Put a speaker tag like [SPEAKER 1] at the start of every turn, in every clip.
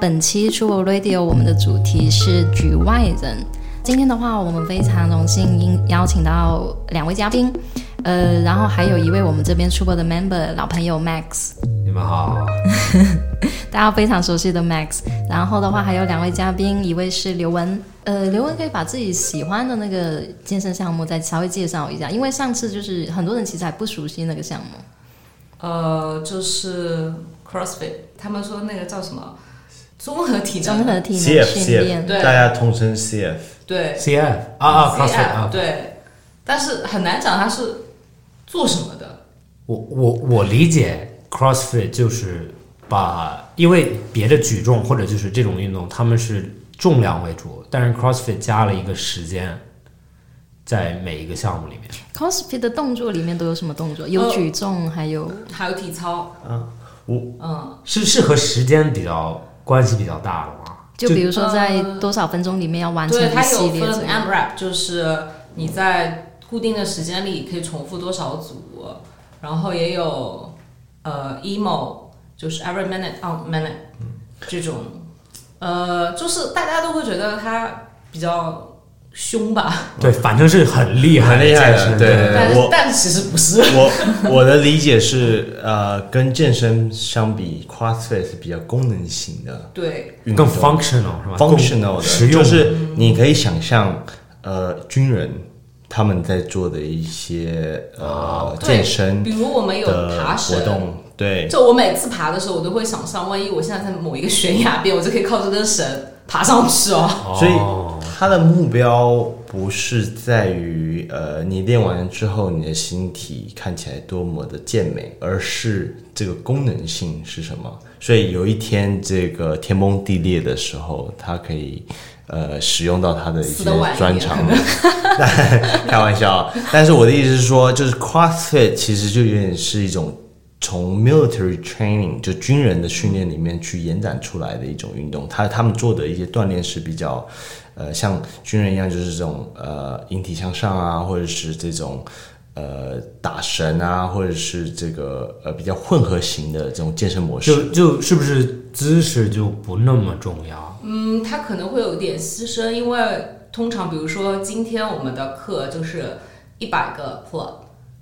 [SPEAKER 1] 本期 Trouble Radio 我们的主题是局外人。今天的话，我们非常荣幸应邀请到两位嘉宾，呃，然后还有一位我们这边 Trouble 的 member 老朋友 Max，
[SPEAKER 2] 你们好，
[SPEAKER 1] 大家非常熟悉的 Max。然后的话，还有两位嘉宾，一位是刘雯，呃，刘雯可以把自己喜欢的那个健身项目再稍微介绍一下，因为上次就是很多人其实还不熟悉那个项目。
[SPEAKER 3] 呃，就是 CrossFit，他们说那个叫什么综合体
[SPEAKER 1] 综
[SPEAKER 3] 能，
[SPEAKER 1] 合体能
[SPEAKER 4] CF
[SPEAKER 1] 训
[SPEAKER 4] CF，
[SPEAKER 1] 练，
[SPEAKER 3] 对
[SPEAKER 4] 大家统称 CF。
[SPEAKER 3] 对
[SPEAKER 2] CF 啊啊
[SPEAKER 3] CF
[SPEAKER 2] ，CrossFit 啊，
[SPEAKER 3] 对，但是很难讲它是做什么的，
[SPEAKER 2] 我我我理解 CrossFit 就是把，因为别的举重或者就是这种运动，他们是重量为主，但是 CrossFit 加了一个时间，在每一个项目里面。
[SPEAKER 1] CrossFit 的动作里面都有什么动作？有
[SPEAKER 3] 呃
[SPEAKER 1] 举重，还有
[SPEAKER 3] 还有体操，
[SPEAKER 2] 是是和时间比较关系比较大的吗？
[SPEAKER 1] 就比如说在多少分钟里面要完成
[SPEAKER 3] 呃对，
[SPEAKER 1] 一
[SPEAKER 3] 它
[SPEAKER 1] 系
[SPEAKER 3] 有
[SPEAKER 1] 列之
[SPEAKER 3] 分
[SPEAKER 1] 类
[SPEAKER 3] m
[SPEAKER 1] 的。
[SPEAKER 3] r a p 就是你在固定的时间里可以重复多少组，然后也有呃 emo，就是 every minute on minute
[SPEAKER 2] 嗯
[SPEAKER 3] 这种，呃，就是大家都会觉得它比较凶吧。
[SPEAKER 2] 对，反正是很厉害，
[SPEAKER 4] 很厉害的
[SPEAKER 2] 健身
[SPEAKER 4] 对对对
[SPEAKER 3] 但
[SPEAKER 4] 我
[SPEAKER 3] 是但其实不是，
[SPEAKER 4] 我 我的理解是，呃，跟健身相比，CrossFit 是比较功能型的
[SPEAKER 3] 对
[SPEAKER 4] 运动
[SPEAKER 2] 更 functional 是吧
[SPEAKER 4] functional
[SPEAKER 2] 更
[SPEAKER 4] 的，
[SPEAKER 2] 实用，
[SPEAKER 4] 就是你可以想象，呃，军人他们在做的一些呃
[SPEAKER 3] 哦对
[SPEAKER 4] 健身
[SPEAKER 3] 比如我们有爬
[SPEAKER 4] 的活
[SPEAKER 3] 绳，
[SPEAKER 4] 动，对，
[SPEAKER 3] 就我每次爬的时候，我都会想象，万一我现在在某一个悬崖边，我就可以靠这根绳爬上去哦。
[SPEAKER 4] 所以
[SPEAKER 2] 哦
[SPEAKER 4] 他的目标不是在于呃你练完之后你的形体看起来多么的健美，而是这个功能性是什么。所以有一天这个天崩地裂的时候，他可以呃使用到他的一些
[SPEAKER 3] 死得晚一
[SPEAKER 4] 专
[SPEAKER 3] 点
[SPEAKER 4] 长。 开玩笑啊，但是我的意思是说，就是 CrossFit 其实就有点是一种从 military training 就军人的训练里面去延展出来的一种运动。他他们做的一些锻炼是比较，呃，像军人一样，就是这种呃引体向上啊，或者是这种呃打绳啊，或者是这个呃比较混合型的这种健身模
[SPEAKER 2] 就
[SPEAKER 4] 式。
[SPEAKER 2] 就是不是姿势就不那么重要，
[SPEAKER 3] 嗯，它可能会有一点牺牲，因为通常比如说今天我们的课就是一百个 pull，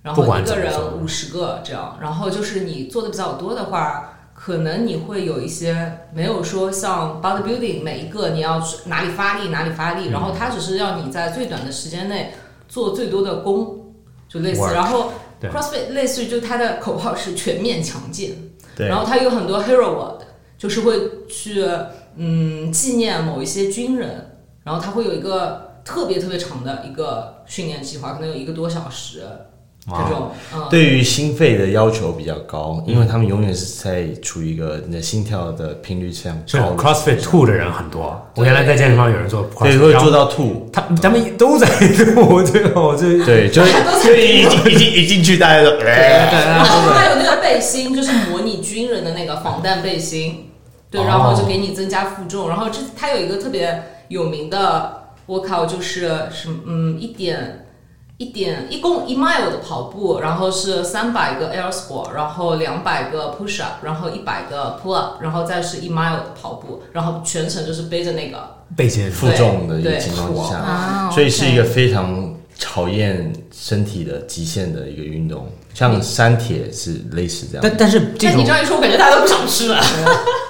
[SPEAKER 3] 然后
[SPEAKER 2] 不管
[SPEAKER 3] 一
[SPEAKER 2] 怎
[SPEAKER 3] 个
[SPEAKER 2] 么
[SPEAKER 3] 人
[SPEAKER 2] 做
[SPEAKER 3] 五十个这样，然后就是你做的比较多的话。可能你会有一些没有说像 bodybuilding 每一个你要去哪里发力哪里发力，
[SPEAKER 2] 嗯
[SPEAKER 3] 然后它只是让你在最短的时间内做最多的功，就类似。
[SPEAKER 2] Work
[SPEAKER 3] 然后
[SPEAKER 2] 对
[SPEAKER 3] CrossFit 类似于就它的口号是全面强健，
[SPEAKER 4] 对
[SPEAKER 3] 然后它有很多 hero word，就是会去嗯纪念某一些军人，然后它会有一个特别特别长的一个训练计划，可能有一个多小时这
[SPEAKER 2] 哇
[SPEAKER 3] 种，嗯，
[SPEAKER 4] 对于心肺的要求比较高，因为他们永远是在处于一个你的心跳的频率是非常
[SPEAKER 2] 是
[SPEAKER 4] 高的
[SPEAKER 2] CrossFit 吐的人很多。
[SPEAKER 3] 对
[SPEAKER 2] 我原来在健身房有人做 CrossFit，
[SPEAKER 4] 对，会
[SPEAKER 2] 然后
[SPEAKER 4] 做到吐。
[SPEAKER 2] 他他们都在 吐，对我这
[SPEAKER 4] 对，就 就一进一进一进去，大 家都哎，
[SPEAKER 3] 然后它有那个背心，就是模拟军人的那个防弹背心，对，
[SPEAKER 2] 哦
[SPEAKER 3] 然后就给你增加负重。然后这它有一个特别有名的 workout，就是什么嗯一点一点一公一 mile 的跑步，然后是三百个 air squat，然后两百个 push up，然后一百个 pull up，然后再是一 mile 的跑步，然后全程就是背着那个
[SPEAKER 2] 背心
[SPEAKER 4] 负重的一个情况之
[SPEAKER 3] 对
[SPEAKER 1] 啊
[SPEAKER 4] 下， 所以是
[SPEAKER 1] OK
[SPEAKER 4] 一个非常考验身体的极限的一个运动。像山铁是类似这样
[SPEAKER 2] 但，但是这
[SPEAKER 3] 但
[SPEAKER 2] 种
[SPEAKER 3] 你这样一说，我感觉大家都不想吃了。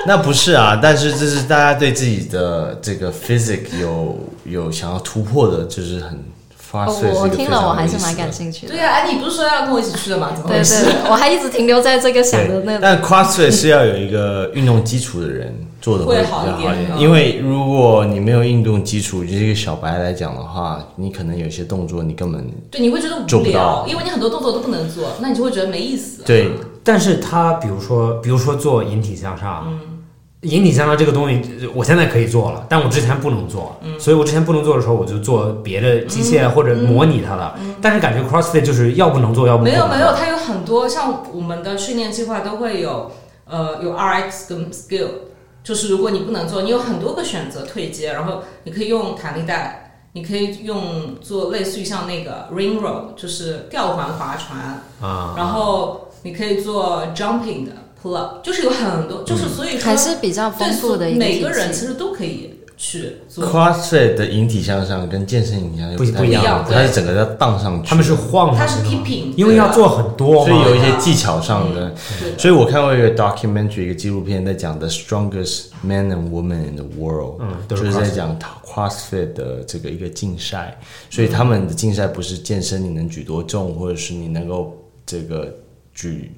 [SPEAKER 4] 那不是啊，但是这是大家对自己的这个 physic 有有想要突破的，就是很发
[SPEAKER 1] 哦
[SPEAKER 4] 碎。
[SPEAKER 1] 我我听了我还是蛮感
[SPEAKER 4] 谢。
[SPEAKER 1] 兴趣的
[SPEAKER 3] 对。呀、哎，你不是说要跟我一起去的吗？怎么
[SPEAKER 1] 对
[SPEAKER 3] 回事？
[SPEAKER 1] 对，我还一直停留在这个想的
[SPEAKER 4] 对
[SPEAKER 1] 那，
[SPEAKER 4] 但 CrossFit 是要有一个运动基础的人做的
[SPEAKER 3] 会
[SPEAKER 4] 比较
[SPEAKER 3] 好一
[SPEAKER 4] 好
[SPEAKER 3] 点
[SPEAKER 4] 一点，
[SPEAKER 3] 嗯
[SPEAKER 4] 因为如果你没有运动基础，就是一个小白来讲的话，你可能有些动作你根本
[SPEAKER 3] 对，你会觉得
[SPEAKER 4] 做
[SPEAKER 3] 无
[SPEAKER 4] 不
[SPEAKER 3] 聊
[SPEAKER 4] 到，
[SPEAKER 3] 因为你很多动作都不能做，那你就会觉得没意思。
[SPEAKER 4] 对
[SPEAKER 3] 嗯
[SPEAKER 2] 但是他比如说比如说做引体向上，引体向上这个东西，我现在可以做了，但我之前不能做，
[SPEAKER 3] 嗯
[SPEAKER 2] 所以我之前不能做的时候，我就做别的机械啊或者模拟它了。但是感觉 CrossFit 就是要不能做，要不
[SPEAKER 3] 嗯没有
[SPEAKER 2] 不能
[SPEAKER 3] 没
[SPEAKER 2] 做
[SPEAKER 3] 有，它有很多像我们的训练计划都会有，呃，有 RX 跟 Skill，就是如果你不能做，你有很多个选择退阶，然后你可以用弹力带，你可以用做类似于像那个 Ring Roll，就是吊环划船，
[SPEAKER 2] 啊。
[SPEAKER 3] 然后你可以做 Jumping 的 Pull Up，就是有很多，
[SPEAKER 2] 嗯
[SPEAKER 3] 就是所以说
[SPEAKER 1] 还是比较丰
[SPEAKER 3] 对
[SPEAKER 1] 富的一个
[SPEAKER 3] 每
[SPEAKER 1] 体
[SPEAKER 3] 个人
[SPEAKER 1] 系
[SPEAKER 3] 其实都可以去做。
[SPEAKER 4] CrossFit 的引体向上跟健身引体向上
[SPEAKER 2] 不
[SPEAKER 4] 又太
[SPEAKER 2] 不一样
[SPEAKER 4] 样，
[SPEAKER 3] 对
[SPEAKER 4] 它是整个要荡上去，
[SPEAKER 2] 他们是晃
[SPEAKER 3] 它
[SPEAKER 2] 上
[SPEAKER 3] 是
[SPEAKER 2] 去的嘛，
[SPEAKER 3] keeping，
[SPEAKER 2] 啊因为要做很多
[SPEAKER 4] 所以
[SPEAKER 2] 嘛。
[SPEAKER 4] 有一些技巧上的。
[SPEAKER 3] 对
[SPEAKER 4] 所以我看过一个 documentary 一个纪录片，在讲 The Strongest Men and Women in the World，
[SPEAKER 2] 嗯都
[SPEAKER 4] 就是是在
[SPEAKER 2] CrossFit
[SPEAKER 4] 讲 CrossFit 的这个一个竞赛。所以他们的竞赛不是健身你能举多重，或者是你能够这个举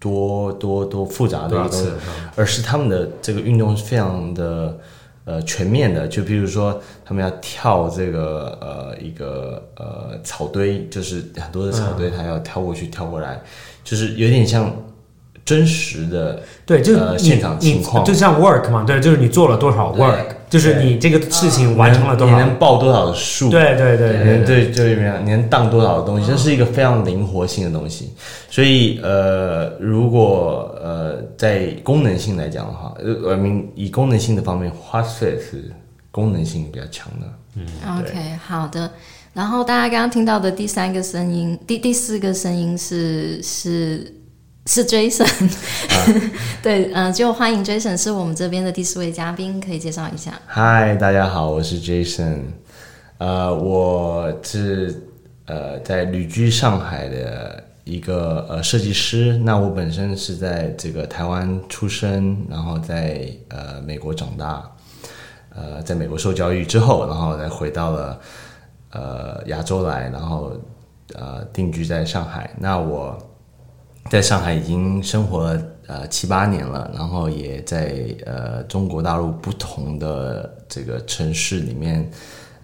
[SPEAKER 4] 多多多复杂的
[SPEAKER 2] 多
[SPEAKER 4] 一
[SPEAKER 2] 少
[SPEAKER 4] 个东西
[SPEAKER 2] 次，嗯
[SPEAKER 4] 而是他们的这个运动是非常的呃全面的。就比如说，他们要跳这个呃一个呃草堆，就是很多
[SPEAKER 2] 嗯
[SPEAKER 4] 的草堆，他要跳过去跳过来，就是有点像真实的
[SPEAKER 2] 对，就是
[SPEAKER 4] 呃
[SPEAKER 2] 你
[SPEAKER 4] 现场情况
[SPEAKER 2] 你就像 work 嘛，对，就是你做了多少 work，就是你这个事情完成了多
[SPEAKER 4] 你
[SPEAKER 2] 少，
[SPEAKER 4] 能报多少的数，
[SPEAKER 2] 对嗯对对
[SPEAKER 4] 你能对就是怎么样，你能荡多少的东西，这是一个非常灵活性的东西。所以呃，如果呃在功能性来讲的话，呃，我们以功能性的方面 h o s f i t 是功能性比较强的。
[SPEAKER 1] OK，好的。然后大家刚刚听到的第三个声音，第第四个声音是是是 Jason，、对，
[SPEAKER 4] 啊
[SPEAKER 1] 嗯、就欢迎 Jason 是我们这边的第四位嘉宾，可以介绍一下。
[SPEAKER 4] 嗨，大家好，我是 Jason，呃，我是呃在旅居上海的一个呃设计师。那我本身是在这个台湾出生，然后在呃美国长大，呃，在美国受教育之后，然后再回到了呃亚洲来，然后呃定居在上海。那我在上海已经生活了呃七八年了，然后也在呃中国大陆不同的这个城市里面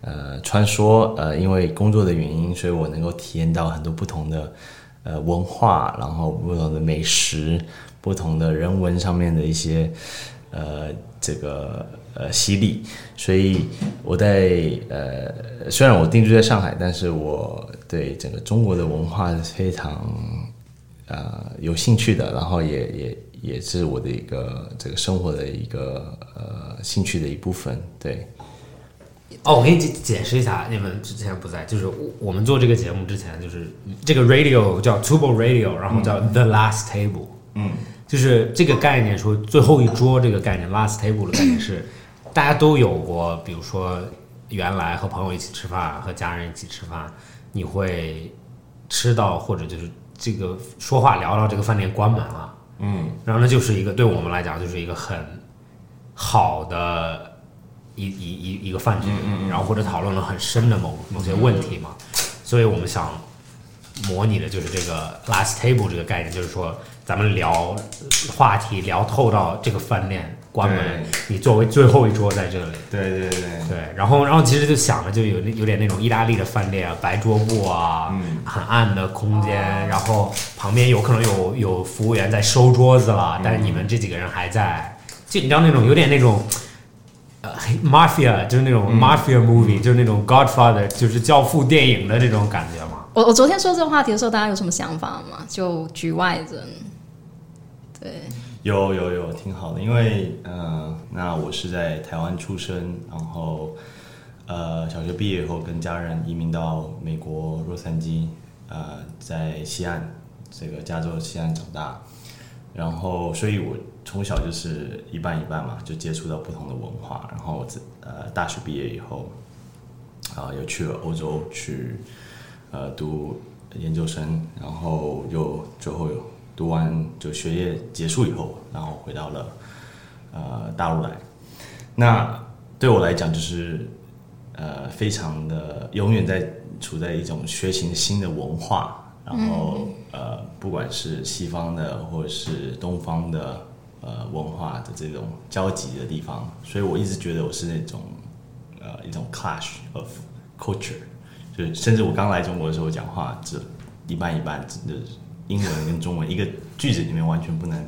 [SPEAKER 4] 呃穿梭。呃，因为工作的原因，所以我能够体验到很多不同的呃文化，然后不同的美食，不同的人文上面的一些呃这个呃洗礼。所以我在呃虽然我定居在上海，但是我对整个中国的文化是非常。呃有兴趣的，然后也也也是我的一个这个生活的一个呃兴趣的一部分。对，
[SPEAKER 2] 哦，我给你解解释一下，你们之前不在，就是我我们做这个节目之前，就是这个 radio 叫 Tubo Radio，然后叫 The Last Table，嗯，就是这个概念说最后一桌这个概念 Last Table 的概念是大家都有过，比如说原来和朋友一起吃饭，和家人一起吃饭，你会吃到或者就是这个说话聊到这个饭店关门了，嗯，然后那就是一个对我们来讲就是一个很好的一一一一个饭局，
[SPEAKER 4] 嗯
[SPEAKER 2] 然后或者讨论了很深的某某些问题嘛，所以我们想模拟的就是这个 last table 这个概念，就是说咱们聊话题聊透到这个饭店关门，你作为最后一桌在这里。
[SPEAKER 4] 对对对，
[SPEAKER 2] 对，然后然后其实就想着就有那有点那种意大利的饭店啊，白桌布啊，
[SPEAKER 4] 嗯
[SPEAKER 2] 很暗的空间，
[SPEAKER 4] 哦
[SPEAKER 2] 然后旁边有可能有有服务员在收桌子了，但是你们这几个人还在，就你知道那种有点那种。呃黑，mafia 就是那种 mafia movie，、就是那种 Godfather，就是教父电影的这种感觉嘛。
[SPEAKER 1] 我我昨天说这个话题的时候，大家有什么想法吗？就局外人，对，
[SPEAKER 4] 有有有，挺好的。因为呃，那我是在台湾出生，然后呃，小学毕业以后跟家人移民到美国洛杉矶，呃，在西岸这个加州西岸长大，然后所以我从小就是一半一半嘛，就接触到不同的文化。然后我自呃大学毕业以后，啊、又去了欧洲去呃读研究生，然后又最后有读完就学业结束以后，然后回到了呃大陆来。那对我来讲，就是呃非常的永远在处在一种学习新的文化，然后、
[SPEAKER 1] 嗯
[SPEAKER 4] 呃不管是西方的或者是东方的呃文化的这种交集的地方，所以我一直觉得我是那种呃一种 clash of culture。就是甚至我刚来中国的时候讲话，这一半一半，就是英文跟中文一个句子里面完全不能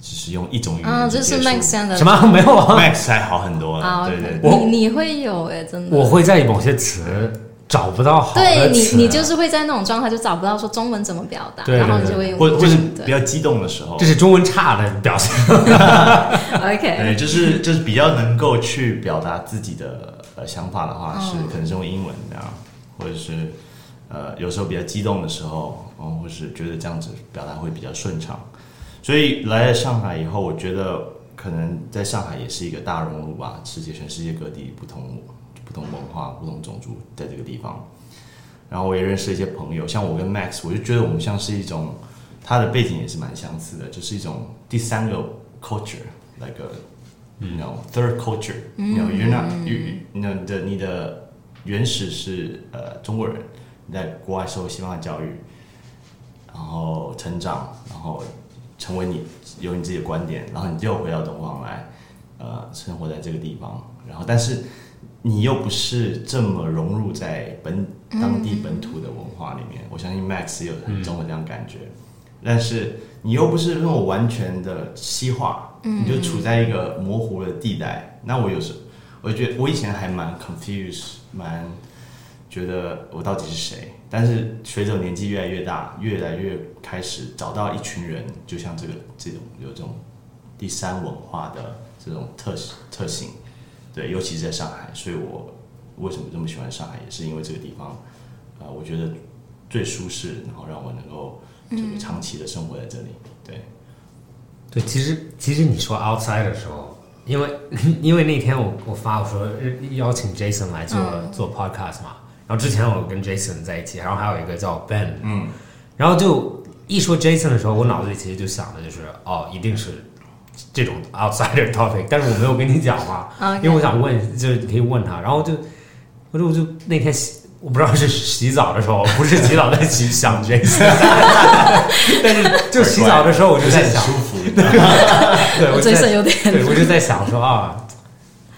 [SPEAKER 4] 只是用一种语言
[SPEAKER 1] 啊，
[SPEAKER 4] 嗯就
[SPEAKER 1] 这是 Max 这样的
[SPEAKER 2] 什么 没有啊？
[SPEAKER 4] Max 还好很多
[SPEAKER 1] 啊
[SPEAKER 4] 了，对对，对
[SPEAKER 1] 你你会有哎、真的。
[SPEAKER 2] 我会在某些词找不到好
[SPEAKER 1] 对
[SPEAKER 2] 的
[SPEAKER 1] 你
[SPEAKER 2] 词，，
[SPEAKER 1] 你就是会在那种状态，就找不到说中文怎么表达，
[SPEAKER 2] 对对
[SPEAKER 1] 然后你
[SPEAKER 2] 对
[SPEAKER 1] 就会用
[SPEAKER 4] 或或
[SPEAKER 1] 这
[SPEAKER 4] 是
[SPEAKER 1] 种
[SPEAKER 4] 比较激动的时候
[SPEAKER 2] 这，是中文差的表现。
[SPEAKER 1] 对 OK，
[SPEAKER 4] 对，就是就是比较能够去表达自己的呃想法的话，是可能是用英文这样，或者是呃有时候比较激动的时候，嗯，或是觉得这样子表达会比较顺畅。所以来了上海以后，我觉得可能在上海也是一个大熔炉吧，世界全世界各地不同不同文化、不同种族在这个地方。然后我也认识了一些朋友，像我跟 Max，我就觉得我们像是一种，他的背景也是蛮相似的，就是一种第三个 culture，那个 you know third culture，you know you're not you you know 你的你的原始是呃中国人，你在国外受西方的教育，然后成长，然后成为你有你自己的观点，然后你又回到东方来，呃，生活在这个地方，然后但是你又不是这么融入在本当地本土的文化里面，我相信 Max 也有很重的这样感觉，但是你又不是那种完全的西化，你就处在一个模糊的地带。那我有时我觉得我以前还蛮 confused，蛮觉得我到底是谁。但是随着年纪越来越大，越来越开始找到一群人，就像这个这种有这种第三文化的这种特特性，对，尤其是在上海。所以我为什么这么喜欢上海，也是因为这个地方，呃，我觉得最舒适，然后让我能够就是长期的生活在这里。对，
[SPEAKER 2] 对，其实其实你说 outside 的时候，因为 因为那天我我发我说邀请 Jason 来做、做 podcast 嘛，然后之前我跟 Jason 在一起，然后还有一个叫 Ben，嗯，然后就一说 Jason 的时候，我脑子里其实就想的就是哦，一定是这种 outsider topic，但是我没有跟你讲 嘛，
[SPEAKER 1] OK
[SPEAKER 2] 因为我想问，就是你可以问他，然后就我就我就那天洗。我不知道是洗澡的时候，不是洗澡在洗想 Jason，但是就洗澡的时候我就在
[SPEAKER 4] 很
[SPEAKER 2] 想
[SPEAKER 4] 舒，服。
[SPEAKER 2] 对，我就
[SPEAKER 1] 嘴
[SPEAKER 2] 在
[SPEAKER 1] 唇有点
[SPEAKER 2] 对，我就在想说啊，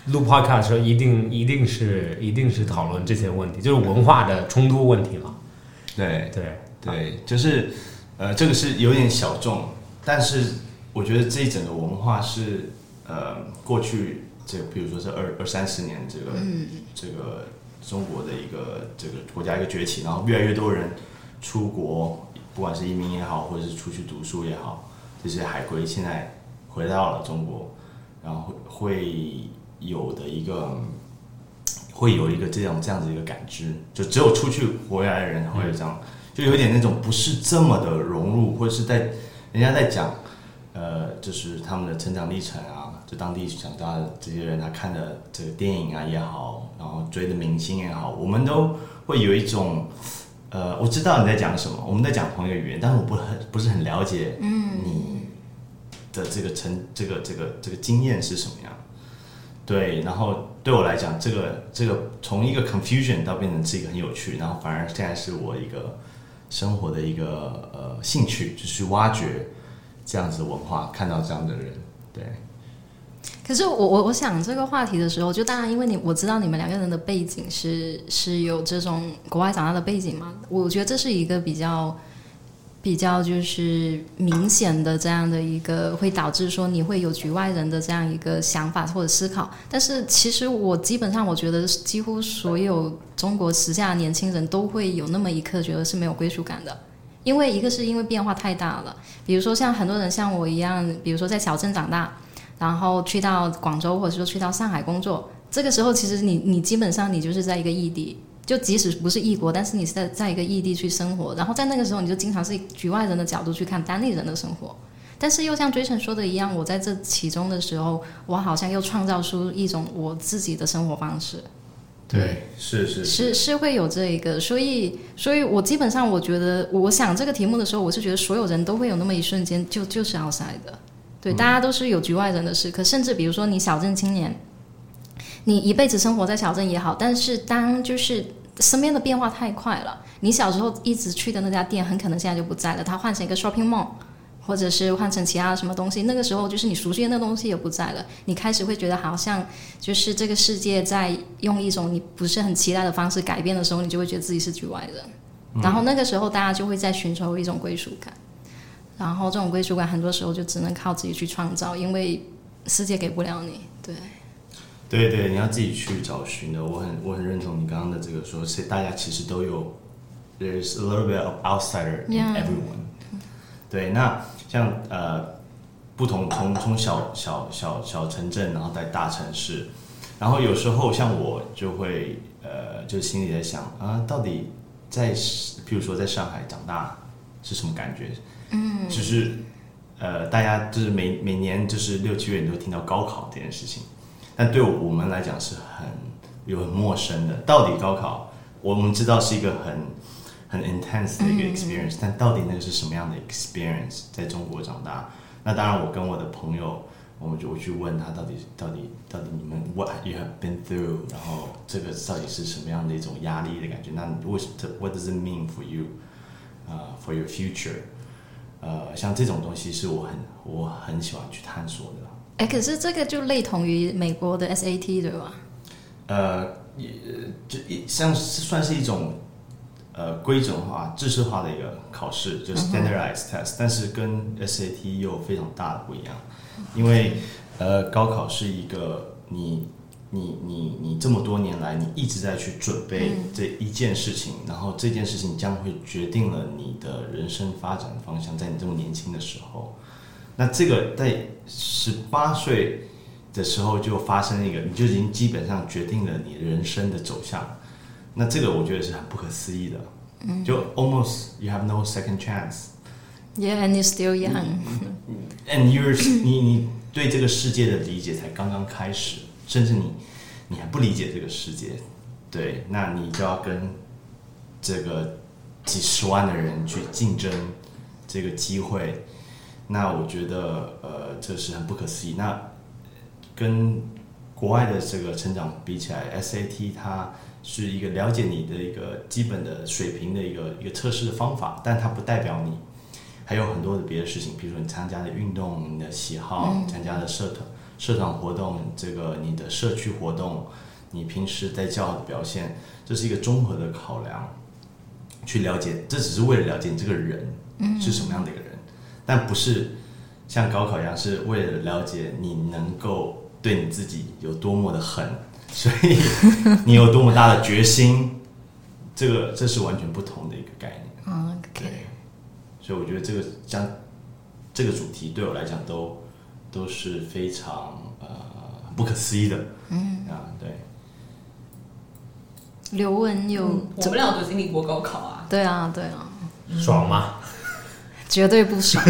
[SPEAKER 2] 录 podcast 的时候一定一定是一定是讨论这些问题，就是文化的冲突问题嘛。
[SPEAKER 4] 对，
[SPEAKER 2] 对，
[SPEAKER 4] 对，就是呃，这个是有点小众，但是我觉得这一整个文化是呃，过去这比如说这二二三十年这个、这个中国的一个这个国家一个崛起，然后越来越多人出国，不管是移民也好，或者是出去读书也好，这些海归现在回到了中国，然后会会有的一个。嗯会有一个这种这样子一个感知，就只有出去回来的人才会有这样，就有点那种不是这么的融入，或者是在人家在讲，呃，就是他们的成长历程啊，就当地长大的这些人，他看的这个电影啊也好，然后追的明星也好，我们都会有一种，呃，我知道你在讲什么，我们在讲同一个语言，但是我不很不是很了解，嗯，你的这个成这个这个这个经验是什么样。对，然后对我来讲，这个这个从一个 confusion 到变成是一个很有趣，然后反而现在是我一个生活的一个呃兴趣，就是挖掘这样子的文化，看到这样的人，对，
[SPEAKER 1] 可是我我我想这个话题的时候，就当然因为你我知道你们两个人的背景是是有这种国外长大的背景嘛，我觉得这是一个比较比较就是明显的这样的一个会导致说你会有局外人的这样一个想法或者思考。但是其实我基本上我觉得几乎所有中国时下的年轻人都会有那么一刻觉得是没有归属感的。因为一个是因为变化太大了，比如说像很多人像我一样，比如说在小镇长大，然后去到广州或者说去到上海工作，这个时候其实你你基本上你就是在一个异地，就即使不是异国，但是你是在在一个异地去生活，然后在那个时候你就经常是以局外人的角度去看当地人的生活。但是又像追晨说的一样，我在这其中的时候，我好像又创造出一种我自己的生活方式。
[SPEAKER 4] 对，是是
[SPEAKER 1] 是是会有这一个，所以所以我基本上我觉得，我想这个题目的时候，我是觉得所有人都会有那么一瞬间就就是 outside 的，
[SPEAKER 4] 嗯
[SPEAKER 1] 对，大家都是有局外人的时刻，甚至比如说你小镇青年，你一辈子生活在小镇也好，但是当就是身边的变化太快了，你小时候一直去的那家店，很可能现在就不在了，它换成一个 shopping mall。或者是换成其他的什么东西，那个时候就是你熟悉的那东西也不在了，你开始会觉得好像就是这个世界在用一种你不是很期待的方式改变的时候，你就会觉得自己是局外人，然后那个时候大家就会在寻求一种归属感。然后这种归属感很多时候就只能靠自己去创造，因为世界给不了你。对，
[SPEAKER 4] 对对，你要自己去找寻的。我很我很认同你刚刚的这个说，是大家其实都有，there's a little bit of outsider in
[SPEAKER 1] Yeah.
[SPEAKER 4] everyone。对，那像呃，不同从从小小小小城镇，然后在大城市，然后有时候像我就会呃，就心里在想啊，到底在比如说在上海长大是什么感觉？嗯，就是呃，大家就是每每年就是六七月你都听到高考这件事情。但对我们来讲是很有很陌生的。到底高考，我们知道是一个很很 intense 的一个 experience，、但到底那个是什么样的 experience？在中国长大，那当然我跟我的朋友，我们就我去问他到底到底到底你们 what you have been through，然后这个到底是什么样的一种压力的感觉？那你为什 what does it mean for you？呃、f o r your future？呃，像这种东西是我很我很喜欢去探索的。
[SPEAKER 1] 哎，可是这个就类同于美国的 SAT 对吧？
[SPEAKER 4] 呃，也就一像是算是一种呃规整化、制式化的一个考试，就是 standardized test，、但是跟 SAT 又非常大的不一样，因为呃高考是一个你。你你你这么多年来，你一直在去准备这一件事情，然后这件事情将会决定了你的人生发展方向，在你这么年轻的时候，那这个在十八岁的时候就发生一个，你就已经基本上决定了你人生的走向。那这个我觉得是很不可思议的，就 almost you have no second chance，and
[SPEAKER 1] Yeah, and you're still young.
[SPEAKER 4] you're 你你对这个世界的理解才刚刚开始，甚至你你还不理解这个世界，对，那你就要跟这个几十万的人去竞争这个机会，那我觉得呃这是很不可思议。那跟国外的这个成长比起来，SAT 它是一个了解你的一个基本的水平的一个一个测试的方法，但它不代表你。还有很多的别的事情，比如说你参加的运动、你的喜好、参加的社团、社团活动，这个你的社区活动，你平时在教的表现，这是一个综合的考量，去了解，这只是为了了解你这个人是什么样的一个人，但不是像高考一样，是为了了解你能够对你自己有多么的狠，所以 你有多么大的决心，这个这是完全不同的一个概念。
[SPEAKER 1] 嗯 OK，
[SPEAKER 4] 对，所以我觉得这个将这个主题对我来讲都都是非常呃不可思议的。嗯啊，对，
[SPEAKER 1] 刘文有、
[SPEAKER 3] 我们俩都经历过高考啊，
[SPEAKER 1] 对啊，对啊，
[SPEAKER 2] 爽吗？
[SPEAKER 1] 绝对不爽，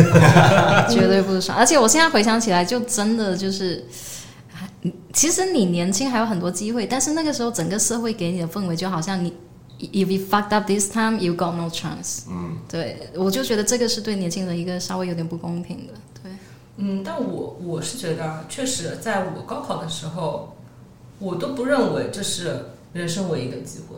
[SPEAKER 1] 绝对不爽。而且我现在回想起来，就真的就是，哎其实你年轻还有很多机会，但是那个时候整个社会给你的氛围就好像你。If you fucked up this time, you got no chance。嗯，对，我就觉得这个是对年轻人一个稍微有点不公平的。对，
[SPEAKER 3] 嗯，但我我是觉得啊，确实在我高考的时候，我都不认为这是人生唯一的机会，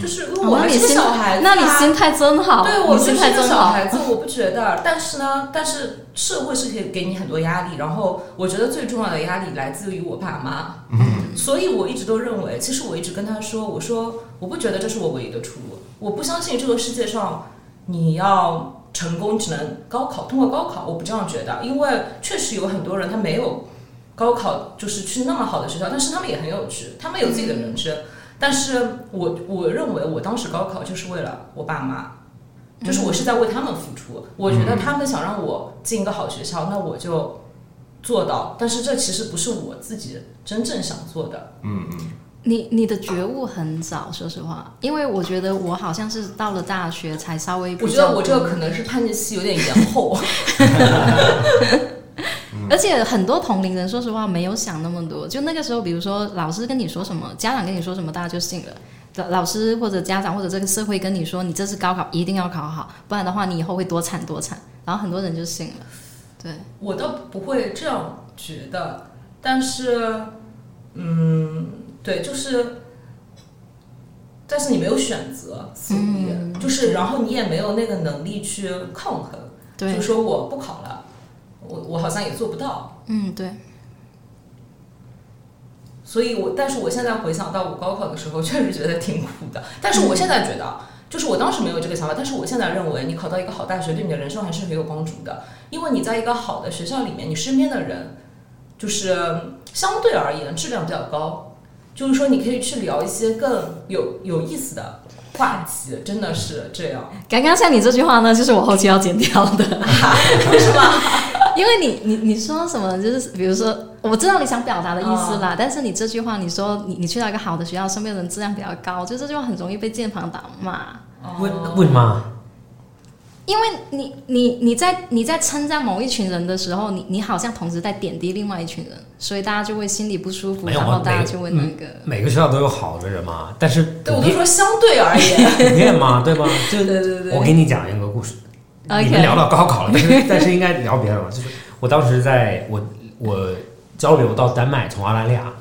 [SPEAKER 3] 就是因为我
[SPEAKER 1] 那
[SPEAKER 3] 还
[SPEAKER 1] 你
[SPEAKER 3] 是个
[SPEAKER 1] 心，
[SPEAKER 3] 小孩子、
[SPEAKER 1] 那
[SPEAKER 3] 啊
[SPEAKER 1] 你心态真好，
[SPEAKER 3] 对我
[SPEAKER 1] 你
[SPEAKER 3] 就
[SPEAKER 1] 心
[SPEAKER 3] 是
[SPEAKER 1] 态
[SPEAKER 3] 个
[SPEAKER 1] 真
[SPEAKER 3] 小
[SPEAKER 1] 好
[SPEAKER 3] 孩。子，我不觉得。但是呢，但是社会是可以给你很多压力，然后我觉得最重要的压力来自于我爸妈。嗯，所以我一直都认为，其实我一直跟他说，我说我不觉得这是我唯一的出路，我不相信这个世界上你要成功只能高考通过高考，我不这样觉得，因为确实有很多人他没有高考就是去那么好的学校，但是他们也很有趣，他们有自己的人生。
[SPEAKER 1] 嗯
[SPEAKER 3] 但是我我认为我当时高考就是为了我爸妈，就是我是在为他们付出。我觉得他们想让我进一个好学校，那我就做到。但是这其实不是我自己真正想做的。
[SPEAKER 1] 你你的觉悟很早，说实话，因为我觉得我好像是到了大学才稍微比
[SPEAKER 3] 我觉
[SPEAKER 1] 较
[SPEAKER 3] 得我这个可能是叛逆期有点延后。
[SPEAKER 1] 而且很多同龄人，说实话没有想那么多。就那个时候，比如说老师跟你说什么，家长跟你说什么，大家就信了。老老师或者家长或者这个社会跟你说，你这次高考一定要考好，不然的话你以后会多惨多惨。然后很多人就信了。对，
[SPEAKER 3] 我倒不会这样觉得，但是，嗯，对，就是，但是你没有选择，所以、就是，然后你也没有那个能力去抗衡，
[SPEAKER 1] 对
[SPEAKER 3] 就说我不考了，我我好像也做不到，
[SPEAKER 1] 嗯，对，
[SPEAKER 3] 所以我，但是我现在回想到我高考的时候，确实觉得挺苦的，但是我现在觉得。就是我当时没有这个想法，但是我现在认为，你考到一个好大学对你的人生还是很有帮助的，因为你在一个好的学校里面，你身边的人就是相对而言质量比较高，就是说你可以去聊一些更有有意思的话题，真的是这样，
[SPEAKER 1] 刚刚像你这句话呢，就是我后期要剪掉的，
[SPEAKER 3] 是吧？
[SPEAKER 1] 因为你你你说什么，就是比如说，我知道你想表达的意思啦，但是你这句话，你说你你去到一个好的学校，身边的人质量比较高，就这句话很容易被键盘党骂。
[SPEAKER 2] 为为嘛？
[SPEAKER 1] 因为你你你在你在称赞某一群人的时候，你你好像同时在贬低另外一群人，所以大家就会心里不舒服，
[SPEAKER 2] 没有
[SPEAKER 1] 然
[SPEAKER 2] 我
[SPEAKER 1] 后大家
[SPEAKER 2] 每
[SPEAKER 1] 就会
[SPEAKER 2] 嗯
[SPEAKER 1] 那个。
[SPEAKER 2] 每个学校都有好的人嘛，但是
[SPEAKER 3] 对，我
[SPEAKER 2] 普
[SPEAKER 3] 就
[SPEAKER 2] 遍
[SPEAKER 3] 说相对而言，
[SPEAKER 2] 普遍嘛，对吧？就
[SPEAKER 1] 对对对
[SPEAKER 2] 我给你讲一个故事，
[SPEAKER 1] OK
[SPEAKER 2] 你们聊到高考了，但是但是应该聊别的嘛。就是我当时在我我交流到丹麦，从澳大利亚，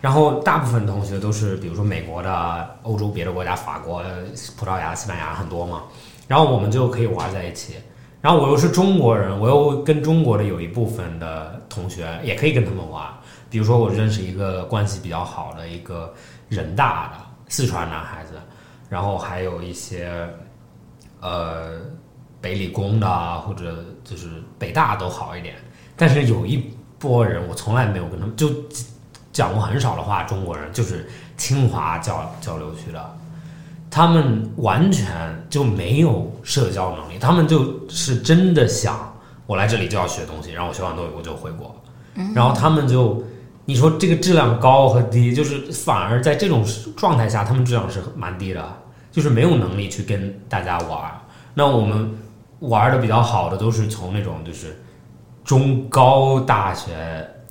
[SPEAKER 2] 然后大部分同学都是比如说美国的、欧洲别的国家、法国、葡萄牙、西班牙很多嘛，然后我们就可以玩在一起。然后我又是中国人，我又跟中国的有一部分的同学也可以跟他们玩。比如说，我认识一个关系比较好的一个人大的四川男孩子，然后还有一些呃北理工的啊，或者就是北大都好一点。但是有一波人，我从来没有跟他们就讲过很少的话，中国人就是清华交交流区的，他们完全就没有社交能力，他们就是真的想我来这里就要学东西，然后我学完东西我就回国，然后他们就。你说这个质量高和低，就是反而在这种状态下，他们质量是蛮低的，就是没有能力去跟大家玩儿。那我们玩的比较好的都是从那种就是中高大学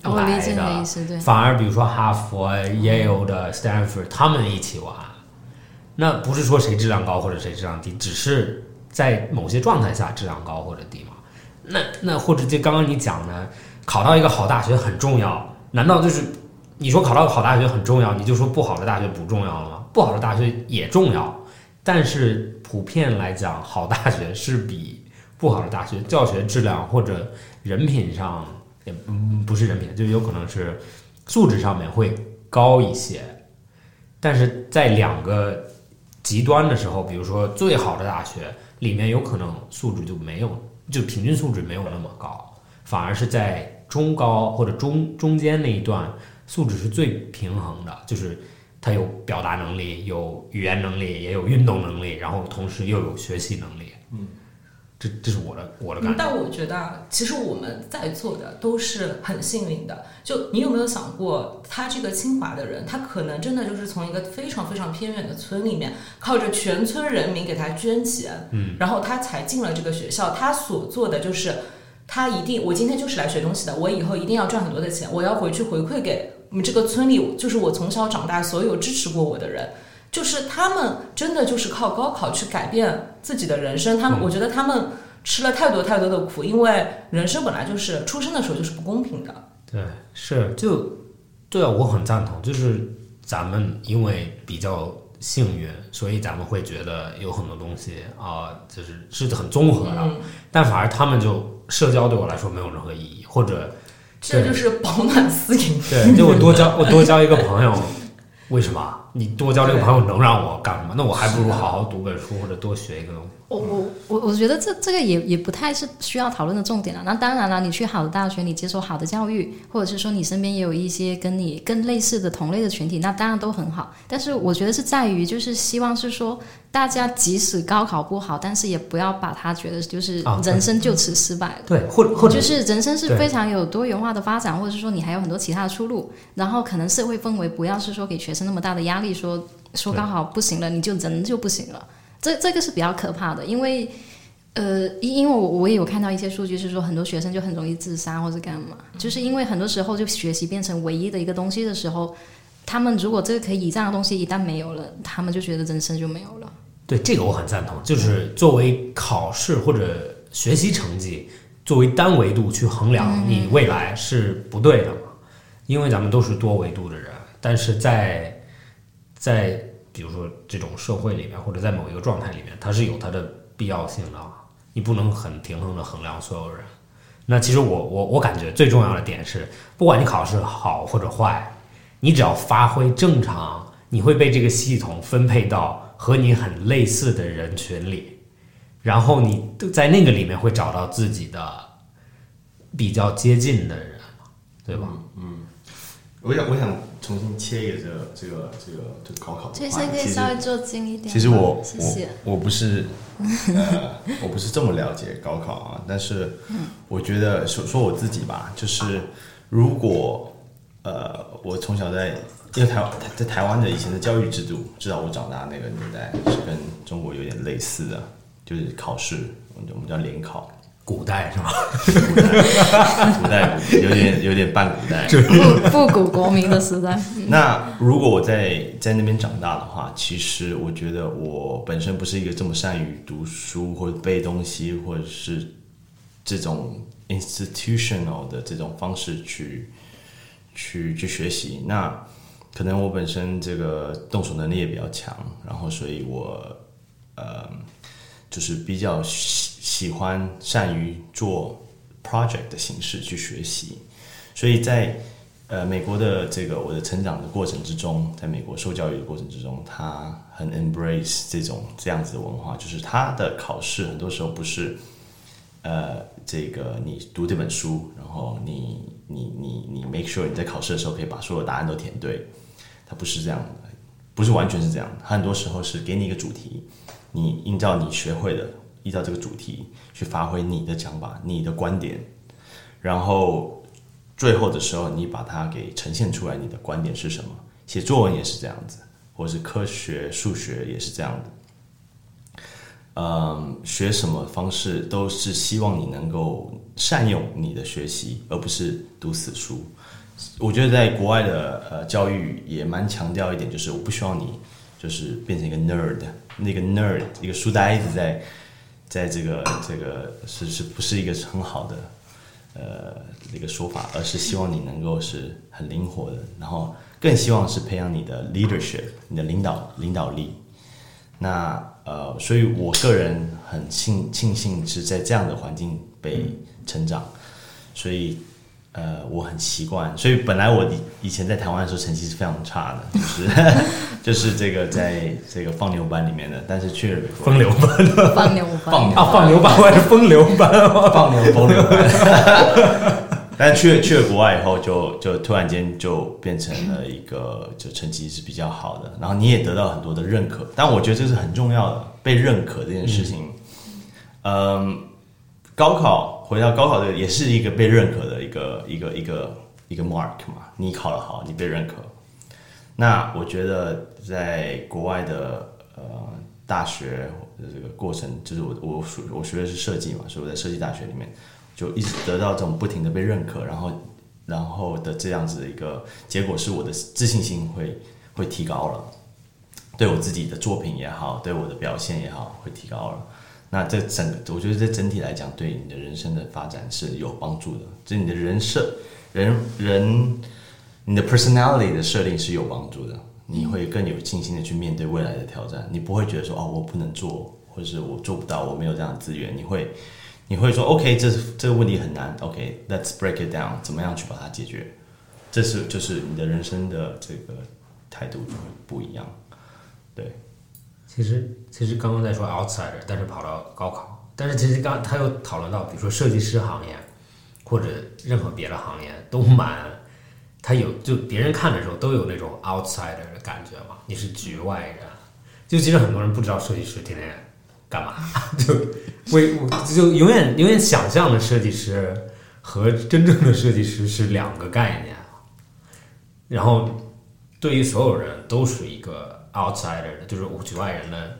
[SPEAKER 1] 我理
[SPEAKER 2] 来
[SPEAKER 1] 解你的
[SPEAKER 2] 的
[SPEAKER 1] 意，思，对。嗯
[SPEAKER 2] 反而比如说哈佛、耶鲁的、Stanford，他们一起玩，那不是说谁质量高或者谁质量低，只是在某些状态下质量高或者低嘛。那那或者就刚刚你讲的，考到一个好大学很重要，难道就是你说考到好大学很重要，你就说不好的大学不重要了吗？不好的大学也重要，但是普遍来讲，好大学是比不好的大学教学质量或者人品上也嗯不是人品，就有可能是素质上面会高一些，但是在两个极端的时候，比如说最好的大学里面有可能素质就没有，就平均素质没有那么高，反而是在中高或者中中间那一段素质是最平衡的，就是他有表达能力，有语言能力，也有运动能力，然后同时又有学习能力。嗯，这这是我的我的感
[SPEAKER 3] 嗯
[SPEAKER 2] 觉。
[SPEAKER 3] 但我觉得啊，其实我们在座的都是很幸运的。就你有没有想过，他这个清华的人，他可能真的就是从一个非常非常偏远的村里面，靠着全村人民给他捐钱，嗯，然后他才进了这个学校。他所做的就是，他一定，我今天就是来学东西的，我以后一定要赚很多的钱，我要回去回馈给我们这个村里，就是我从小长大所有支持过我的人。就是他们真的就是靠高考去改变自己的人生，他们、我觉得他们吃了太多太多的苦，因为人生本来就是出生的时候就是不公平的。
[SPEAKER 2] 对，是就对啊，我很赞同。就是咱们因为比较幸运，所以咱们会觉得有很多东西啊、就是是很综合的。啊但反而他们就社交对我来说没有任何意义，或者
[SPEAKER 3] 这就是饱暖思淫。
[SPEAKER 2] 对，就我多交我多交一个朋友， 为什么？啊你多交这个朋友能让我干什么？那我还不如好好读本书，或者多学一个东西。
[SPEAKER 1] 我我我我觉得这这个也也不太是需要讨论的重点了。那当然了，你去好的大学，你接受好的教育，或者是说你身边也有一些跟你更类似的同类的群体，那当然都很好。但是我觉得是在于，就是希望是说，大家即使高考不好，但是也不要把它觉得就是
[SPEAKER 2] 啊对
[SPEAKER 1] 人生就此失败了。
[SPEAKER 2] 对，或者或者
[SPEAKER 1] 就是人生是
[SPEAKER 2] 对
[SPEAKER 1] 非常有多元化的发展，或者是说你还有很多其他的出路。然后可能社会氛围不要是说给学生那么大的压力，说说
[SPEAKER 2] 对
[SPEAKER 1] 高考不行了，你就人就不行了。这这个是比较可怕的，因为呃，因因为我我也有看到一些数据是说，很多学生就很容易自杀或者干嘛，就是因为很多时候就学习变成唯一的一个东西的时候，他们如果这个可以倚仗的东西一旦没有了，他们就觉得人生就没有了。
[SPEAKER 2] 对这个我很赞同，就是作为考试或者学习成绩作为单维度去衡量你未来是不对的嘛，因为咱们都是多维度的人，但是在在比如说这种社会里面或者在某一个状态里面，它是有它的必要性的，啊你不能很平衡的衡量所有人。那其实我我我感觉最重要的点是，不管你考试好或者坏，你只要发挥正常，你会被这个系统分配到和你很类似的人群里，然后你都在那个里面会找到自己的比较接近的人，对吧？
[SPEAKER 4] 我想，我想重新切一个这个这个这个这个高考的
[SPEAKER 1] 崔
[SPEAKER 4] 话
[SPEAKER 1] 生可
[SPEAKER 4] 题。
[SPEAKER 1] 以
[SPEAKER 4] 其实
[SPEAKER 1] 稍微坐近一点吗。
[SPEAKER 4] 其实我
[SPEAKER 1] 谢谢。
[SPEAKER 4] 我我不是呃我不是这么了解高考啊， 但是我觉得说说我自己吧，就是如果呃我从小在因为台湾在台湾的以前的教育制度，至少我长大那个年代是跟中国有点类似的，就是考试，我们我们叫联考，
[SPEAKER 2] 古代是吧？
[SPEAKER 4] 古代有点有点半古代，
[SPEAKER 1] 复复古国民的时代，
[SPEAKER 4] 那如果我在在那边长大的话，其实我觉得我本身不是一个这么善于读书或者背东西，或者是这种 institutional 的这种方式去去去学习。那可能我本身这个动手能力也比较强，然后所以我呃就是比较喜喜欢善于做 project 的形式去学习，所以在呃，美国的这个我的成长的过程之中，在美国受教育的过程之中，他很 embrace 这种这样子的文化，就是他的考试很多时候不是，呃，这个你读这本书，然后你你你你 make sure 你在考试的时候可以把所有答案都填对，它不是这样的，不是完全是这样的，它很多时候是给你一个主题，你依照你学会的，依照这个主题去发挥你的想法、你的观点，然后最后的时候，你把它给呈现出来，你的观点是什么？写作文也是这样子，或者是科学、数学也是这样的。嗯，学什么方式都是希望你能够善用你的学习，而不是读死书。我觉得在国外的呃教育也蛮强调一点，就是我不希望你就是变成一个 nerd，那个 nerd 一个书呆子在在这个这个是是不是一个很好的呃这个说法，而是希望你能够是很灵活的，然后更希望是培养你的 leadership，你的领导领导力。那呃，所以我个人很庆庆幸是在这样的环境被成长，所以呃，我很习惯。所以本来我以以前在台湾的时候成绩是非常差的，就是 就是这个在这个放牛班里面的，但是去了美国
[SPEAKER 2] 风流班
[SPEAKER 1] 放牛
[SPEAKER 4] 放
[SPEAKER 1] 班。
[SPEAKER 4] 牛
[SPEAKER 2] 啊，放牛班，我是风流班。
[SPEAKER 4] 放牛风流班。 但去了去了国外以后就，就突然间就变成了一个就成绩是比较好的，然后你也得到很多的认可。但我觉得这是很重要的，被认可这件事情。嗯，高考回到高考的也是一个被认可的一个一个一个一个 mark 嘛，你考得好，你被认可。那我觉得在国外的呃大学的这个过程，就是我我学我学的是设计嘛，所以我在设计大学里面就一直得到这种不停的被认可，然后然后的这样子的一个结果是我的自信心会会提高了，对我自己的作品也好，对我的表现也好，会提高了。那这整个，我觉得这整体来讲，对你的人生的发展是有帮助的，就是你的人设、人人你的 personality 的设定是有帮助的，你会更有信心的去面对未来的挑战，你不会觉得说哦我不能做，或者是我做不到，我没有这样的资源，你会你会说 OK 这是这个问题很难，OK，let's、break it down，怎么样去把它解决，这是就是你的人生的这个态度就会不一样，对，
[SPEAKER 2] 其实其实刚刚在说 outsider，但是跑到高考，但是其实刚他又讨论到，比如说设计师行业或者任何别的行业都蛮，他有就别人看的时候都有那种 outsider 的感觉嘛，你是局外人，就其实很多人不知道设计师天天干嘛， 就为我就永远永远想象的设计师和真正的设计师是两个概念，然后对于所有人都是一个 outsider 的，就是我局外人的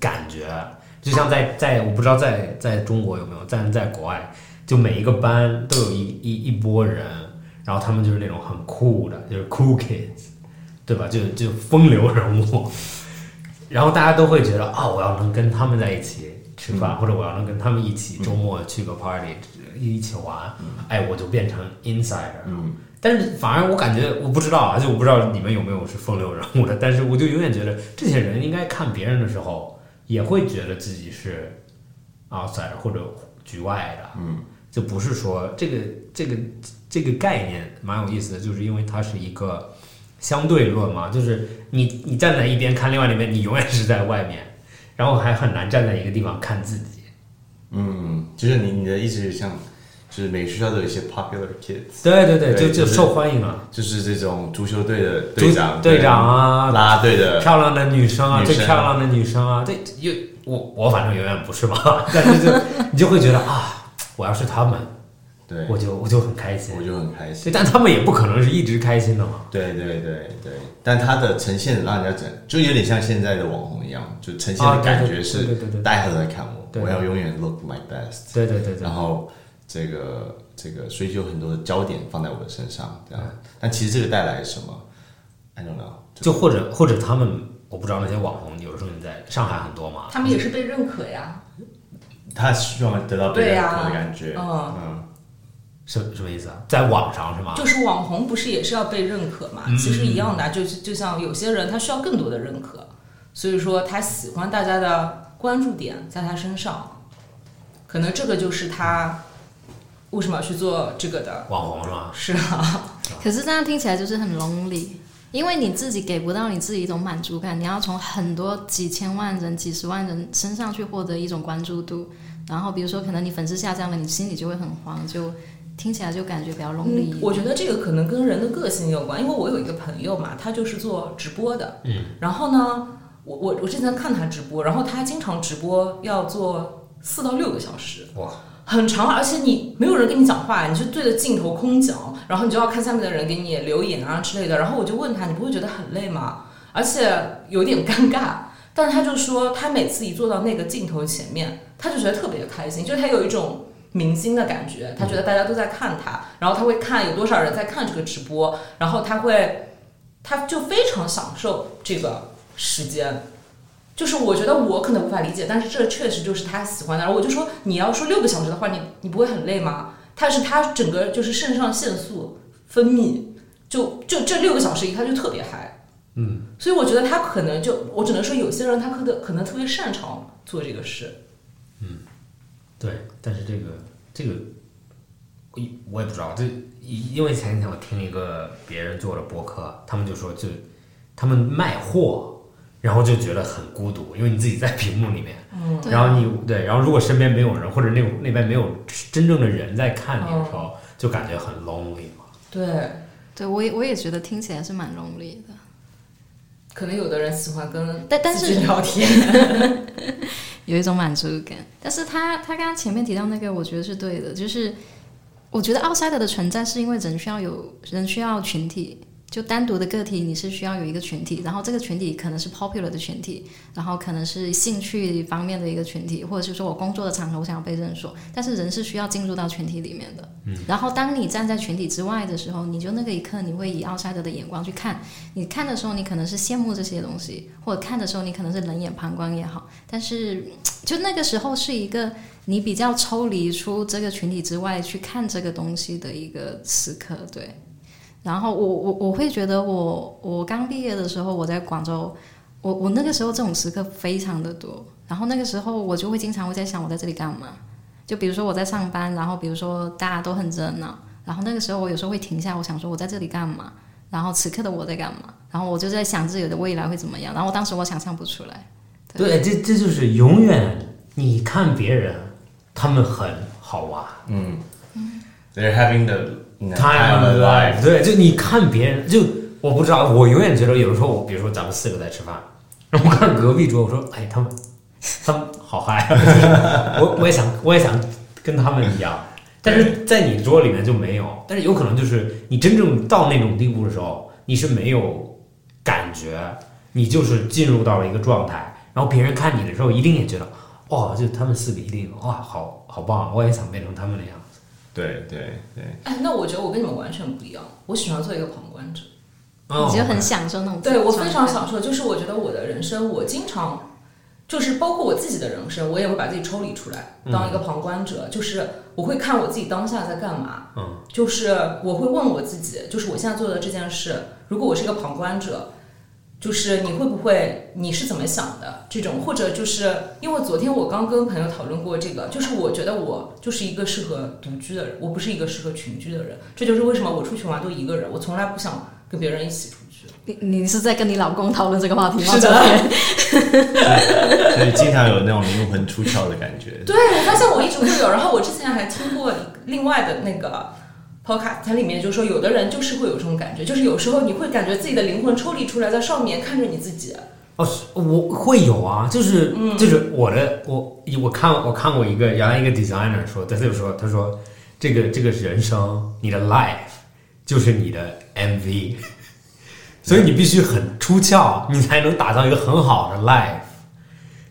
[SPEAKER 2] 感觉。就像在在我不知道在在中国有没有，但在国外，就每一个班都有一一一波人，然后他们就是那种很酷的，就是 cool kids，对吧？就就风流人物，然后大家都会觉得啊、我要能跟他们在一起吃饭，或者我要能跟他们一起周末去个 party，、一起玩，哎，我就变成 insider，但是反而我感觉我不知道啊，就我不知道你们有没有是风流人物的，但是我就永远觉得这些人应该看别人的时候，也会觉得自己是 outside 或者呃局外的，嗯，就不是说这个这个这个概念蛮有意思的，就是因为它是一个相对论嘛，就是你你站在一边看另外一边，你永远是在外面，然后还很难站在一个地方看自己。
[SPEAKER 4] 嗯，就是你你的意思是像，就是每个学校都有一些 popular kids，
[SPEAKER 2] 对对对，就
[SPEAKER 4] 对就
[SPEAKER 2] 就是受欢迎啊，
[SPEAKER 4] 就是这种足球队的
[SPEAKER 2] 足
[SPEAKER 4] 队长、
[SPEAKER 2] 队长啊，
[SPEAKER 4] 啦啦队的，
[SPEAKER 2] 漂亮的女生啊，
[SPEAKER 4] 呃女
[SPEAKER 2] 最
[SPEAKER 4] 生
[SPEAKER 2] 漂亮的女生啊，对，又我我反正永远不是嘛，但是就你就会觉得啊，我要是他们，
[SPEAKER 4] 对，
[SPEAKER 2] 我就我就很开心
[SPEAKER 4] 我。就很开
[SPEAKER 2] 对，
[SPEAKER 4] 心。
[SPEAKER 2] 但他们也不可能是一直开心的嘛。
[SPEAKER 4] 对对对对，但他的呈现让人家整，就有点像现在的网红一样，就呈现
[SPEAKER 2] 啊
[SPEAKER 4] 的
[SPEAKER 2] 对
[SPEAKER 4] 感
[SPEAKER 2] 对
[SPEAKER 4] 觉是
[SPEAKER 2] 对对对对
[SPEAKER 4] 大家都在看我，
[SPEAKER 2] 对
[SPEAKER 4] 我要永远 look my best。
[SPEAKER 2] 对对对对
[SPEAKER 4] 然，后这个这个，所以就很多的焦点放在我的身上，这样。但其实这个带来什么？I don't know
[SPEAKER 2] 就或者或者他们，我不知道那些网红，有时候你在上海很多嘛，
[SPEAKER 3] 他们也是被认可呀，
[SPEAKER 4] 他希望得到被
[SPEAKER 3] 对
[SPEAKER 4] 认
[SPEAKER 3] 呀
[SPEAKER 4] 可的感觉，
[SPEAKER 2] 哦
[SPEAKER 3] 嗯
[SPEAKER 4] 嗯，
[SPEAKER 2] 什什么意思啊？在网上是吗？
[SPEAKER 3] 就是网红不是也是要被认可嘛？其实一样的，啊就是就像有些人他需要更多的认可，所以说他喜欢大家的关注点在他身上，可能这个就是他为什么要去做这个的。
[SPEAKER 2] 网红是吗？
[SPEAKER 3] 是啊，
[SPEAKER 1] 可是这样听起来就是很 lonely，因为你自己给不到你自己一种满足感，你要从很多几千万人、几十万人身上去获得一种关注度。然后比如说，可能你粉丝下降了，你心里就会很慌，就听起来就感觉比较 lonely
[SPEAKER 3] 嗯。我觉得这个可能跟人的个性有关，因为我有一个朋友嘛，他就是做直播的，嗯，然后呢，我我我之前看他直播，然后他经常直播要做四到六个小时，
[SPEAKER 2] 哇，
[SPEAKER 3] 很长，而且你没有人跟你讲话，你就对着镜头空讲，然后你就要看下面的人给你留言啊之类的。然后我就问他，你不会觉得很累吗？而且有点尴尬。但是他就说，他每次一坐到那个镜头前面，他就觉得特别开心，就是他有一种明星的感觉，他觉得大家都在看他，然后他会看有多少人在看这个直播，然后他会，他就非常享受这个时间。就是我觉得我可能无法理解，但是这确实就是他喜欢的。然后我就说，你要说六个小时的话，你你不会很累吗？他是他整个就是肾上腺素分泌，就就这六个小时一他就特别嗨。嗯，所以我觉得他可能就我只能说，有些人他可能可能特别擅长做这个事。
[SPEAKER 2] 对，但是这个这个，我也我也不知道，这因为前几天我听一个别人做的播客，他们就说就他们卖货，然后就觉得很孤独，因为你自己在屏幕里面，嗯，然后你对，然后如果身边没有人，或者那那边没有真正的人在看你的时候，就感觉很 lonely 嘛。
[SPEAKER 3] 对，
[SPEAKER 1] 对我也我也觉得听起来是蛮 lonely 的。
[SPEAKER 3] 可能有的人喜欢跟
[SPEAKER 1] 但但是
[SPEAKER 3] 自己聊天。
[SPEAKER 1] 有一种满足感。但是他他刚刚前面提到那个，我觉得是对的，就是我觉得 outsider 的存在是因为人需要有人需要群体，就单独的个体你是需要有一个群体，然后这个群体可能是 popular 的群体，然后可能是兴趣方面的一个群体，或者是说我工作的场合我想要被认所，但是人是需要进入到群体里面的。嗯，然后当你站在群体之外的时候，你就那个一刻你会以 outsider 的眼光去看，你看的时候你可能是羡慕这些东西，或者看的时候你可能是冷眼旁观也好，但是就那个时候是一个你比较抽离出这个群体之外去看这个东西的一个时刻，对。然后我我我会觉得我我刚毕业的时候我在广州，我我那个时候这种时刻非常的多，然后那个时候我就会经常会在想我在这里干嘛，就比如说我在上班，然后比如说大家都很热闹，然后那个时候我有时候会停下，我想说我在这里干嘛，然后此刻的我在干嘛，然后我就在想自己的未来会怎么样，然后当时我想象不出来。
[SPEAKER 2] 对，这这就是永远你看别人，他们很好玩。
[SPEAKER 4] ，They're having the you know,
[SPEAKER 2] time of
[SPEAKER 4] of their
[SPEAKER 2] life。对，就你看别人，就我不知道，我永远觉得有时候我，比如说咱们四个在吃饭，然后我看隔壁桌，我说，哎，他们，他们好嗨啊， 我我也想，我也想跟他们一样，但是在你桌里面就没有，但是有可能就是你真正到那种地步的时候，你是没有感觉，你就是进入到了一个状态，然后别人看你的时候，一定也觉得。哦，就他们四个一定哇，好好棒！我也想变成他们那样。
[SPEAKER 4] 对对对，
[SPEAKER 3] 哎，那我觉得我跟你们完全不一样，我喜欢做一个旁观者。
[SPEAKER 2] 哦
[SPEAKER 1] 你就很享受那种
[SPEAKER 3] 对我非常
[SPEAKER 1] 状态
[SPEAKER 3] 享受，就是我觉得我的人生，我经常就是包括我自己的人生，我也会把自己抽离出来，当一个旁观者，就是我会看我自己当下在干嘛，
[SPEAKER 2] 嗯，
[SPEAKER 3] 就是我会问我自己，就是我现在做的这件事，如果我是一个旁观者。就是你会不会你是怎么想的这种，或者就是因为昨天我刚跟朋友讨论过这个，就是我觉得我就是一个适合独居的人，我不是一个适合群居的人，这就是为什么我出去玩都一个人，我从来不想跟别人一起出去。
[SPEAKER 1] 你你是在跟你老公讨论这个话题吗？
[SPEAKER 3] 是的
[SPEAKER 1] 昨天，
[SPEAKER 4] 所以经常有那种灵魂出窍的感 觉。
[SPEAKER 3] 对，我发现我一直会有。然后我之前还听过另外的那个 podcast，它里面就说，有的人就是会有这种感觉，就是有时候你会感觉自己的灵魂抽离出来，在上面看着你自己。
[SPEAKER 2] 哦，是我会有啊，就是、就是我的我我看我看过一个原来一个 designer 说，他就说他说这个这个人生你的 life 就是你的 MV，所以你必须很出窍，你才能打造一个很好的 life。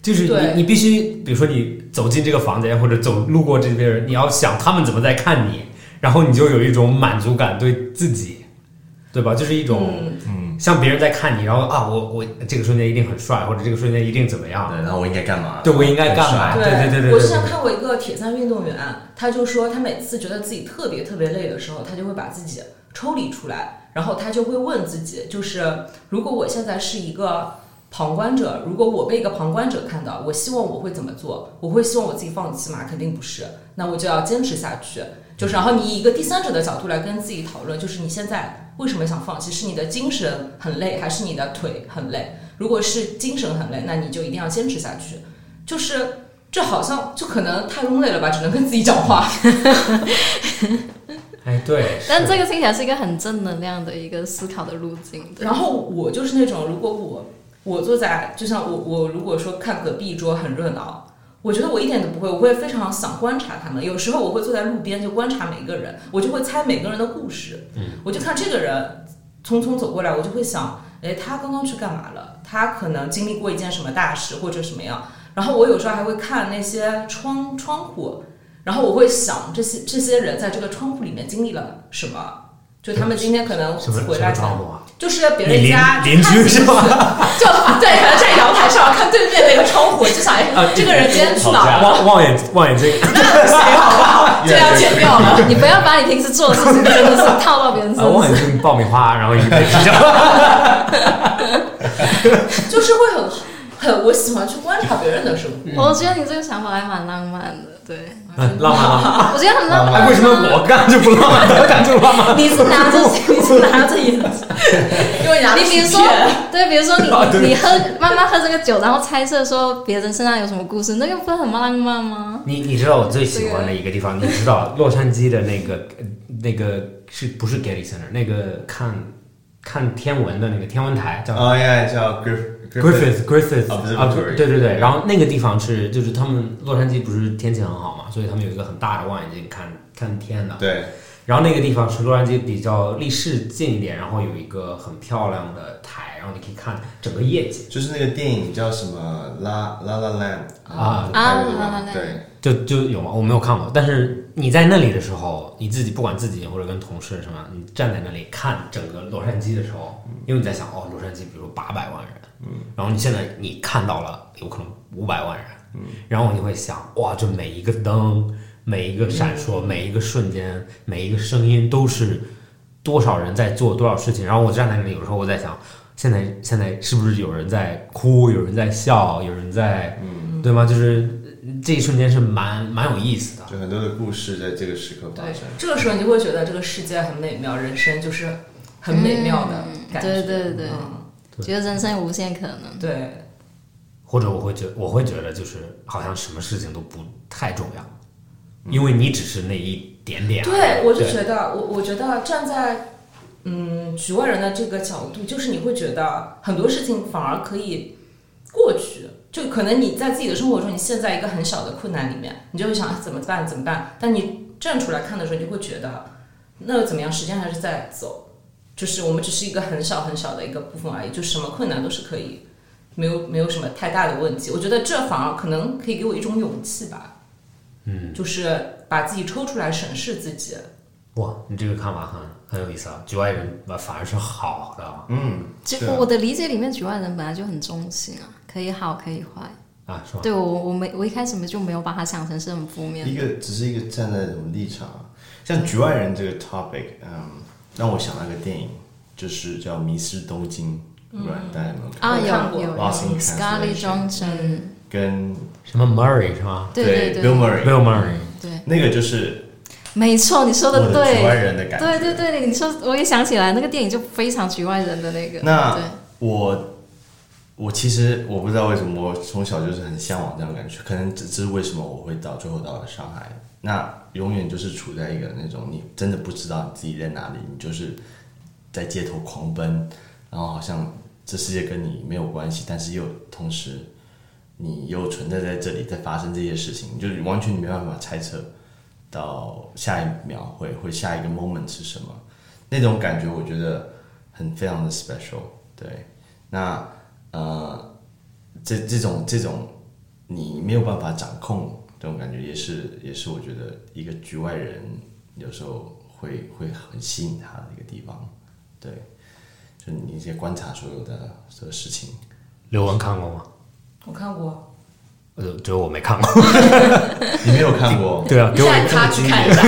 [SPEAKER 2] 就是
[SPEAKER 3] 对
[SPEAKER 2] 你你必须，比如说你走进这个房间或者走路过这边人，你要想他们怎么在看你，然后你就有一种满足感对自己，对吧？就是一种。像别人在看你，然后啊，我我这个瞬间一定很帅，或者这个瞬间一定怎么样？
[SPEAKER 4] 对，然后我应该干嘛？
[SPEAKER 2] 啊对我应该干嘛
[SPEAKER 4] 很帅
[SPEAKER 2] 对对对对
[SPEAKER 3] 我
[SPEAKER 2] 对
[SPEAKER 3] 之前
[SPEAKER 2] 对
[SPEAKER 3] 看过一个铁三运动员，他就说他每次觉得自己特别特别累的时候，他就会把自己抽离出来，然后他就会问自己，就是如果我现在是一个旁观者，如果我被一个旁观者看到，我希望我会怎么做？我会希望我自己放弃吗？肯定不是，那我就要坚持下去。就是，然后你以一个第三者的角度来跟自己讨论，就是你现在为什么想放弃？是你的精神很累，还是你的腿很累？如果是精神很累，那你就一定要坚持下去。就是这好像就可能太容累了吧，只能跟自己讲话。
[SPEAKER 2] 哎，对。
[SPEAKER 1] 但
[SPEAKER 2] 是
[SPEAKER 1] 这个听起来是一个很正能量的一个思考的路径的。
[SPEAKER 3] 然后我就是那种，如果我我坐在，就像我我如果说看隔壁桌很热闹，我觉得我一点都不会，我会非常想观察他们。有时候我会坐在路边就观察每个人，我就会猜每个人的故事。嗯，我就看这个人匆匆走过来，我就会想，哎，他刚刚去干嘛了？他可能经历过一件什么大事或者什么样。然后我有时候还会看那些窗窗户，然后我会想这些这些人在这个窗户里面经历了什么。就他们今天可能
[SPEAKER 2] 什么
[SPEAKER 3] 回
[SPEAKER 2] 什
[SPEAKER 3] 来
[SPEAKER 2] 么
[SPEAKER 3] 可能
[SPEAKER 2] 窗户啊？
[SPEAKER 3] 就是别
[SPEAKER 2] 你
[SPEAKER 3] 人
[SPEAKER 2] 邻
[SPEAKER 3] 家
[SPEAKER 2] 邻居是吧？
[SPEAKER 3] 就 对，可能站阳台上看对面那个窗户，就想
[SPEAKER 2] 啊
[SPEAKER 3] 哎，这个人今天去哪儿了？啊
[SPEAKER 2] 望望远望远镜，
[SPEAKER 3] 这要剪掉了。
[SPEAKER 1] 你不要把你平时做的事情真的是套到别人身
[SPEAKER 2] 啊，望
[SPEAKER 1] 上
[SPEAKER 2] 远。镜爆米花，然后一个地上。
[SPEAKER 3] 就是会很很，我喜欢去观察别人的生活。
[SPEAKER 1] 我觉得你这个想法还蛮浪漫的，对，
[SPEAKER 2] 嗯浪漫浪
[SPEAKER 1] 我觉得很浪漫
[SPEAKER 2] 漫。
[SPEAKER 1] 啊。
[SPEAKER 2] 哎为什么我干就不浪漫，他干就浪漫？
[SPEAKER 1] 你是拿 着，你是拿着眼 睛，
[SPEAKER 3] 因为
[SPEAKER 1] 你比如说，对，比如说
[SPEAKER 2] 啊对
[SPEAKER 1] 你你喝慢慢喝这个酒，然后猜测说别人身上有什么故事，那个不是很浪漫吗？
[SPEAKER 2] 你你知道我最喜欢的一个地方，你知道洛杉矶的那个呃那个是不是 Getty Center？那个看看天文的那个天文台叫
[SPEAKER 4] 哦呀，叫 Griff
[SPEAKER 2] Griffith Griffith
[SPEAKER 4] Observatory
[SPEAKER 2] 啊，对对对，然后那个地方是就是他们洛杉矶不是天气很好嘛，所以他们有一个很大的望远镜看看天的。
[SPEAKER 4] 对，
[SPEAKER 2] 然后那个地方是洛杉矶比较离市近一点，然后有一个很漂亮的台，然后你可以看整个夜景，
[SPEAKER 4] 就是那个电影叫什么《La La La Land》
[SPEAKER 2] 啊
[SPEAKER 1] 啊
[SPEAKER 4] 就拍
[SPEAKER 1] ，La La
[SPEAKER 4] 的
[SPEAKER 1] Land
[SPEAKER 4] 对，
[SPEAKER 2] 就就有吗？我没有看过，但是你在那里的时候，你自己不管自己或者跟同事什么，你站在那里看整个洛杉矶的时候，因为你在想哦，洛杉矶比如八百万人，嗯，然后你现在你看到了有可能五百万人，嗯，然后你会想哇，这每一个灯、每一个闪烁、每一个瞬间、每一个声音都是多少人在做多少事情，然后我站在那里，有时候我在想。现在现在是不是有人在哭，有人在笑，有人在，嗯、对吗？就是这一瞬间是蛮蛮有意思的。
[SPEAKER 4] 就很多的故事在这个时刻发
[SPEAKER 3] 对
[SPEAKER 4] 生。，
[SPEAKER 3] 这个时候你就会觉得这个世界很美妙，人生就是很美妙的感觉。嗯
[SPEAKER 1] 对对对，觉得人生有无限可能。
[SPEAKER 3] 对
[SPEAKER 2] 或者我会觉我会觉得就是好像什么事情都不太重要，因为你只是那一点点。
[SPEAKER 3] 对，我就
[SPEAKER 2] 对
[SPEAKER 3] 觉得，我我觉得站在嗯局外人的这个角度，就是你会觉得很多事情反而可以过去。就可能你在自己的生活中，你陷在一个很小的困难里面，你就会想、啊、怎么办怎么办。但你站出来看的时候，你就会觉得那又怎么样，时间还是在走，就是我们只是一个很小很小的一个部分而已，就什么困难都是可以，没有没有什么太大的问题。我觉得这反而可能可以给我一种勇气吧，嗯，就是把自己抽出来审视自己，
[SPEAKER 2] 哇，你这个看法很很有意思啊！局外人反而是好的
[SPEAKER 1] 就
[SPEAKER 4] 对啊
[SPEAKER 1] 我的理解里面，局外人本来就很中性啊，可以好可以坏。
[SPEAKER 2] 啊，是吗？
[SPEAKER 1] 对我我没我一开始没就没有把它想成是很负面
[SPEAKER 4] 一
[SPEAKER 1] 的。
[SPEAKER 4] 个只是一个站在什么立场啊，像局外人这个 topic，嗯，让我想到一个电影，就是叫《迷失东京》，不知道大家有没有看过？
[SPEAKER 1] 啊，
[SPEAKER 3] 我看
[SPEAKER 1] 有
[SPEAKER 3] 过嗯
[SPEAKER 1] 有有
[SPEAKER 4] Lost in
[SPEAKER 1] Scarlett
[SPEAKER 4] Translation
[SPEAKER 1] Johnson，
[SPEAKER 4] 跟
[SPEAKER 2] 什么 Murray 是吗
[SPEAKER 1] 对对
[SPEAKER 4] ，Bill
[SPEAKER 1] 对
[SPEAKER 4] Murray，
[SPEAKER 2] ？Bill Murray，
[SPEAKER 1] 对，
[SPEAKER 4] 那个就是
[SPEAKER 1] 没错，你说
[SPEAKER 4] 我
[SPEAKER 1] 的
[SPEAKER 4] 的局外
[SPEAKER 1] 对，
[SPEAKER 4] 人的感觉。
[SPEAKER 1] 对对对，你说我也想起来那个电影就非常局外人的那个，
[SPEAKER 4] 那
[SPEAKER 1] 对
[SPEAKER 4] 我我其实我不知道为什么，我从小就是很向往这样的感觉，可能这这是为什么我会到最后到了上海。那永远就是处在一个那种你真的不知道你自己在哪里，你就是在街头狂奔，然后好像这世界跟你没有关系，但是又同时你又存在在这里，在发生这些事情，你就是完全你没办法猜测到下一秒会会下一个 moment 是什么，那种感觉我觉得很非常的 special。对，那呃，这这种这种你没有办法掌控这种感觉，也是也是我觉得一个局外人有时候会会很吸引他的一个地方。对，就你在观察所有的所有事情。
[SPEAKER 2] 刘雯看过吗？
[SPEAKER 3] 我看过，
[SPEAKER 2] 呃，只有我没看过。 ？
[SPEAKER 4] 你没有看过
[SPEAKER 2] 对啊，给我
[SPEAKER 3] 带
[SPEAKER 2] 一
[SPEAKER 3] 他
[SPEAKER 2] 个
[SPEAKER 3] 去看一下。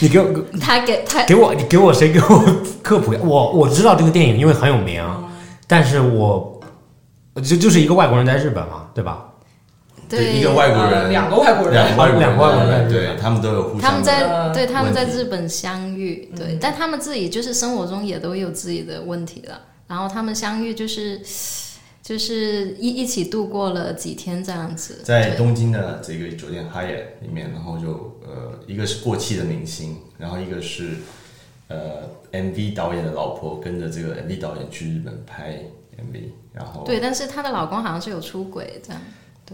[SPEAKER 2] 你给我
[SPEAKER 1] 他给他
[SPEAKER 2] 给我你给我谁给我科普一下？我我知道这个电影，因为很有名，但是我就就是一个外国人在日本嘛，对吧？
[SPEAKER 4] 对，
[SPEAKER 1] 对
[SPEAKER 4] 一个外国
[SPEAKER 3] 呃
[SPEAKER 4] 人，
[SPEAKER 3] 两个外国人
[SPEAKER 4] 两个外国人，
[SPEAKER 2] 两个外国人
[SPEAKER 4] 对他们都有互相的。
[SPEAKER 1] 他们在
[SPEAKER 3] 的
[SPEAKER 1] 对他们在
[SPEAKER 4] 问题嗯
[SPEAKER 1] 日本相遇，对，但他们自己就是生活中也都有自己的问题了。然后他们相遇就是就是一一起度过了几天这样子。
[SPEAKER 4] 在
[SPEAKER 1] 对
[SPEAKER 4] 东京的这个酒店 Hyatt 里面，然后就呃，一个是过气的明星，然后一个是呃 MV 导演的老婆跟着这个 MV 导演去日本拍 MV，然后
[SPEAKER 1] 对，但是她的老公好像是有出轨这样。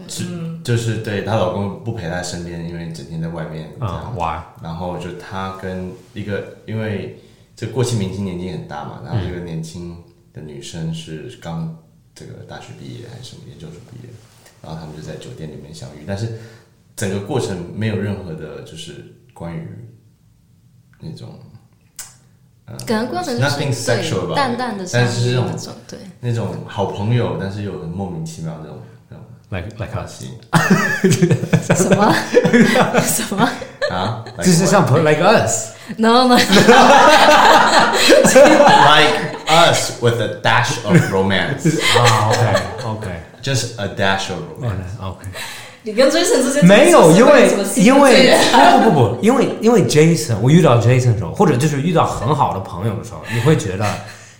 [SPEAKER 4] 是就是对她老公不陪她身边，因为整天在外面这样
[SPEAKER 2] 啊、嗯，玩
[SPEAKER 4] 然后就她跟一个，因为这过气明星年纪很大嘛，然后这个年轻的女生是刚这个大学毕业还是什么研究所毕业，然后他们就在酒店里面相遇，但是整个过程没有任何的，就是关于那种
[SPEAKER 1] 可能过程就
[SPEAKER 4] 嗯 Nothing
[SPEAKER 1] 是
[SPEAKER 4] sexual
[SPEAKER 1] 对
[SPEAKER 4] about
[SPEAKER 1] 淡淡的
[SPEAKER 4] it，
[SPEAKER 1] 相
[SPEAKER 4] 但是
[SPEAKER 1] 遇
[SPEAKER 4] 这种
[SPEAKER 1] 那种，对，
[SPEAKER 4] 那种好朋友，但是又很莫名其妙的那种那种
[SPEAKER 2] ，like like us，
[SPEAKER 4] 戏
[SPEAKER 1] 什么什么
[SPEAKER 4] 啊，
[SPEAKER 2] 就是像朋友 like us，
[SPEAKER 1] ，no no，
[SPEAKER 4] like us with a dash of romance，just
[SPEAKER 2] 啊，OK OK
[SPEAKER 4] a dash of romance。
[SPEAKER 2] OK，
[SPEAKER 1] 你跟 Jason 之间
[SPEAKER 2] 没有，因为
[SPEAKER 1] 什么新的
[SPEAKER 2] 因为
[SPEAKER 1] 罪
[SPEAKER 2] 不不不，因为因为 Jason，我遇到 Jason 的时候，或者就是遇到很好的朋友的时候，你会觉得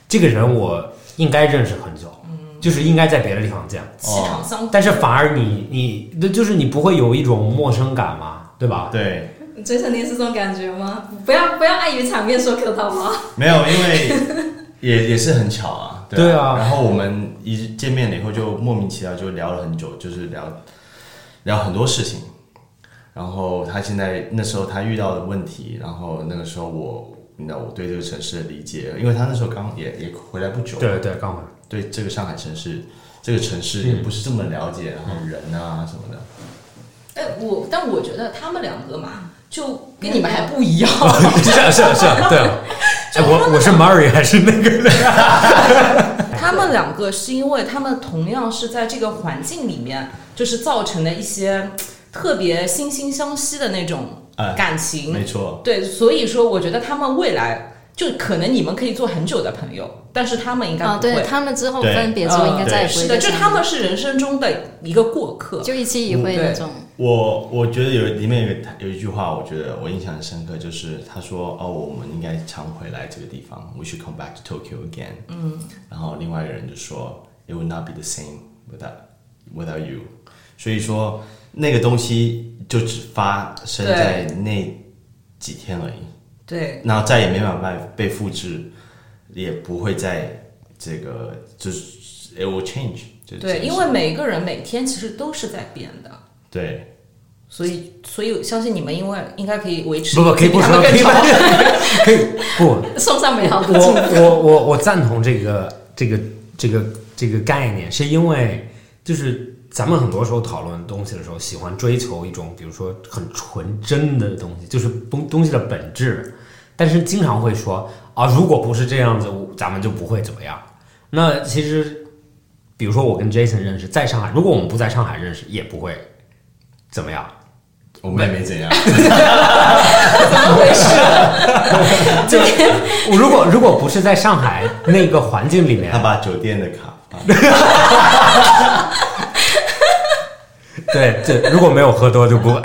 [SPEAKER 2] 这个人我应该认识很久，
[SPEAKER 1] 嗯
[SPEAKER 2] 就是应该在别的地方见过。
[SPEAKER 3] 气场相
[SPEAKER 2] 但是反而你你那就是你不会有一种陌生感嘛，对吧？
[SPEAKER 4] 对，
[SPEAKER 1] ，Jason 你也是这种感觉吗？不要不要碍于场面说客套话。
[SPEAKER 4] 没有，因为也也是很 巧啊。对
[SPEAKER 2] 对啊
[SPEAKER 4] 然后我们一见面了以后，就莫名其妙就聊了很久，就是聊聊很多事情。然后他现在那时候他遇到的问题，然后那个时候我，你知道我对这个城市的理解，因为他那时候刚也也回来不久，
[SPEAKER 2] 对对，刚好
[SPEAKER 4] 对这个上海城市这个城市也不是这么了解，然后人啊什么的。
[SPEAKER 3] 哎，我但我觉得他们两个嘛，就跟你们还 不一样。
[SPEAKER 2] 是啊是啊是啊，对啊。哎，我我是 Mary 还是那个的？
[SPEAKER 3] 他们两个是因为他们同样是在这个环境里面，就是造成的一些特别惺惺相惜的那种
[SPEAKER 4] 哎
[SPEAKER 3] 感
[SPEAKER 2] 嗯
[SPEAKER 3] 情。
[SPEAKER 4] 没错，
[SPEAKER 3] 对，所以说我觉得他们未来就可能你们可以做很久的朋友，但是他们应该
[SPEAKER 1] 啊，
[SPEAKER 3] 不会。
[SPEAKER 1] 对他们之后
[SPEAKER 4] 对
[SPEAKER 1] 分别
[SPEAKER 2] 嗯
[SPEAKER 1] 之后，应该再也不会
[SPEAKER 3] 是的，
[SPEAKER 1] 再
[SPEAKER 3] 就
[SPEAKER 1] 见
[SPEAKER 3] 他
[SPEAKER 1] 面
[SPEAKER 3] 们是人生中的一个过客。
[SPEAKER 1] 就一期一
[SPEAKER 4] 嗯
[SPEAKER 1] 会那种，
[SPEAKER 4] 我我觉得有里面有一个有一句话，我觉得我印象很深刻，就是他说：“哦，我们应该常回来这个地方，We should come back to Tokyo again。”嗯，然后另外一个人就说：“It would not be the same without without you。”所以说那个东西就只发生
[SPEAKER 3] 对
[SPEAKER 4] 在那几天而已，
[SPEAKER 3] 对，
[SPEAKER 4] 然后再也没办法被复制，也不会在这个就是 it will change 就是这
[SPEAKER 3] 对，
[SPEAKER 4] 件
[SPEAKER 3] 因
[SPEAKER 4] 事
[SPEAKER 3] 为每个人每天其实都是在变的，
[SPEAKER 4] 对
[SPEAKER 3] 所以所以相信你们应该应该可以维持
[SPEAKER 2] 不不，可以
[SPEAKER 3] 比
[SPEAKER 2] 不
[SPEAKER 3] 他
[SPEAKER 2] 说，
[SPEAKER 3] 们
[SPEAKER 2] 可
[SPEAKER 3] 更
[SPEAKER 2] 以不
[SPEAKER 3] 长
[SPEAKER 2] 可以不，
[SPEAKER 1] 送上美好的祝
[SPEAKER 2] 我我我我赞同这个这个这个这个概念，是因为就是咱们很多时候讨论东西的时候，喜欢追求一种比如说很纯真的东西，就是东东西的本质，但是经常会说啊，如果不是这样子，我咱们就不会怎么样。那其实，比如说我跟 Jason 认识，在上海，如果我们不在上海认识，也不会怎么样。
[SPEAKER 4] 我们也没怎样。
[SPEAKER 2] 我如果如果不是在上海那个环境里面
[SPEAKER 4] 他，把酒店的卡发
[SPEAKER 2] 对，这如果没有喝多就不。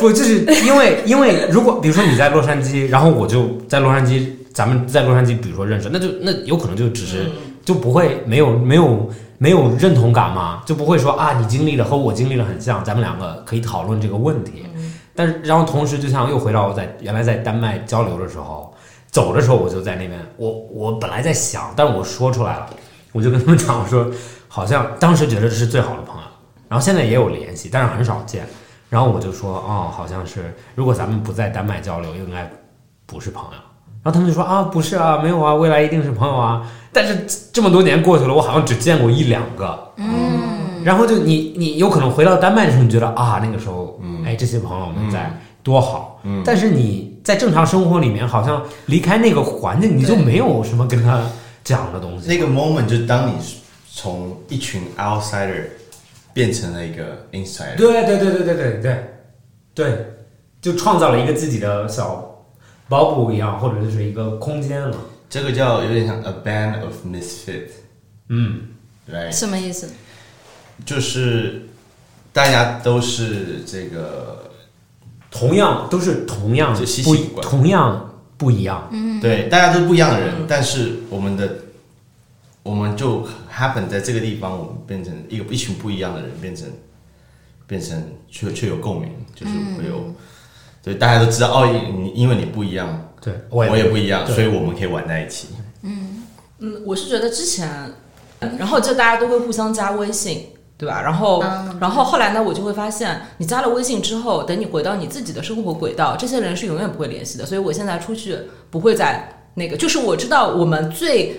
[SPEAKER 2] 不，就是因为因为如果比如说你在洛杉矶，然后我就在洛杉矶，咱们在洛杉矶，比如说认识，那就那有可能就只是就不会没有没有没有认同感嘛，就不会说啊，你经历的和我经历的很像，咱们两个可以讨论这个问题。但是然后同时，就像又回到我在原来在丹麦交流的时候，走的时候我就在那边，我我本来在想，但是我说出来了，我就跟他们讲，我说好像当时觉得这是最好的朋友，然后现在也有联系，但是很少见。然后我就说，哦，好像是，如果咱们不在丹麦交流，应该不是朋友。然后他们就说啊，不是啊，没有啊，未来一定是朋友啊。但是这么多年过去了，我好像只见过一两个。嗯。然后就你你有可能回到丹麦的时候，你觉得啊，那个时候，哎，这些朋友们在多好。嗯。但是你在正常生活里面，好像离开那个环境，你就没有什么跟他讲的东西。
[SPEAKER 4] 那个 moment 就是当你从一群 outsider 变成了一个 insider，
[SPEAKER 2] 对对对对对对对对，就创造了一个自己的小保姆一样，或者就是一个空间了。
[SPEAKER 4] 这个叫有点像 a band of misfit，
[SPEAKER 2] 嗯，
[SPEAKER 4] 对，
[SPEAKER 1] 什么意思？
[SPEAKER 4] 就是大家都是这个，
[SPEAKER 2] 同样都是同样
[SPEAKER 4] 就稀奇
[SPEAKER 2] 不
[SPEAKER 4] 古怪
[SPEAKER 2] 同样不一样，
[SPEAKER 4] 嗯对，大家都是不一样的人，但是我们的我们就 happen 在这个地方，我们变成一个一群不一样的人，变成变成却却有共鸣，就是会有，对，大家都知道哦，你因为你不一样，
[SPEAKER 2] 对
[SPEAKER 4] 我
[SPEAKER 2] 我
[SPEAKER 4] 也不一样，
[SPEAKER 2] 对
[SPEAKER 4] 所以我们可以玩在一起。
[SPEAKER 3] 嗯，我是觉得之前，呃然后就大家都会互相加微信，对吧？然后，然后后来呢，我就会发现，你加了微信之后，等你回到你自己的生活轨道，这些人是永远不会联系的。所以我现在出去不会再那个，就是我知道我们最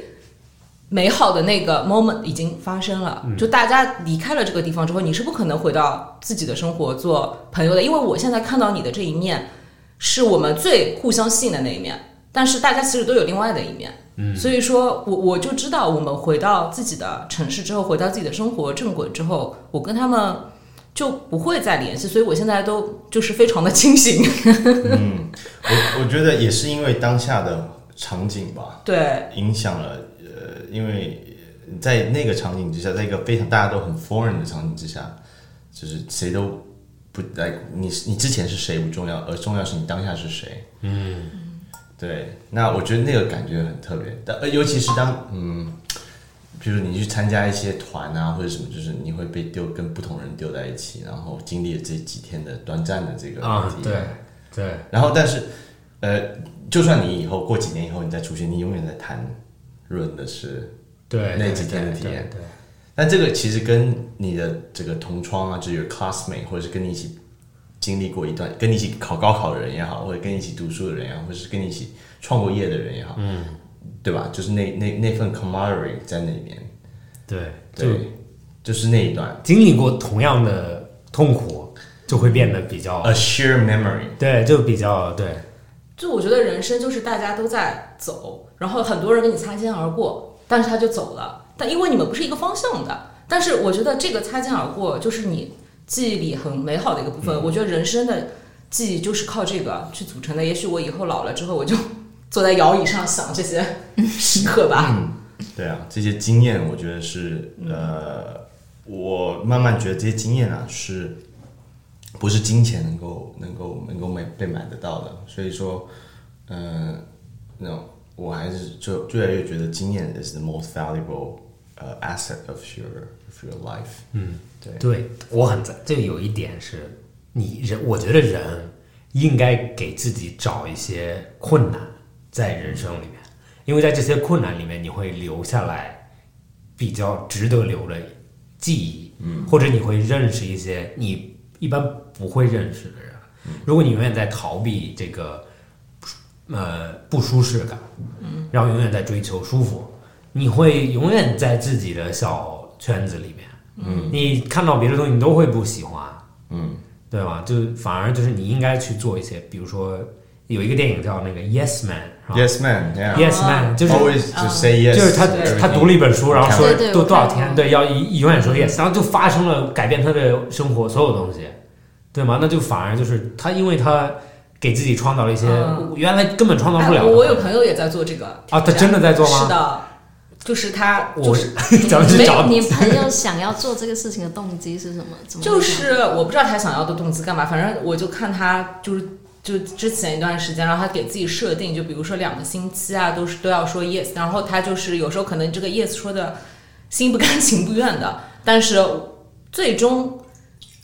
[SPEAKER 3] 美好的那个 moment 已经发生了，就大家离开了这个地方之后，你是不可能回到自己的生活做朋友的，因为我现在看到你的这一面，是我们最互相吸引的那一面，但是大家其实都有另外的一面。所以说我我就知道，我们回到自己的城市之后，回到自己的生活正轨之后，我跟他们就不会再联系，所以我现在都就是非常的清醒。
[SPEAKER 4] 我我觉得也是因为当下的场景吧，
[SPEAKER 3] 对，
[SPEAKER 4] 影响了呃，因为在那个场景之下，在一个非常大家都很 foreign 的场景之下，就是谁都不来，你你之前是谁不重要，而重要是你当下是谁。嗯，对。那我觉得那个感觉很特别，但呃尤其是当嗯，比如你去参加一些团啊或者什么，就是你会被丢跟不同人丢在一起，然后经历了这几天的短暂的这个
[SPEAKER 2] 啊
[SPEAKER 4] 体验，
[SPEAKER 2] 对对
[SPEAKER 4] 然后，但是，呃，就算你以后过几年以后你再出去，你永远在谈论的是，
[SPEAKER 2] 对，
[SPEAKER 4] 那
[SPEAKER 2] 对
[SPEAKER 4] 几天的体验，
[SPEAKER 2] 对
[SPEAKER 4] 但这个其实跟你的这个同窗啊，就是 your classmate，或者是跟你一起经历过一段，跟你一起考高考的人也好，或者跟你一起读书的人也好，或者是跟你一起创过业的人也好，嗯，对吧？就是那那那份 camaraderie 在那边，
[SPEAKER 2] 对对，就
[SPEAKER 4] 对，就是那一段
[SPEAKER 2] 经历过同样的痛苦，就会变得比较、
[SPEAKER 4] a shared memory，
[SPEAKER 2] 对，就比较对
[SPEAKER 3] 就我觉得人生就是大家都在走，然后很多人跟你擦肩而过，但是他就走了，但因为你们不是一个方向的。但是我觉得这个擦肩而过就是你记忆里很美好的一个部分。我觉得人生的记忆就是靠这个去组成的。也许我以后老了之后，我就坐在摇椅上想这些时刻吧。
[SPEAKER 4] 对啊，这些经验我觉得是、
[SPEAKER 2] 嗯
[SPEAKER 4] 呃，我慢慢觉得这些经验啊，是不是金钱能够能够能够买被买得到的？所以说，嗯、那我还是就越来越觉得经验 is the most valuable 呃、asset of your of your life。嗯，对，
[SPEAKER 2] 对，我很赞。这有一点是你人，我觉得人应该给自己找一些困难在人生里面，因为在这些困难里面，你会留下来比较值得留的记忆，嗯，或者你会认识一些你一般不会认识的人。如果你永远在逃避这个呃不舒适感，嗯，然后永远在追求舒服，你会永远在自己的小圈子里面。你看到别的东西你都会不喜欢，
[SPEAKER 4] 嗯，
[SPEAKER 2] 对吧？就反而就是你应该去做一些，比如说有一个电影叫那个 Yes Man，是吧
[SPEAKER 4] Yes, man. Yeah.
[SPEAKER 2] Yes Man，就是
[SPEAKER 4] always to say yes.
[SPEAKER 2] 哦就是他
[SPEAKER 4] to everything.
[SPEAKER 2] 他读了一本书，然后说
[SPEAKER 1] 对对
[SPEAKER 2] 多
[SPEAKER 1] 我看
[SPEAKER 2] 多少
[SPEAKER 1] 过
[SPEAKER 2] 天，对，要一永远说 yes，然后就发生了改变他的生活所有东西，对吗？那就反而就是他，因为他给自己创造了一些
[SPEAKER 3] 嗯
[SPEAKER 2] 原来根本创造不
[SPEAKER 3] 哎
[SPEAKER 2] 了
[SPEAKER 3] 我我
[SPEAKER 2] 的
[SPEAKER 3] 有朋友也在做这个
[SPEAKER 2] 啊，他真的在做吗？
[SPEAKER 3] 是的，就是他就
[SPEAKER 2] 我
[SPEAKER 3] 是
[SPEAKER 2] 咱们去
[SPEAKER 1] 没
[SPEAKER 2] 找
[SPEAKER 1] 有，你朋友想要做这个事情的动机是什么？怎么会
[SPEAKER 3] 就是我不知道他想要的动机干嘛，反正我就看他就是就之前一段时间，然后他给自己设定，就比如说两个星期啊，都是都要说 yes，然后他就是有时候可能这个 yes 说的心不甘情不愿的，但是最终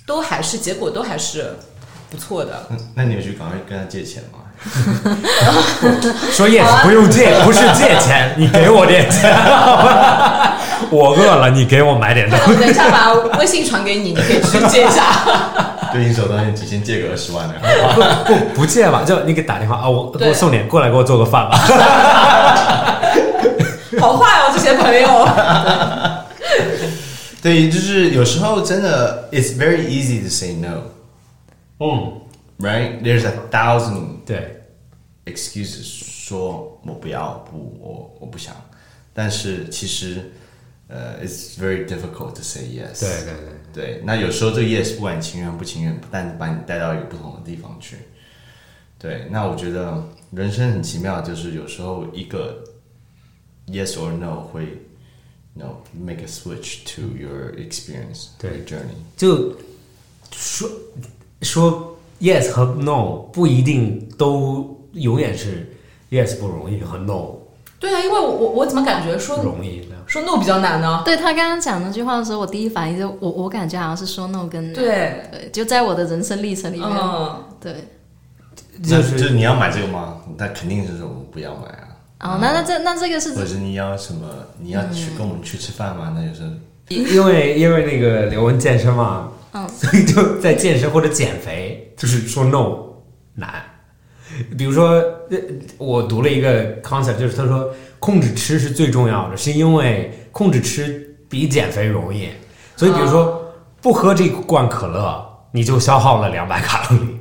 [SPEAKER 3] 都还是结果都还是不错的。
[SPEAKER 4] 嗯那你有去赶快跟他借钱吗？
[SPEAKER 2] 说 yes，不用借，不是借钱，你给我点钱， 我饿了，你给我买点东西。
[SPEAKER 3] 我等一下把微信传给你，你可以去接一下。
[SPEAKER 4] 对你手头也只先借个二十万呢。
[SPEAKER 2] 不不借吧，就你给打电话啊，我给
[SPEAKER 3] 对
[SPEAKER 2] 我送点过来，给我做个饭吧。
[SPEAKER 3] 好坏哦，这些朋友。
[SPEAKER 4] 对，就是有时候真的，it's very easy to say no,
[SPEAKER 2] 嗯，
[SPEAKER 4] right? There's a thousand
[SPEAKER 2] 对，
[SPEAKER 4] excuses 说我不要，不，我我不想。但是其实，呃，it's very difficult to say yes。
[SPEAKER 2] 对对对，
[SPEAKER 4] 对，那有时候这个 yes 不管你情愿不情愿，但是把你带到一个不同的地方去。对，那我觉得人生很奇妙，就是有时候一个 yes or no 会，no make a switch to your experience，
[SPEAKER 2] 对
[SPEAKER 4] your journey。
[SPEAKER 2] 就说说 yes 和 no 不一定都永远是 yes 不容易和 no
[SPEAKER 3] 对啊，因为我我我怎么感觉说
[SPEAKER 2] 容易呢？
[SPEAKER 3] 说 no 比较难呢？
[SPEAKER 1] 对他刚刚讲那句话的时候，我第一反应就我我感觉好像是说 no 跟
[SPEAKER 3] 对，
[SPEAKER 1] 对，哦就在我的人生历程里面，
[SPEAKER 3] 嗯，
[SPEAKER 1] 对。
[SPEAKER 2] 就
[SPEAKER 4] 那就是你要买这个吗？那肯定是我不要买啊。
[SPEAKER 1] 哦，那那这那这个是
[SPEAKER 4] 或者是你要什么？你要
[SPEAKER 1] 嗯
[SPEAKER 4] 去跟我们去吃饭吗？那就是
[SPEAKER 2] 因为因为那个刘雯健身嘛，
[SPEAKER 1] 嗯
[SPEAKER 2] 所以就在健身或者减肥，就是说 no 难。比如说，呃我读了一个 concept，就是他说控制吃是最重要的，是因为控制吃比减肥容易。所以比如说，不喝这罐可乐，你就消耗了两百卡路里，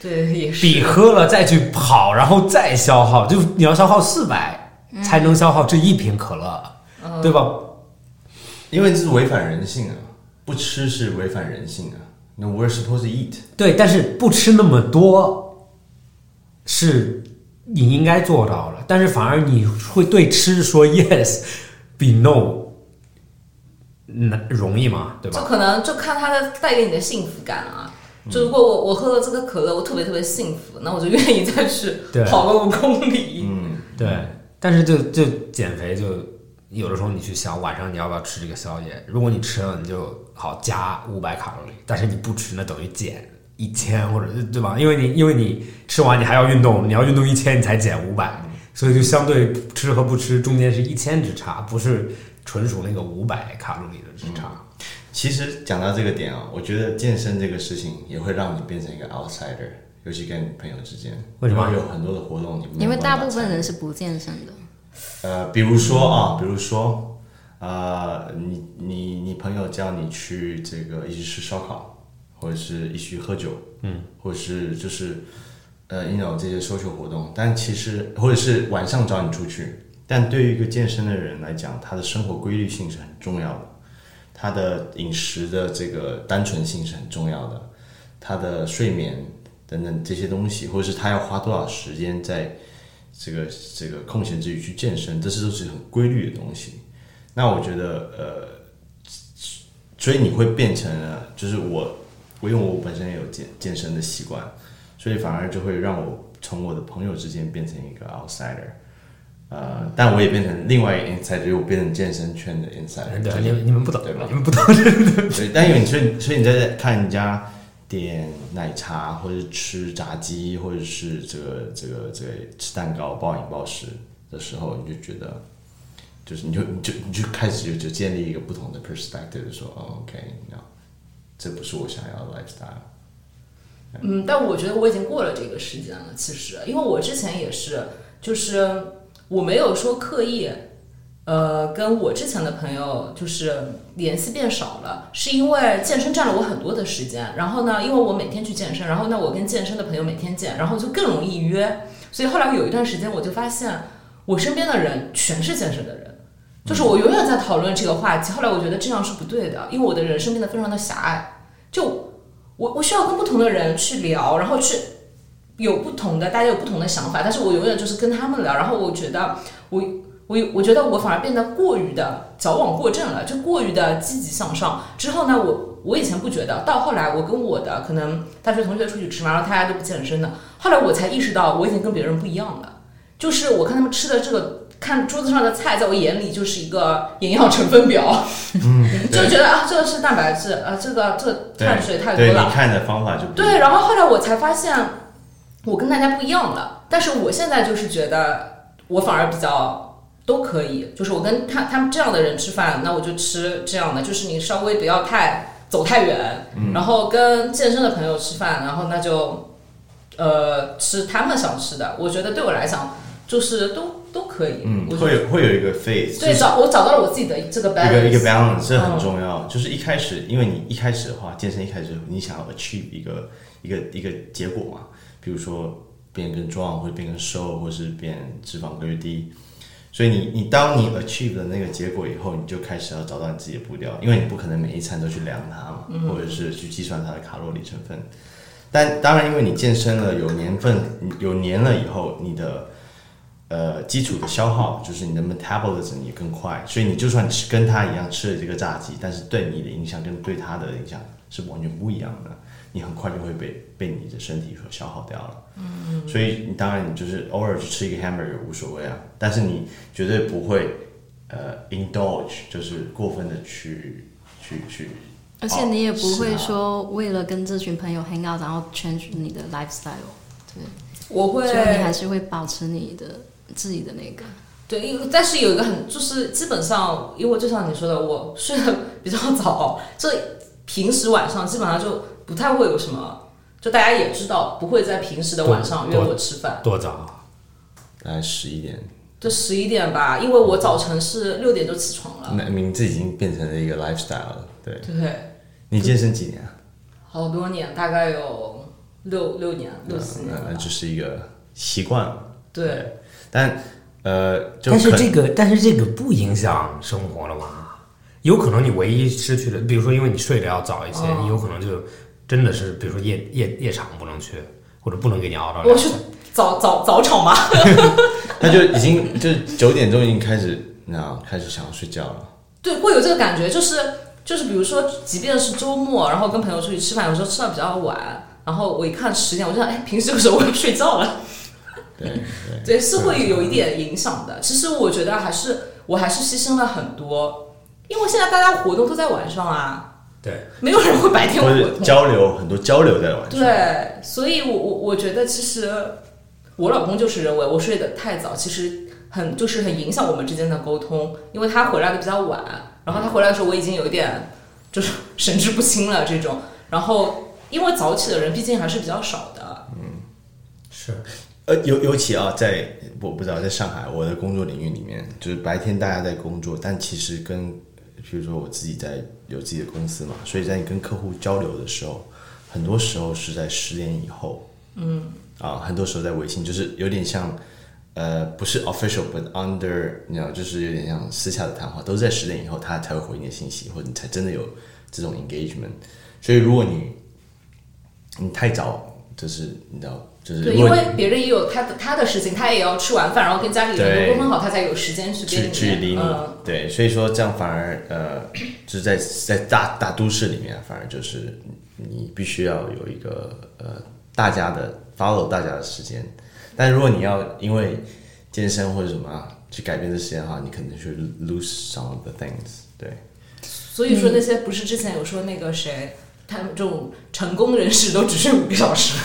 [SPEAKER 3] 对，也是。
[SPEAKER 2] 比喝了再去跑，然后再消耗，就你要消耗四百才能消耗这一瓶可乐，对吧？
[SPEAKER 4] 因为这是违反人性啊，不吃是违反人性啊。那 we're supposed to eat。
[SPEAKER 2] 对，但是不吃那么多是你应该做到了，但是反而你会对吃说 yes 比 no 难容易嘛，对
[SPEAKER 3] 就
[SPEAKER 2] 吧？嗯
[SPEAKER 3] 可能就看它的带给你的幸福感啊。就如果我我喝了这个可乐，我特别特别幸福，那我就愿意再去
[SPEAKER 2] 对嗯
[SPEAKER 3] 跑个五公里。
[SPEAKER 2] 对，但是就就减肥就有的时候你去想晚上你要不要吃这个宵夜，如果你吃了你就好加五百卡路里，但是你不吃那等于减。一千或者对吧？因为你因为你吃完你还要运动，你要运动一千你才减五
[SPEAKER 4] 嗯
[SPEAKER 2] 百，所以就相对吃和不吃中间是一千之差，不是纯属那个五百卡路里的之差。
[SPEAKER 4] 嗯其实讲到这个点啊、我觉得健身这个事情也会让你变成一个 outsider，尤其跟朋友之间。
[SPEAKER 2] 为什么
[SPEAKER 4] 因有很多的活动你没有
[SPEAKER 1] 因为大
[SPEAKER 4] 办法
[SPEAKER 1] 部分
[SPEAKER 4] 参与
[SPEAKER 1] 人是不健身的，
[SPEAKER 4] 呃，比如说啊，比如说，呃，你你你朋友叫你去这个一起吃烧烤，或者是一起去喝酒，嗯，或者是就是呃，you know 这些 social 活动，但其实或者是晚上找你出去，但对于一个健身的人来讲，他的生活规律性是很重要的，他的饮食的这个单纯性是很重要的，他的睡眠等等这些东西，或者是他要花多少时间在这个这个空闲之余去健身，这是都是很规律的东西。那我觉得，呃，所以你会变成了，就是我，我因为我本身也有健健身的习惯，所以反而就会让我从我的朋友之间变成一个 outsider。呃，但我也变成另外一个 insider，就是我变成健身圈的 insider，
[SPEAKER 2] 对，
[SPEAKER 4] 就
[SPEAKER 2] 你
[SPEAKER 4] 是
[SPEAKER 2] 们你们不懂
[SPEAKER 4] 对吧，
[SPEAKER 2] 你们不懂。
[SPEAKER 4] 对，但有你，所以所以你在看人家点奶茶，或者是吃炸鸡，或者是这个这个这个吃蛋糕暴饮暴食的时候，你就觉得，就是你就你就你就开始就就建立一个不同的 perspective，就说哦，OK，那这不是我想要的 lifestyle。
[SPEAKER 3] 嗯，但我觉得我已经过了这个时间了，其实，因为我之前也是，就是我没有说刻意，呃，跟我之前的朋友就是联系变少了，是因为健身占了我很多的时间。然后呢，因为我每天去健身，然后呢，我跟健身的朋友每天见，然后就更容易约。所以后来有一段时间，我就发现我身边的人全是健身的人。就是我永远在讨论这个话题，后来我觉得这样是不对的，因为我的人生变得非常的狭隘，就我我需要跟不同的人去聊，然后去有不同的，大家有不同的想法，但是我永远就是跟他们聊，然后我觉得我。我有我觉得我反而变得过于的矫枉过正了，就过于的积极向上。之后呢，我我以前不觉得，到后来我跟我的可能大学同学出去吃嘛，然后大家都不健身的，后来我才意识到我已经跟别人不一样了，就是我看他们吃的这个。看桌子上的菜，在我眼里就是一个营养成分表， 就觉得啊，这个是蛋白质，啊，这个这个
[SPEAKER 4] 对
[SPEAKER 3] 碳水太多
[SPEAKER 4] 对
[SPEAKER 3] 了
[SPEAKER 4] 你，看的方法就不一样
[SPEAKER 3] 对，然后后来我才发现，我跟大家不一样了。但是我现在就是觉得，我反而比较都可以，就是我跟他他们这样的人吃饭，那我就吃这样的，就是你稍微不要太走太远。
[SPEAKER 4] 嗯
[SPEAKER 3] 然后跟健身的朋友吃饭，然后那就呃吃他们想吃的。我觉得对我来讲，就是都都可以。
[SPEAKER 4] 嗯，
[SPEAKER 3] 我觉
[SPEAKER 4] 会
[SPEAKER 3] 得
[SPEAKER 4] 有会有一个 phase，就
[SPEAKER 3] 对
[SPEAKER 4] 是
[SPEAKER 3] 找我找到了我自己的这个
[SPEAKER 4] 一个一个
[SPEAKER 3] balance。
[SPEAKER 4] balance 这很重要。就是一开始，因为你一开始的话，健身一开始你想要 achieve 一个一个一个结果嘛，比如说变更壮，或者变更瘦，或是变脂肪过于低。所以你你当你 achieve 了那个结果以后，你就开始要找到你自己的步调，因为你不可能每一餐都去量它嘛，或者是去计算它的卡路里成分。但当然，因为你健身了，有年份，有年了以后，你的呃基础的消耗，就是你的 metabolism 也更快，所以你就算吃跟他一样吃了这个炸鸡，但是对你的影响跟对他的影响是完全不一样的，你很快就会被被你的身体所消耗掉了。嗯，所以你当然你就是偶尔去吃一个 hamburger 无所谓啊，但是你绝对不会呃 indulge，就是过分的去去去，
[SPEAKER 1] 而且你也不
[SPEAKER 4] 是
[SPEAKER 1] 会
[SPEAKER 4] 啊
[SPEAKER 1] 说为了跟这群朋友 hang out，然后 change 你的 lifestyle，
[SPEAKER 3] 我会
[SPEAKER 1] 所以你还是会保持你的自己的那个。
[SPEAKER 3] 对，因为但是有一个很，就是基本上，因为就像你说的，我睡得比较早，所以平时晚上基本上就不太会有什么，就大家也知道，不会在平时的晚上约
[SPEAKER 2] 对
[SPEAKER 3] 我吃饭，
[SPEAKER 2] 多早？
[SPEAKER 4] 大概十一点，
[SPEAKER 3] 就十一点吧，因为我早晨是六点就起床了，
[SPEAKER 4] 那名字已经变成了一个 lifestyle 了。对
[SPEAKER 3] 对不对？
[SPEAKER 4] 你健身几年啊？
[SPEAKER 3] 好多年，大概有六六年、六七年
[SPEAKER 4] 那那
[SPEAKER 3] 了，
[SPEAKER 4] 呃就是一个习惯了。
[SPEAKER 3] 对。
[SPEAKER 4] 但呃，就
[SPEAKER 2] 但是
[SPEAKER 4] 可
[SPEAKER 2] 这个，但是这个不影响生活了吧？有可能你唯一失去的，比如说因为你睡得要早一些，
[SPEAKER 4] 哦
[SPEAKER 2] 你有可能就真的是，比如说夜夜夜场不能去，或者不能给你熬到两
[SPEAKER 3] 我去
[SPEAKER 2] 点。
[SPEAKER 3] 早早早场吧，
[SPEAKER 4] 他就已经就是九点钟已经开始，那开始想要睡觉了。
[SPEAKER 3] 对，会有这个感觉，就是就是，比如说，即便是周末，然后跟朋友出去吃饭，有时候吃到比较晚，然后我一看十点，我就想，哎，平时这个时候我要睡觉了。
[SPEAKER 4] 对对，
[SPEAKER 3] 对，是会有一点影响的。其实我觉得还是我还是牺牲了很多，因为现在大家活动都在晚上啊，
[SPEAKER 2] 对，
[SPEAKER 3] 没有人会白天
[SPEAKER 4] 或
[SPEAKER 3] 活
[SPEAKER 4] 者
[SPEAKER 3] 动。
[SPEAKER 4] 交流很多交流在晚上。
[SPEAKER 3] 对，所以我我我觉得其实我老公就是认为我睡得太早，其实很就是很影响我们之间的沟通，因为他回来的比较晚，然后他回来的时候我已经有一点就是神志不清了这种，然后因为早起的人毕竟还是比较少的，
[SPEAKER 2] 是
[SPEAKER 4] 呃，尤尤其啊，在我不知道在上海我的工作领域里面，就是白天大家在工作，但其实跟比如说我自己在有自己的公司嘛，所以在你跟客户交流的时候，很多时候是在十点以后，嗯，啊，很多时候在微信，就是有点像呃，不是 official，but under，你知道，就是有点像私下的谈话，都是在十点以后他才会回你的信息，或者你才真的有这种 engagement。所以如果你你太早，就是你知道，就是
[SPEAKER 3] 对，
[SPEAKER 4] 如
[SPEAKER 3] 因
[SPEAKER 4] 果你
[SPEAKER 3] 为别人也有他的他的事情，他也要吃完饭，然后跟家里人都
[SPEAKER 4] 对
[SPEAKER 3] 沟通好，他才有时间去
[SPEAKER 4] 去
[SPEAKER 3] 跟
[SPEAKER 4] 去理你，
[SPEAKER 3] 嗯，
[SPEAKER 4] 对，所以说这样反而呃，就是在在大大都市里面，啊反而就是你必须要有一个呃大家的 follow 大家的时间，但如果你要因为健身或者什么啊去改变这时间的话，你可能去 lose some of the things，对，
[SPEAKER 3] 所以说那些不是之前有说那个谁，他们这种成功人士都只睡五个小 时。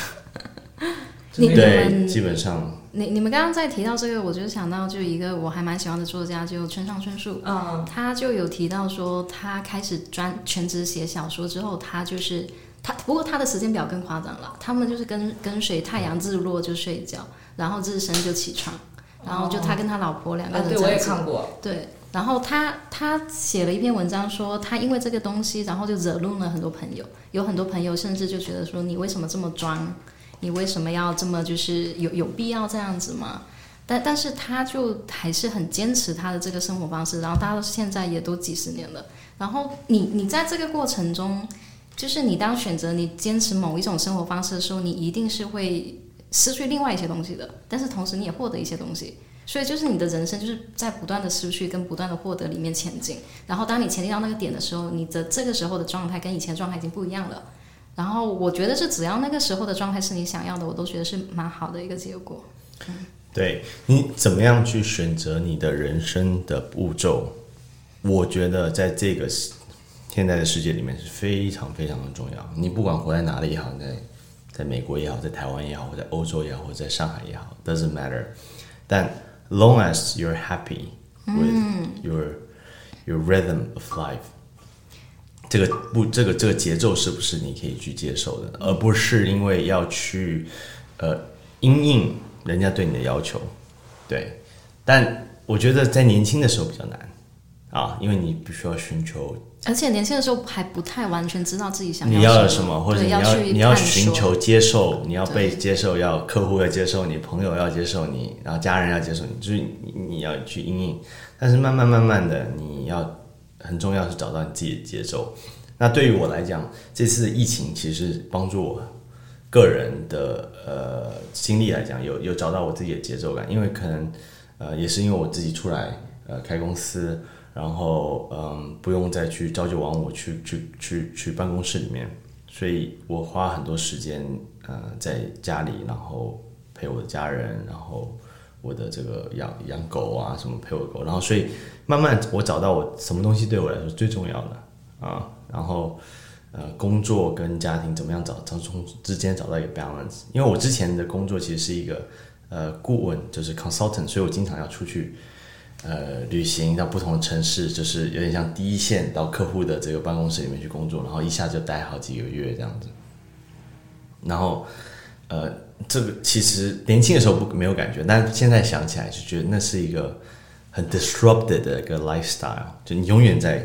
[SPEAKER 1] 你你
[SPEAKER 4] 对，
[SPEAKER 1] 们
[SPEAKER 4] 基本上
[SPEAKER 1] 你你们刚刚在提到这个，我就想到就一个我还蛮喜欢的作家，就村上春树，
[SPEAKER 3] 嗯，
[SPEAKER 1] 他就有提到说，他开始专全职写小说之后，他就是他，不过他的时间表更夸张了，他们就是跟跟随太阳日落就睡觉，然后日升就起床，然后就他跟他老婆两个
[SPEAKER 3] 啊
[SPEAKER 1] 人，这
[SPEAKER 3] 对，
[SPEAKER 1] 样子。
[SPEAKER 3] 我也看过。
[SPEAKER 1] 对，然后他他写了一篇文章说，他因为这个东西，然后就惹怒了很多朋友，有很多朋友甚至就觉得说，你为什么这么装？你为什么要这么就是有有必要这样子吗？但但是他就还是很坚持他的这个生活方式，然后到现在也都几十年了。然后你你在这个过程中，就是你当选择你坚持某一种生活方式的时候，你一定是会失去另外一些东西的，但是同时你也获得一些东西。所以就是你的人生就是在不断的失去跟不断的获得里面前进。然后当你前进到那个点的时候，你的这个时候的状态跟以前状态已经不一样了。然后我觉得是只要那个时候的状态是你想要的，我都觉得是蛮好的一个结果。
[SPEAKER 4] 对你怎么样去选择你的人生的步骤，我觉得在这个世现在的世界里面是非常非常的重要。你不管活在哪里也好，你在在美国也好，在台湾也好，或在欧洲也好，或在上海也好，doesn't matter。但 long as you're happy with your your rhythm of life，这个不，这个这个节奏是不是你可以去接受的，而不是因为要去呃因应人家对你的要求，对。但我觉得在年轻的时候比较难啊，因为你必须要寻求
[SPEAKER 1] 而且年轻的时候还不太完全知道自己想
[SPEAKER 4] 你
[SPEAKER 1] 要
[SPEAKER 4] 要有什么，或者
[SPEAKER 1] 对
[SPEAKER 4] 你
[SPEAKER 1] 要
[SPEAKER 4] 要
[SPEAKER 1] 去
[SPEAKER 4] 你要
[SPEAKER 1] 探
[SPEAKER 4] 寻
[SPEAKER 1] 索
[SPEAKER 4] 求接受，你要
[SPEAKER 1] 对
[SPEAKER 4] 被接受，要客户要接受你，朋友要接受你，然后家人要接受你，就是你你要去应应。但是慢慢慢慢的，你要很重要是找到你自己的节奏。那对于我来讲，这次的疫情其实帮助我个人的呃经历来讲，有有找到我自己的节奏感，因为可能呃也是因为我自己出来呃开公司，然后嗯不用再去朝九晚五去去去去办公室里面，所以我花很多时间呃在家里，然后陪我的家人，然后我的这个养养狗啊什么陪我的狗，然后所以慢慢我找到我什么东西对我来说最重要的啊，然后呃工作跟家庭怎么样找从从之间找到一个 balance，因为我之前的工作其实是一个呃顾问，就是 consultant，所以我经常要出去。呃，旅行到不同的城市，就是有点像第一线到客户的这个办公室里面去工作，然后一下就待好几个月这样子。然后，呃，这个其实年轻的时候不没有感觉，但现在想起来就觉得那是一个很 disrupted 的一个 lifestyle，就你永远在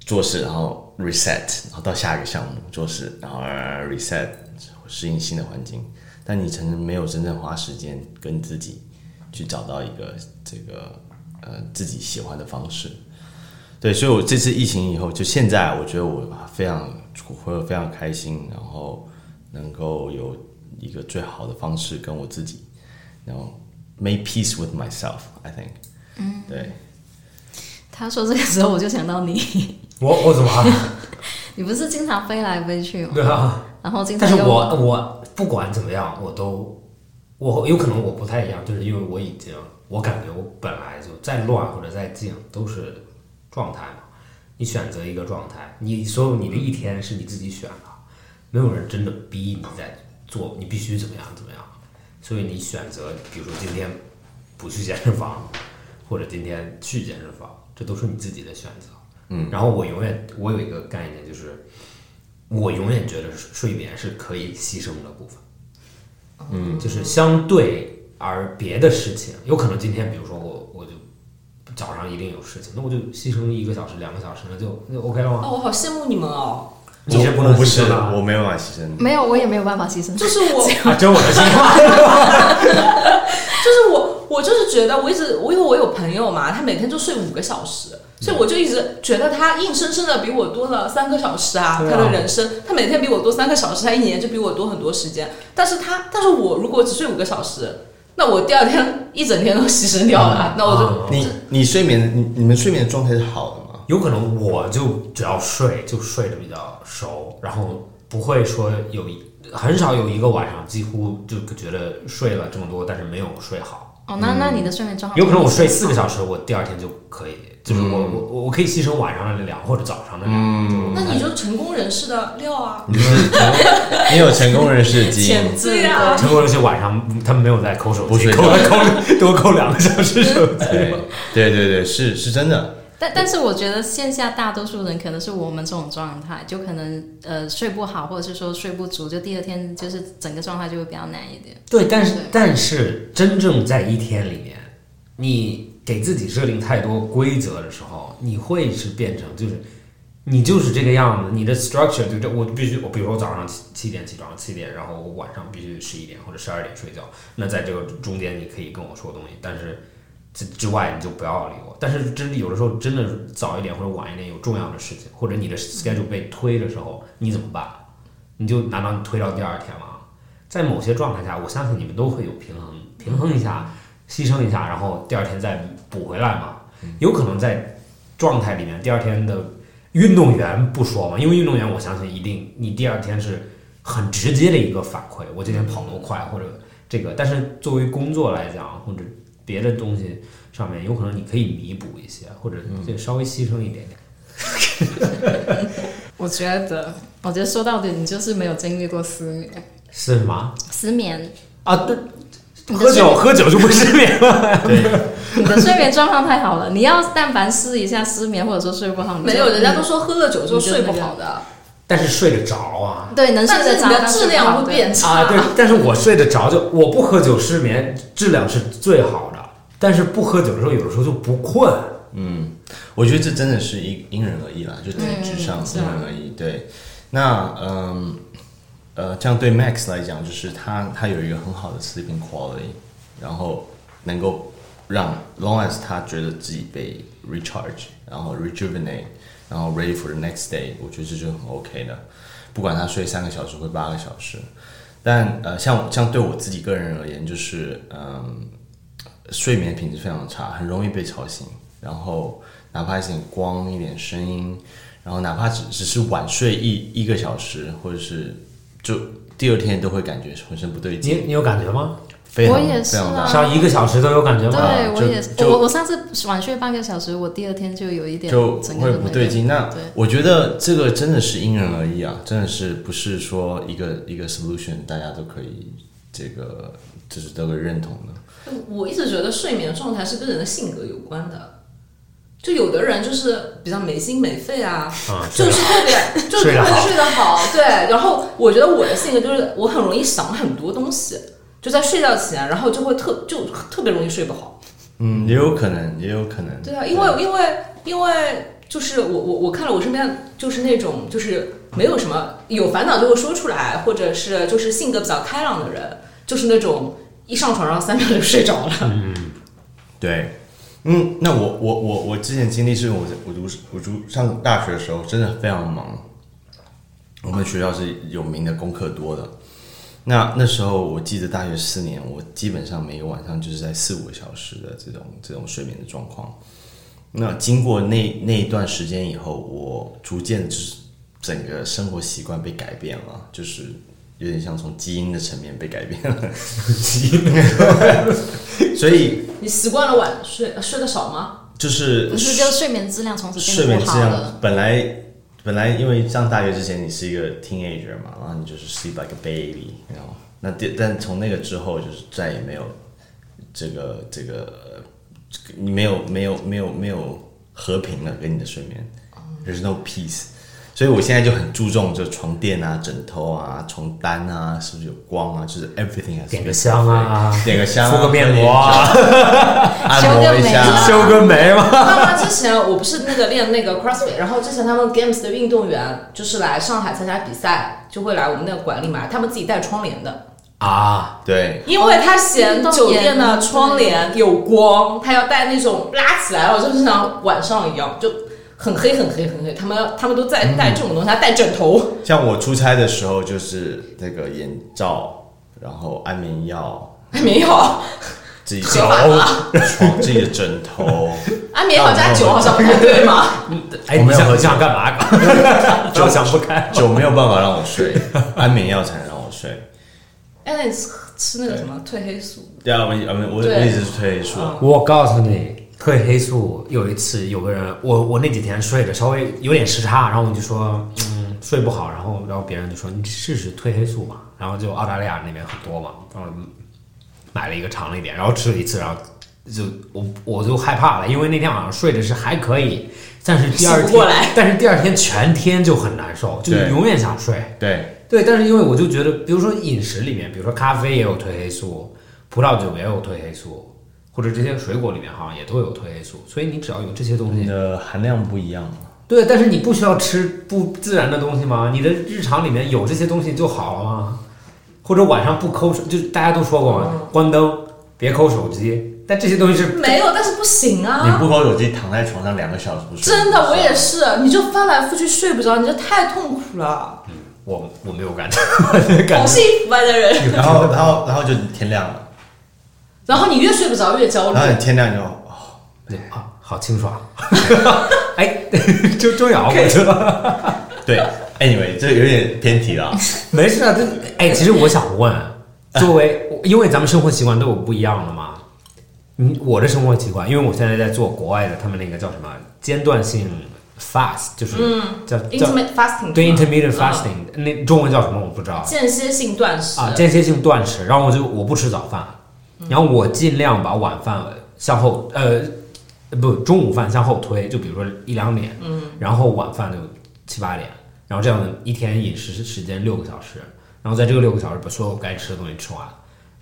[SPEAKER 4] 做事，然后 reset，然后到下一个项目做事，然后 reset，适应新的环境，但你曾经没有真正花时间跟自己去找到一个这个呃自己喜欢的方式。对，所以我这次疫情以后，就现在我觉得我非常会非常开心，然后能够有一个最好的方式跟我自己，然后 make peace with myself。I think，嗯，对，
[SPEAKER 1] 他说这个时候我就想到你，
[SPEAKER 2] 我我怎么了？
[SPEAKER 1] 你不是经常飞来飞去吗？
[SPEAKER 2] 对啊。
[SPEAKER 1] 然后经常
[SPEAKER 2] 但是
[SPEAKER 1] 又
[SPEAKER 2] 我我不管怎么样，我都我有可能我不太一样，就是因为我已经我感觉我本来就再乱或者再静都是状态嘛。你选择一个状态，你所有你的一天是你自己选的，没有人真的逼你在做，你必须怎么样怎么样。所以你选择，比如说今天不去健身房，或者今天去健身房，这都是你自己的选择。嗯，然后我永远我有一个概念就是。我永远觉得睡眠是可以牺牲的部分，嗯，就是相对而别的事情，有可能今天比如说我我就早上一定有事情，那我就牺牲一个小时、两个小时，那就那就 OK 了吗？
[SPEAKER 3] 哦，我好羡慕你们哦！
[SPEAKER 2] 你是
[SPEAKER 4] 我
[SPEAKER 2] 能
[SPEAKER 4] 我不
[SPEAKER 2] 牺
[SPEAKER 4] 是
[SPEAKER 2] 牲的啊，
[SPEAKER 4] 我没有办法牺牲。
[SPEAKER 1] 没有，我也没有办法牺牲。
[SPEAKER 3] 就是我，
[SPEAKER 2] 啊，这是我的心话。
[SPEAKER 3] 就是我，我就是觉得我一直，我因为我有朋友嘛，他每天就睡五个小时，所以我就一直觉得他硬生生的比我多了三个小时啊，
[SPEAKER 2] 对啊
[SPEAKER 3] 他的人生，他每天比我多三个小时，他一年就比我多很多时间。但是他，但是我如果只睡五个小时，那我第二天一整天都牺牲掉了啊，那我就、
[SPEAKER 2] 啊
[SPEAKER 4] 你你睡眠，你你们睡眠的状态是好的 吗？
[SPEAKER 2] 有可能我就只要睡就睡得比较熟，然后不会说有一很少有一个晚上几乎就觉得睡了这么多，但是没有睡好。
[SPEAKER 1] 哦，那那你的睡眠状态
[SPEAKER 2] 有可能我睡四个小时，我第二天就可以，就是
[SPEAKER 4] 嗯
[SPEAKER 2] 我我我我可以牺牲晚上的两或者早上的两。嗯
[SPEAKER 3] 那你就成功人士的料啊，
[SPEAKER 4] 你是成功你有成功人士的 基因，
[SPEAKER 1] 潜质
[SPEAKER 3] 对啊
[SPEAKER 2] 陈国这些晚上嗯他们没有在抠手
[SPEAKER 4] 不
[SPEAKER 2] 机，
[SPEAKER 4] 睡觉
[SPEAKER 2] 抠了抠了多抠两个小时手机。
[SPEAKER 4] 对哎对对对，是是真的。
[SPEAKER 1] 但但是我觉得线下大多数人可能是我们这种状态，就可能呃睡不好，或者是说睡不足，就第二天就是整个状态就会比较难一点。
[SPEAKER 2] 对，但是
[SPEAKER 1] 对
[SPEAKER 2] 但是真正在一天里面，你给自己设定太多规则的时候，你会是变成就是你就是这个样子，你的 structure 就这，我必须我比如说我早上七七点起床，七点，然后我晚上必须十一点或者十二点睡觉。那在这个中间你可以跟我说东西，但是之之外你就不要理我。但是真的有的时候真的早一点或者晚一点有重要的事情，或者你的 schedule 被推的时候，你怎么办？你就难道你推到第二天吗？在某些状态下，我相信你们都会有平衡，平衡一下牺牲一下，然后第二天再补回来嘛。有可能在状态里面，第二天的运动员不说嘛，因为运动员我相信一定你第二天是很直接的一个反馈，我今天跑那么快或者这个，但是作为工作来讲或者别的东西上面，有可能你可以弥补一些，或者就稍微牺牲一点点。
[SPEAKER 1] 我觉得，我觉得说到底，你就是没有经历过失眠。
[SPEAKER 2] 是什么
[SPEAKER 1] 失眠，
[SPEAKER 2] 啊？对，
[SPEAKER 1] 你的
[SPEAKER 2] 喝酒喝酒就不失眠了。
[SPEAKER 1] 你的睡眠状况太好了。你要但凡试一下失眠，或者说睡不好，你就
[SPEAKER 3] 没有，人家都说喝了酒之后
[SPEAKER 1] 你就
[SPEAKER 3] 睡不
[SPEAKER 1] 那个
[SPEAKER 3] 好的，
[SPEAKER 2] 但是睡得着啊
[SPEAKER 1] 对能睡
[SPEAKER 3] 但是
[SPEAKER 1] 得
[SPEAKER 3] 你
[SPEAKER 1] 着，
[SPEAKER 3] 的
[SPEAKER 1] 但
[SPEAKER 3] 质
[SPEAKER 1] 睡不
[SPEAKER 3] 量
[SPEAKER 1] 好
[SPEAKER 3] 会。变
[SPEAKER 2] 啊！
[SPEAKER 3] 差。
[SPEAKER 2] 对，但是我睡得着就我不喝酒失眠，质量是最好的。但是不喝酒的时候，有的时候就不困。
[SPEAKER 4] 我觉得这真的是因因人而异啦，就体质上
[SPEAKER 1] 是
[SPEAKER 4] 因
[SPEAKER 1] 啊
[SPEAKER 4] 人而异。对，那嗯呃，这样对 Max 来讲，就是他他有一个很好的 sleeping quality，然后能够让 long as 他觉得自己被 recharge，然后 rejuvenate，然后 ready for the next day，我觉得这就很 OK 的。不管他睡三个小时或八个小时，但呃，像像对我自己个人而言，就是嗯，睡眠品质非常差，很容易被吵醒。然后哪怕一点光、一点声音，然后哪怕只只是晚睡一一个小时，或者是就第二天都会感觉浑身不对
[SPEAKER 2] 你
[SPEAKER 4] 劲，
[SPEAKER 2] 你有感觉吗？
[SPEAKER 4] 非常
[SPEAKER 1] 我也是
[SPEAKER 4] 非常大
[SPEAKER 1] 啊。
[SPEAKER 2] 上一个小时都有感觉吗？
[SPEAKER 1] 对，我
[SPEAKER 4] 就
[SPEAKER 1] 也是
[SPEAKER 4] 就
[SPEAKER 1] 我我上次晚睡半个小时，我第二天就有一点
[SPEAKER 4] 就
[SPEAKER 1] 整个
[SPEAKER 4] 会
[SPEAKER 1] 人
[SPEAKER 4] 不对劲。那
[SPEAKER 1] 对
[SPEAKER 4] 我觉得这个真的是因人而异啊，真的是不是说一个一个 solution 大家都可以这个就是都会认同的。
[SPEAKER 3] 我一直觉得睡眠状态是跟人的性格有关的，就有的人就是比较没心没肺 啊，
[SPEAKER 2] 啊，
[SPEAKER 3] 就是
[SPEAKER 2] 是的
[SPEAKER 3] 特别就是
[SPEAKER 2] 睡得
[SPEAKER 3] 特别
[SPEAKER 2] 好
[SPEAKER 3] 睡得好，对。然后我觉得我的性格就是我很容易想很多东西，就在睡觉前，然后就会特就特别容易睡不好。
[SPEAKER 4] 嗯，也有可能，也有可能。
[SPEAKER 3] 对啊，因为因为因为就是我我我看了我身边就是那种就是没有什么有烦恼就会说出来，或者是就是性格比较开朗的人，就是那种一上床然后三秒就睡着了。
[SPEAKER 4] 对，嗯，那我我我我之前经历是我我读我读上大学的时候真的非常忙，我们学校是有名的功课多的。那那时候我记得大学四年，我基本上每个晚上就是在四五个小时的这种这种睡眠的状况。那经过那那一段时间以后，我逐渐就是整个生活习惯被改变了，就是有点像从基因的层面被改变了， 基因，所以
[SPEAKER 3] 你习惯了晚睡，呃睡得少吗？
[SPEAKER 4] 就是
[SPEAKER 1] 不是，就睡眠质量从此
[SPEAKER 4] 睡
[SPEAKER 1] 变
[SPEAKER 4] 眠
[SPEAKER 1] 不
[SPEAKER 4] 质
[SPEAKER 1] 好
[SPEAKER 4] 量
[SPEAKER 1] 了。
[SPEAKER 4] 本来本来因为上大学之前你是一个 teenager 嘛，然后你就是 sleep like a baby，然后那第但从那个之后就是再也没有这个这个呃这个你没有没有没有没有和平了跟你的睡眠，there's
[SPEAKER 1] 哦
[SPEAKER 4] no peace。所以我现在就很注重就床垫啊、枕头啊、床单啊，是不是有光啊？就是 everything has to
[SPEAKER 2] 点
[SPEAKER 4] be
[SPEAKER 2] 个香啊，
[SPEAKER 4] perfect，点个香啊、
[SPEAKER 2] 敷个面膜啊，
[SPEAKER 4] 按摩一下 啊，
[SPEAKER 2] 修个眉嘛。
[SPEAKER 3] 妈妈之前我不是那个练那个 CrossFit，然后之前他们 Games 的运动员就是来上海参加比赛，就会来我们那个馆里买，他们自己带窗帘的。
[SPEAKER 2] 啊，
[SPEAKER 4] 对，
[SPEAKER 3] 因为他嫌酒店的窗帘有光，他要带那种拉起来了，就是像晚上一样，就很黑很黑很黑。他们他们都在带这种东西，他带枕头。
[SPEAKER 4] 像我出差的时候，就是那个眼罩，然后安眠药，
[SPEAKER 3] 没有，
[SPEAKER 4] 自己
[SPEAKER 2] 酒
[SPEAKER 4] 床自己的枕头，
[SPEAKER 3] 安眠药啊加酒好像不太对吗？
[SPEAKER 2] 哎，
[SPEAKER 4] 我
[SPEAKER 2] 你
[SPEAKER 4] 没有
[SPEAKER 2] 想
[SPEAKER 4] 喝
[SPEAKER 2] 你
[SPEAKER 4] 酒
[SPEAKER 2] 想干嘛？ 就想不开。
[SPEAKER 4] 酒没有办法让我睡，安眠药才能让我睡。
[SPEAKER 3] 哎，那你吃吃那个什么褪黑素？
[SPEAKER 4] 对啊，我我我
[SPEAKER 3] 对
[SPEAKER 4] 一直是褪黑素，
[SPEAKER 2] 我告诉你，褪黑素有一次有个人，我我那几天睡的稍微有点时差，然后我就说，嗯，睡不好，然后然后别人就说你试试褪黑素嘛，然后就澳大利亚那边很多嘛，然后买了一个尝了一点，然后吃了一次，然后就我我就害怕了，因为那天晚上睡的是还可以，但是第二
[SPEAKER 3] 醒不过
[SPEAKER 2] 天
[SPEAKER 3] 来，
[SPEAKER 2] 但是第二天全天就很难受，就
[SPEAKER 4] 对
[SPEAKER 2] 永远想睡。
[SPEAKER 4] 对，
[SPEAKER 2] 对，但是因为我就觉得，比如说饮食里面，比如说咖啡也有褪黑素，葡萄酒也有褪黑素，或者这些水果里面好像也都有褪黑素，所以你只要有这些东
[SPEAKER 4] 你
[SPEAKER 2] 西，
[SPEAKER 4] 的含量不一样嘛。
[SPEAKER 2] 对，但是你不需要吃不自然的东西吗？你的日常里面有这些东西就好了吗？或者晚上不抠手，就是大家都说过嘛，关灯，别抠手机，但这些东西是
[SPEAKER 3] 没有，但是不行啊。
[SPEAKER 4] 你不抠手机，躺在床上两个小时不睡，
[SPEAKER 3] 真的，我也是，你就翻来覆去睡不着，你这太痛苦了，
[SPEAKER 2] 我我没有感觉，感觉
[SPEAKER 3] 好幸福啊，这人。
[SPEAKER 4] 然后然后然后就天亮了，
[SPEAKER 3] 然后你越睡不着越焦虑
[SPEAKER 2] 啊
[SPEAKER 4] 然。后你天亮就哦
[SPEAKER 2] 对啊，好清爽。 哎， 就重要，我觉得
[SPEAKER 4] 对，anyway，这有点偏题了。
[SPEAKER 2] 没事啊。这哎，其实我想问，作为因为咱们生活习惯都有不一样了嘛，你我的生活习惯，因为我现在在做国外的他们那个叫什么间断性 fast，就是叫叫
[SPEAKER 3] Intermittent fasting，
[SPEAKER 2] 对
[SPEAKER 3] 是吗
[SPEAKER 2] intermittent
[SPEAKER 3] 嗯
[SPEAKER 2] fasting，那中文叫什么我不知道。
[SPEAKER 3] 间歇性断食
[SPEAKER 2] 啊，间歇性断食，然后我就我不吃早饭，然后我尽量把晚饭向后，呃，不，中午饭向后推，就比如说一两点，嗯，然后晚饭就七八点，然后这样一天饮食时间六个小时，然后在这个六个小时把所有该吃的东西吃完，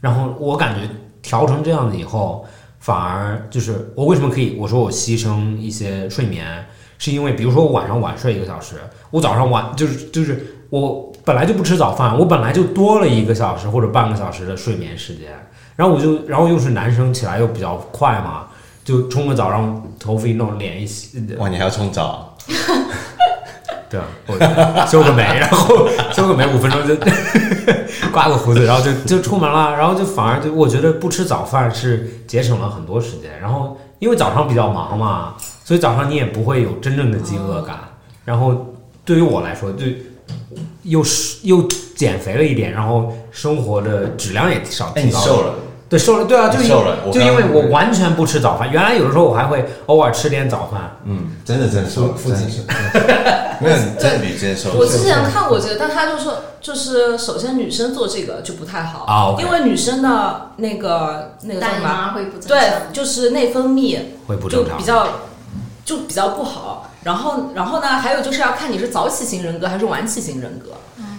[SPEAKER 2] 然后我感觉调成这样子以后，反而就是我为什么可以，我说我牺牲一些睡眠，是因为比如说我晚上晚睡一个小时，我早上晚就是就是我本来就不吃早饭，我本来就多了一个小时或者半个小时的睡眠时间，然后我就然后又是男生起来又比较快嘛，就冲个澡，然后头发一弄，脸一洗，
[SPEAKER 4] 哇，你还要冲澡啊？
[SPEAKER 2] 对啊，我修个眉，然后修个眉五分钟 就刮个胡子，然后就就出门了，然后就反而就我觉得不吃早饭是节省了很多时间，然后因为早上比较忙嘛，所以早上你也不会有真正的饥饿感，
[SPEAKER 4] 啊
[SPEAKER 2] 然后对于我来说就又是又减肥了一点，然后生活的质量也少
[SPEAKER 4] 哎，
[SPEAKER 2] 提
[SPEAKER 4] 你
[SPEAKER 2] 高了。
[SPEAKER 4] 瘦了，
[SPEAKER 2] 对，瘦了，对啊，就因
[SPEAKER 4] 瘦了我
[SPEAKER 2] 就
[SPEAKER 4] 刚
[SPEAKER 2] 因为
[SPEAKER 4] 刚
[SPEAKER 2] 我完全不吃早饭，原来有的时候我还会偶尔吃点早饭，
[SPEAKER 4] 嗯，真的真的瘦了，
[SPEAKER 2] 腹肌
[SPEAKER 4] 真的瘦了没有，你真的比之前瘦
[SPEAKER 3] 我
[SPEAKER 4] 了。
[SPEAKER 3] 之前看过这个，但他就说，就是首先女生做这个就不太好
[SPEAKER 2] 啊，OK
[SPEAKER 3] 因为女生的那个那个叫什
[SPEAKER 1] 蛋
[SPEAKER 3] 么？
[SPEAKER 1] 妈会不正
[SPEAKER 3] 对
[SPEAKER 1] 常，。
[SPEAKER 3] 就是内分泌
[SPEAKER 2] 会不
[SPEAKER 3] 就
[SPEAKER 2] 正常
[SPEAKER 3] 比。较就比较不好。然后，然后呢，还有就是要看你是早起型人格还是晚起型人格。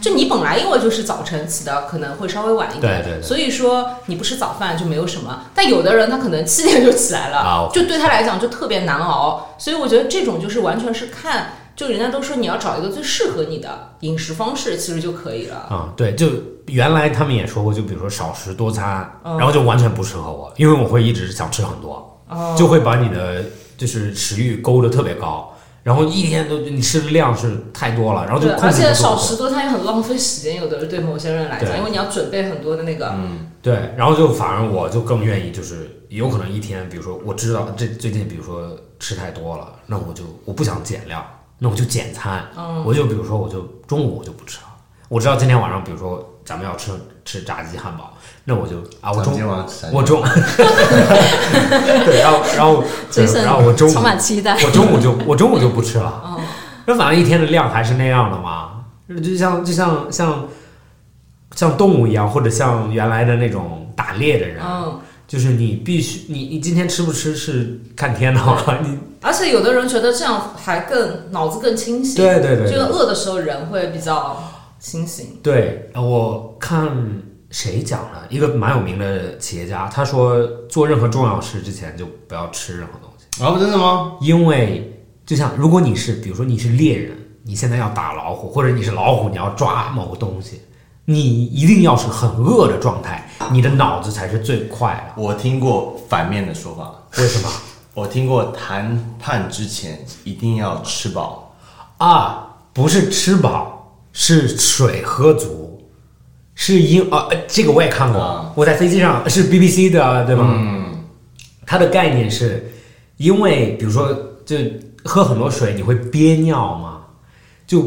[SPEAKER 3] 就你本来因为就是早晨起的，可能会稍微晚一点，
[SPEAKER 2] 对对对
[SPEAKER 3] 所以说你不吃早饭就没有什么。但有的人他可能七点就起来了，
[SPEAKER 2] 啊
[SPEAKER 3] 就对他来讲就特别难熬。所以我觉得这种就是完全是看，就人家都说你要找一个最适合你的饮食方式，其实就可以了。
[SPEAKER 2] 啊、对，就原来他们也说过，就比如说少食多餐，
[SPEAKER 3] 嗯
[SPEAKER 2] 然后就完全不适合我，因为我会一直想吃很多，
[SPEAKER 3] 哦
[SPEAKER 2] 就会把你的就是食欲勾得特别高，然后一天都你吃的量是太多了，然后就
[SPEAKER 3] 对，
[SPEAKER 2] 控
[SPEAKER 3] 而
[SPEAKER 2] 制
[SPEAKER 3] 且
[SPEAKER 2] 不
[SPEAKER 3] 少
[SPEAKER 2] 住。
[SPEAKER 3] 食多餐也很浪费时间，有的人对某些人来
[SPEAKER 2] 对
[SPEAKER 3] 讲，因为你要准备很多的那个，
[SPEAKER 2] 对，然后就反而我就更愿意，就是有可能一天，比如说我知道这最近，比如说吃太多了，那我就我不想减量，那我就减餐，
[SPEAKER 3] 嗯
[SPEAKER 2] 我就比如说我就中午我就不吃了，我知道今天晚上比如说咱们要吃吃炸鸡汉堡，那我就啊我
[SPEAKER 4] 咱们
[SPEAKER 2] 中
[SPEAKER 4] 今天晚上吃炸鸡
[SPEAKER 2] 我中， 对，然后 然后对
[SPEAKER 1] 追神
[SPEAKER 2] 然后我中午
[SPEAKER 1] 充满哦期待。
[SPEAKER 2] 我中午就我中午就不吃了， 那反正一天的量还是那样的嘛，就像就像像像动物一样，或者像原来的那种打猎的人，
[SPEAKER 3] 嗯
[SPEAKER 2] 就是你必须你你今天吃不吃是看天的嘛， 你
[SPEAKER 3] 而且有的人觉得这样还更脑子更清醒，
[SPEAKER 2] 对对对对
[SPEAKER 3] 就饿的时候人会比较清醒。
[SPEAKER 2] 对，我看谁讲了，一个蛮有名的企业家，他说做任何重要事之前就不要吃任何东西。
[SPEAKER 4] 哦，真的吗？
[SPEAKER 2] 因为就像如果你是，比如说你是猎人，你现在要打老虎，或者你是老虎，你要抓某个东西，你一定要是很饿的状态，你的脑子才是最快的。
[SPEAKER 4] 我听过反面的说法，
[SPEAKER 2] 为什么
[SPEAKER 4] 我听过谈判之前一定要吃饱，
[SPEAKER 2] 啊？不是吃饱，是水喝足。是因啊，呃这个我也看过，
[SPEAKER 4] 啊
[SPEAKER 2] 我在飞机上是 BBC 的，对吗？它的概念是，因为比如说，就喝很多水，你会憋尿嘛，就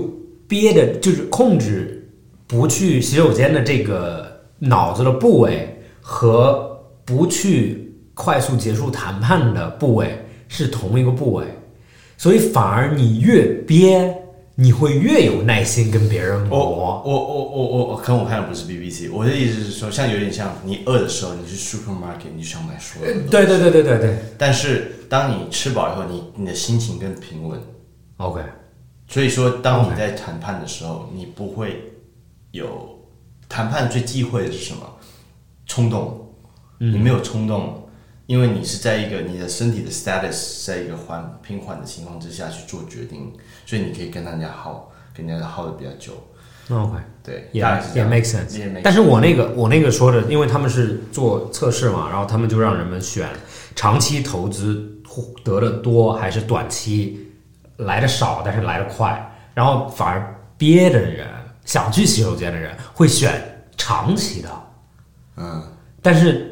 [SPEAKER 2] 憋的，就是控制不去洗手间的这个脑子的部位和不去快速结束谈判的部位是同一个部位，所以反而你越憋，你会越有耐心跟别人
[SPEAKER 4] 我
[SPEAKER 2] 磨。
[SPEAKER 4] 我我我我我，可能我看的不是 BBC，我的意思是说，像有点像你饿的时候，你去 supermarket，你想买所有的东西，
[SPEAKER 2] 对对对对对对
[SPEAKER 4] 但是当你吃饱以后，你你的心情更平稳，
[SPEAKER 2] ，OK，
[SPEAKER 4] 所以说，当你在谈判的时候，你不会有谈判最忌讳的是什么？冲动。
[SPEAKER 2] 嗯
[SPEAKER 4] 你没有冲动，因为你是在一个你的身体的 status 在一个缓平缓的情况之下去做决定，所以你可以跟人家耗，跟人家耗的比较久。
[SPEAKER 2] 那 OK，
[SPEAKER 4] 对，
[SPEAKER 2] 也
[SPEAKER 4] 大概是这
[SPEAKER 2] 也
[SPEAKER 4] 样
[SPEAKER 2] make sense
[SPEAKER 4] 也 make
[SPEAKER 2] 但是我那个我那个说的，因为他们是做测试嘛，然后他们就让人们选长期投资得的多，还是短期来的少，但是来的快，然后反而憋的人想去洗手间的人会选长期的，
[SPEAKER 4] 嗯，
[SPEAKER 2] 但是。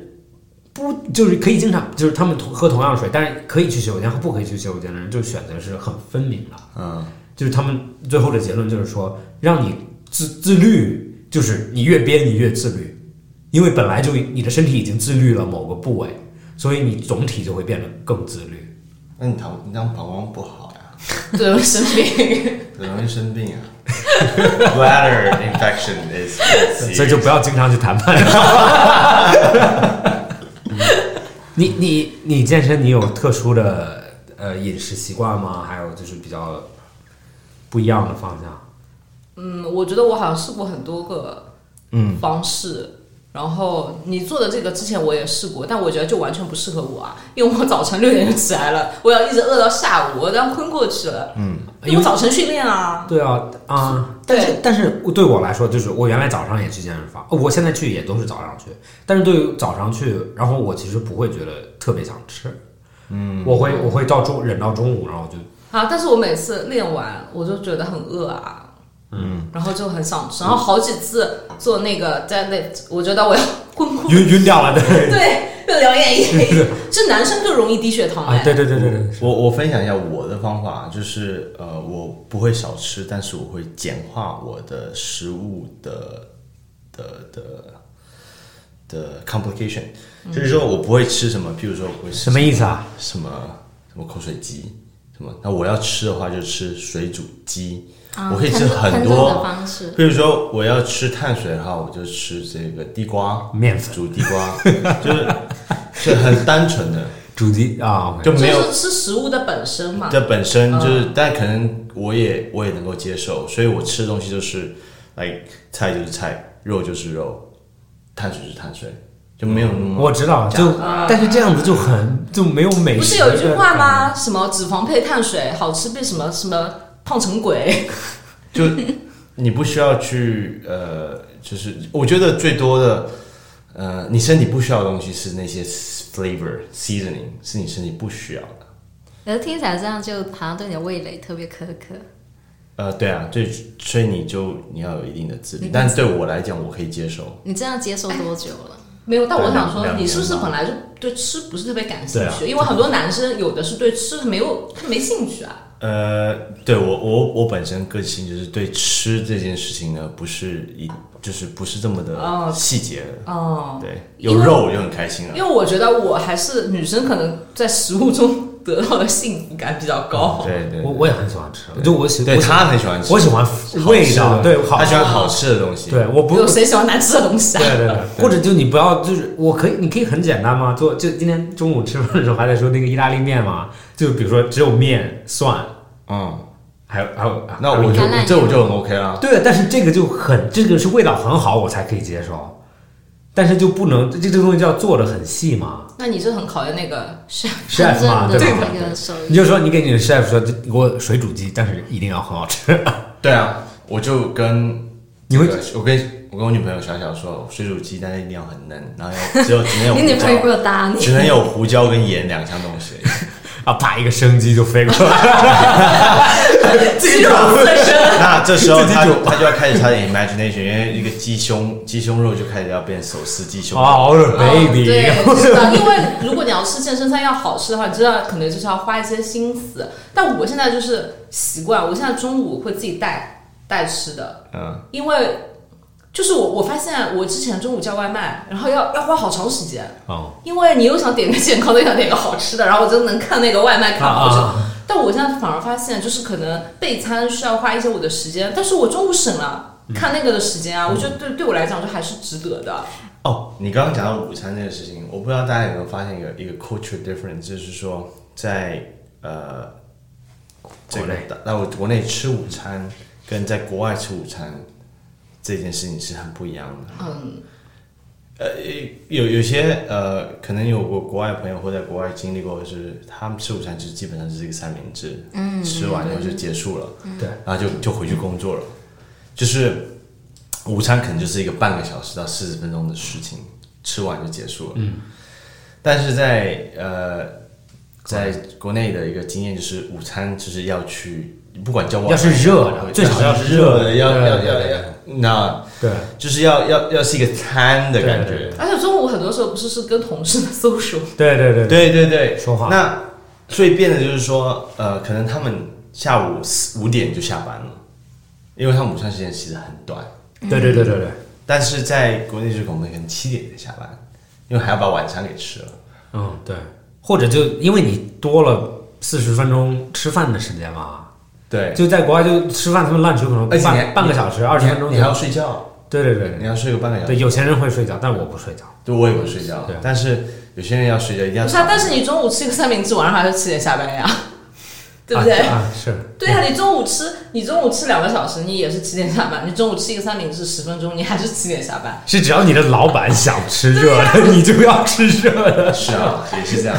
[SPEAKER 2] 不就是可以经常就是他们同喝同样的水，但是可以去洗手间和不可以去洗手间的人，就选择是很分明的。
[SPEAKER 4] 嗯，
[SPEAKER 2] 就是他们最后的结论就是说，让你自自律，就是你越憋你越自律，因为本来就你的身体已经自律了某个部位，所以你总体就会变得更自律。
[SPEAKER 4] 那你膀你这样膀胱不好呀、
[SPEAKER 3] 最容易生病。
[SPEAKER 4] 很容易生病啊。Bladder infection is，
[SPEAKER 2] 所以就不要经常去谈 判。你你你健身，你有特殊的呃饮食习惯吗？还有就是比较不一样的方向。
[SPEAKER 3] 嗯，我觉得我好像试过很多个方式。嗯然后你做的这个之前我也试过，但我觉得就完全不适合我啊，因为我早晨六点就起来了，我要一直饿到下午，我当昏过去了。嗯，因为我早晨训练啊，
[SPEAKER 2] 对啊，啊、
[SPEAKER 3] 对
[SPEAKER 2] 但是但是对我来说，就是我原来早上也去健身房，哦我现在去也都是早上去，但是对于早上去，然后我其实不会觉得特别想吃，嗯，我会我会到中忍到中午，然后就
[SPEAKER 3] 啊，但是我每次练完我就觉得很饿啊。嗯，然后就很想吃，然后好几次做那个 deadlift，我觉得我要 昏过，
[SPEAKER 2] 晕晕掉了， 对，
[SPEAKER 3] 对，就两眼一黑。这男生就容易低血糖哎、
[SPEAKER 2] 啊，对对对对对，
[SPEAKER 4] 我我分享一下我的方法，就是呃，我不会少吃，但是我会简化我的食物的的的的 complication，、就是说我不会吃什么，譬如说我不会吃
[SPEAKER 2] 什么意思啊？
[SPEAKER 4] 什么什么口水鸡什么，那我要吃的话就吃水煮鸡，
[SPEAKER 1] 啊
[SPEAKER 4] 我可以吃
[SPEAKER 1] 烹烹
[SPEAKER 4] 很多
[SPEAKER 1] 饪的方式。
[SPEAKER 4] 比如说我要吃碳水的话，我就吃这个地瓜
[SPEAKER 2] 面粉
[SPEAKER 4] 煮地瓜， 就是就很单纯的，
[SPEAKER 2] 主题啊，OK，
[SPEAKER 4] 就没有
[SPEAKER 3] 哎就是吃食物的本身嘛。
[SPEAKER 4] 这本身就是，但可能我也我也能够接受，所以我吃的东西就是，哎，菜就是菜，肉就是肉，碳水就是碳水，就没有那么
[SPEAKER 2] 我知道，就但是这样子就很就没有美食，
[SPEAKER 3] 啊不是有一句话？吗？什么脂肪配碳水，好吃被什么什么胖成鬼？
[SPEAKER 4] 就你不需要去呃，就是我觉得最多的呃，你身体不需要的东西是那些 flavor seasoning，是你身体不需要的。
[SPEAKER 1] 可是听起来这样就好像对你的味蕾特别苛刻。
[SPEAKER 4] 呃，对啊，对，所以你就你要有一定的自律，但是对我来讲，我可以接受。
[SPEAKER 1] 你这样接受多久了？
[SPEAKER 3] 没有，但我想说
[SPEAKER 4] 对，两
[SPEAKER 3] 你是不是
[SPEAKER 4] 两
[SPEAKER 3] 本来就对吃不是特别感兴
[SPEAKER 4] 对啊
[SPEAKER 3] 趣？因为很多男生有的是对吃没有他没兴趣啊。
[SPEAKER 4] 呃，对我我我本身个性就是对吃这件事情呢，不是一就是不是这么的
[SPEAKER 3] 哦
[SPEAKER 4] 细节的，
[SPEAKER 3] 哦，
[SPEAKER 4] 对，
[SPEAKER 3] 因
[SPEAKER 4] 有
[SPEAKER 3] 为
[SPEAKER 4] 肉我就很开心了
[SPEAKER 3] 因为。我觉得我还是女生，可能在食物中得到的幸福感比较高。
[SPEAKER 4] 对对，
[SPEAKER 2] 我我也很喜欢吃，就我喜
[SPEAKER 4] 对
[SPEAKER 2] 我喜
[SPEAKER 4] 他很喜欢吃，
[SPEAKER 2] 我喜欢
[SPEAKER 4] 好
[SPEAKER 2] 味
[SPEAKER 4] 吃
[SPEAKER 2] 道，
[SPEAKER 4] 的
[SPEAKER 2] 对，好
[SPEAKER 4] 他喜欢好吃的东西。
[SPEAKER 2] 对，我不
[SPEAKER 3] 有谁喜欢难吃的东西 啊？
[SPEAKER 2] 对对对，或者就你不要，就是我可以，你可以很简单嘛，做就今天中午吃饭的时候还在说那个意大利面嘛，就比如说只有面、蒜，
[SPEAKER 4] 嗯，
[SPEAKER 2] 还有还有，
[SPEAKER 4] 那
[SPEAKER 2] 还有
[SPEAKER 4] 我就
[SPEAKER 1] 橄榄油
[SPEAKER 4] 这我就很 OK 了。
[SPEAKER 2] 对，但是这个就很，这个是味道很好，我才可以接受，但是就不能这这个东西叫做的很细嘛
[SPEAKER 3] 那你是很考验那个 chef，
[SPEAKER 4] 啊
[SPEAKER 2] ，chef 嘛，
[SPEAKER 1] 真正的
[SPEAKER 2] 对吧？
[SPEAKER 1] 那个手
[SPEAKER 2] 你就说你给你的 chef 说，就给我水煮鸡，但是一定要很好吃，
[SPEAKER 4] 对啊，我就跟
[SPEAKER 2] 你会
[SPEAKER 4] 这个我跟我跟我女朋友小小说，水煮鸡但是一定要很嫩，然后要只有只能有
[SPEAKER 1] 你女朋友没
[SPEAKER 4] 胡椒，
[SPEAKER 1] 有打你，
[SPEAKER 4] 只能有胡椒跟盐两项东西。
[SPEAKER 2] 啊，啪一个生鸡就飞过来，
[SPEAKER 3] 肌肉自身。
[SPEAKER 4] 那这时候他
[SPEAKER 2] 自己
[SPEAKER 4] 就他就要开始他的 imagination，因为一个鸡胸鸡胸肉就开始要变手撕鸡 胸肉。
[SPEAKER 2] 哦，our
[SPEAKER 3] 哦
[SPEAKER 2] baby，
[SPEAKER 3] 对，是的，因为如果你要吃健身餐要好吃的话，你知道可能就是要花一些心思。但我现在就是习惯，我现在中午会自己带带吃的，
[SPEAKER 4] 嗯，
[SPEAKER 3] 因为就是我我发现我之前中午叫外卖，然后要要花好长时间，
[SPEAKER 2] 哦，
[SPEAKER 3] 因为你又想点个健康的，又想点个好吃的，然后我就能看那个外卖看好久。
[SPEAKER 2] 啊啊
[SPEAKER 3] 但我现在反而发现，就是可能备餐需要花一些我的时间，但是我中午省了。
[SPEAKER 2] 嗯
[SPEAKER 3] 看那个的时间啊，我觉得对对我来讲就还是值得的。
[SPEAKER 4] 哦，你刚刚讲到午餐这个事情，我不知道大家有没有发现一个一个 culture difference，就是说在呃这
[SPEAKER 2] 国
[SPEAKER 4] 个
[SPEAKER 2] 内
[SPEAKER 4] 大那我国内吃午餐跟在国外吃午餐这件事情是很不一样的。呃
[SPEAKER 3] 嗯，
[SPEAKER 4] 有有些呃，可能有过国外朋友或在国外经历过，就是他们吃午餐就是基本上就是一个三明治，嗯，吃完以后就结束了，
[SPEAKER 2] 对，
[SPEAKER 4] 然后就就回去工作了。就是午餐可能就是一个半个小时到四十分钟的事情，吃完就结束了。嗯，但是在呃，在国内的一个经验就是，午餐就是要去不管叫
[SPEAKER 2] 要是热的，最少
[SPEAKER 4] 要
[SPEAKER 2] 是
[SPEAKER 4] 热
[SPEAKER 2] 的，
[SPEAKER 4] 的，要
[SPEAKER 2] 对
[SPEAKER 4] 要
[SPEAKER 2] 对
[SPEAKER 4] 要
[SPEAKER 2] 对
[SPEAKER 4] 要，那
[SPEAKER 2] 对
[SPEAKER 4] 就是要要要是一个餐的感
[SPEAKER 2] 对对
[SPEAKER 4] 觉。
[SPEAKER 3] 而且中午很多时候不是是跟同事的 social，
[SPEAKER 2] 对对对对
[SPEAKER 4] 对对对，
[SPEAKER 2] 说话
[SPEAKER 4] 那最变的就是说，呃，可能他们下午四五点就下班了，因为他们午餐时间其实很短，
[SPEAKER 2] 对对对对对，
[SPEAKER 4] 但是在国内就是我们可能七点才下班，因为还要把晚餐给吃了。
[SPEAKER 2] 嗯对，或者就因为你多了四十分钟吃饭的时间嘛，
[SPEAKER 4] 对，
[SPEAKER 2] 就在国外就吃饭，他们 lunch 有可能
[SPEAKER 4] 而且你还
[SPEAKER 2] 半半个小时、二十分钟
[SPEAKER 4] 你
[SPEAKER 2] 左
[SPEAKER 4] 还要
[SPEAKER 2] 右，
[SPEAKER 4] 睡觉，
[SPEAKER 2] 对对对
[SPEAKER 4] 你要睡个半个小
[SPEAKER 2] 对，
[SPEAKER 4] 时。
[SPEAKER 2] 有钱人会睡觉，但我不睡觉。
[SPEAKER 4] 对，我也会睡觉
[SPEAKER 2] 对，
[SPEAKER 4] 但是有些人要睡觉一定要
[SPEAKER 3] 不是
[SPEAKER 4] 早。
[SPEAKER 3] 啊？但是你中午吃一个三明治，晚上还是七点下班呀，对不对？
[SPEAKER 2] 啊啊是，
[SPEAKER 3] 对呀、你中午吃，你中午吃两个小时，你也是七点下班。你中午吃一个三明治十分钟，你还是七点下班。
[SPEAKER 2] 是只要你的老板想吃热的， 你就要吃热的。
[SPEAKER 4] 是啊，也是这样。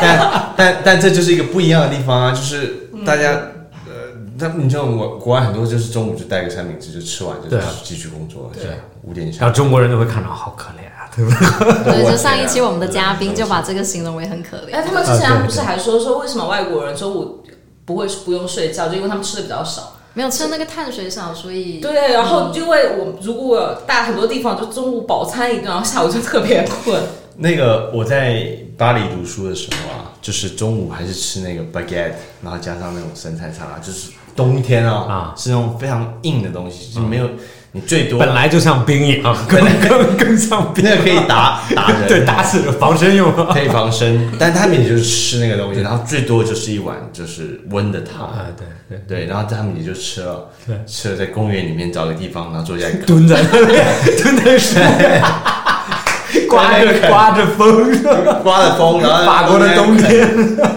[SPEAKER 4] 但但但这就是一个不一样的地方啊，就是大家、
[SPEAKER 2] 嗯
[SPEAKER 4] 呃，他你像我国外很多就是中午就带个三明治就吃完就
[SPEAKER 2] 对啊
[SPEAKER 4] 继续工作，对，五点以
[SPEAKER 2] 然
[SPEAKER 4] 上。
[SPEAKER 2] 后中国人就会看到好可怜啊，对吧？
[SPEAKER 1] 对，
[SPEAKER 4] 我
[SPEAKER 1] 就上一期我们的
[SPEAKER 4] 对
[SPEAKER 1] 嘉宾
[SPEAKER 4] 对
[SPEAKER 1] 就把这个形容为很可怜
[SPEAKER 3] 哎，。他们之
[SPEAKER 2] 啊对
[SPEAKER 3] 前不是
[SPEAKER 2] 对
[SPEAKER 3] 还说说为什么外国人中午不会不用睡觉，就因为他们吃的比较少。
[SPEAKER 1] 没有吃那个碳水少，所以
[SPEAKER 3] 对，然后因为我如果大很多地方就中午饱餐一顿，然后下午就特别困。
[SPEAKER 4] 那个我在巴黎读书的时候啊，就是中午还是吃那个 baguette，然后加上那种生菜沙拉，就是冬天啊，
[SPEAKER 2] 啊
[SPEAKER 4] 是那种非常硬的东西，就没有、你最多
[SPEAKER 2] 本来就像冰一样，更更更像冰。
[SPEAKER 4] 那个可以打打人，
[SPEAKER 2] 对，打死防身用啊。
[SPEAKER 4] 可以防身，但他们也就是吃那个东西，然后最多就是一碗就是温的汤，
[SPEAKER 2] 对啊对，
[SPEAKER 4] 对，然后他们也就吃了，
[SPEAKER 2] 对
[SPEAKER 4] 吃了在公园里面找个地方，然后坐下来
[SPEAKER 2] 蹲在那里，蹲在树下， 刮着刮着风，是吧
[SPEAKER 4] 刮了风，然后
[SPEAKER 2] 法国的冬天，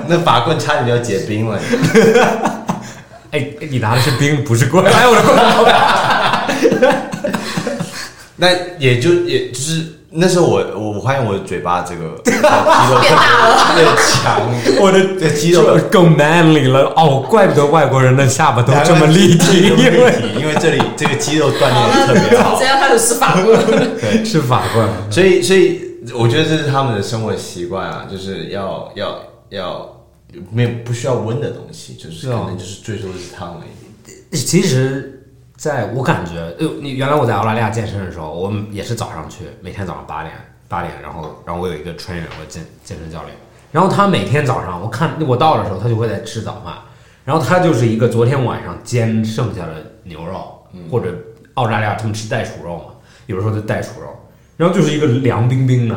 [SPEAKER 4] 那法棍差点就要结冰了。
[SPEAKER 2] 哎，你拿的是冰，不是棍。 哎，我的棍，
[SPEAKER 4] 那也就也就是那时候我我我发现我的嘴巴这个肌肉变大了，越强，
[SPEAKER 2] 我的
[SPEAKER 4] 这肌肉
[SPEAKER 2] 更 manly 了。哦，怪不得外国人的下巴都这么 立体，
[SPEAKER 4] 这么
[SPEAKER 2] 因
[SPEAKER 4] 立
[SPEAKER 2] 为
[SPEAKER 4] 体，因为这里这个肌肉锻炼得特别好
[SPEAKER 3] 这。样他就吃法棍。
[SPEAKER 2] 是法棍。
[SPEAKER 4] 所以，所以我觉得这是他们的生活习惯啊，就是要要要没有不需要温的东西，就是
[SPEAKER 2] 是
[SPEAKER 4] 可
[SPEAKER 2] 啊
[SPEAKER 4] 能就是最多是汤而已。
[SPEAKER 2] 呃其实，在我感觉，呃，你原来我在澳大利亚健身的时候，我们也是早上去，每天早上八点八点，然后然后我有一个 trainer，我健健身教练，然后他每天早上我看我到的时候，他就会在吃早饭，然后他就是一个昨天晚上煎剩下的牛肉，或者澳大利亚他们吃袋鼠肉嘛，有时候就袋鼠肉，然后就是一个凉冰冰的，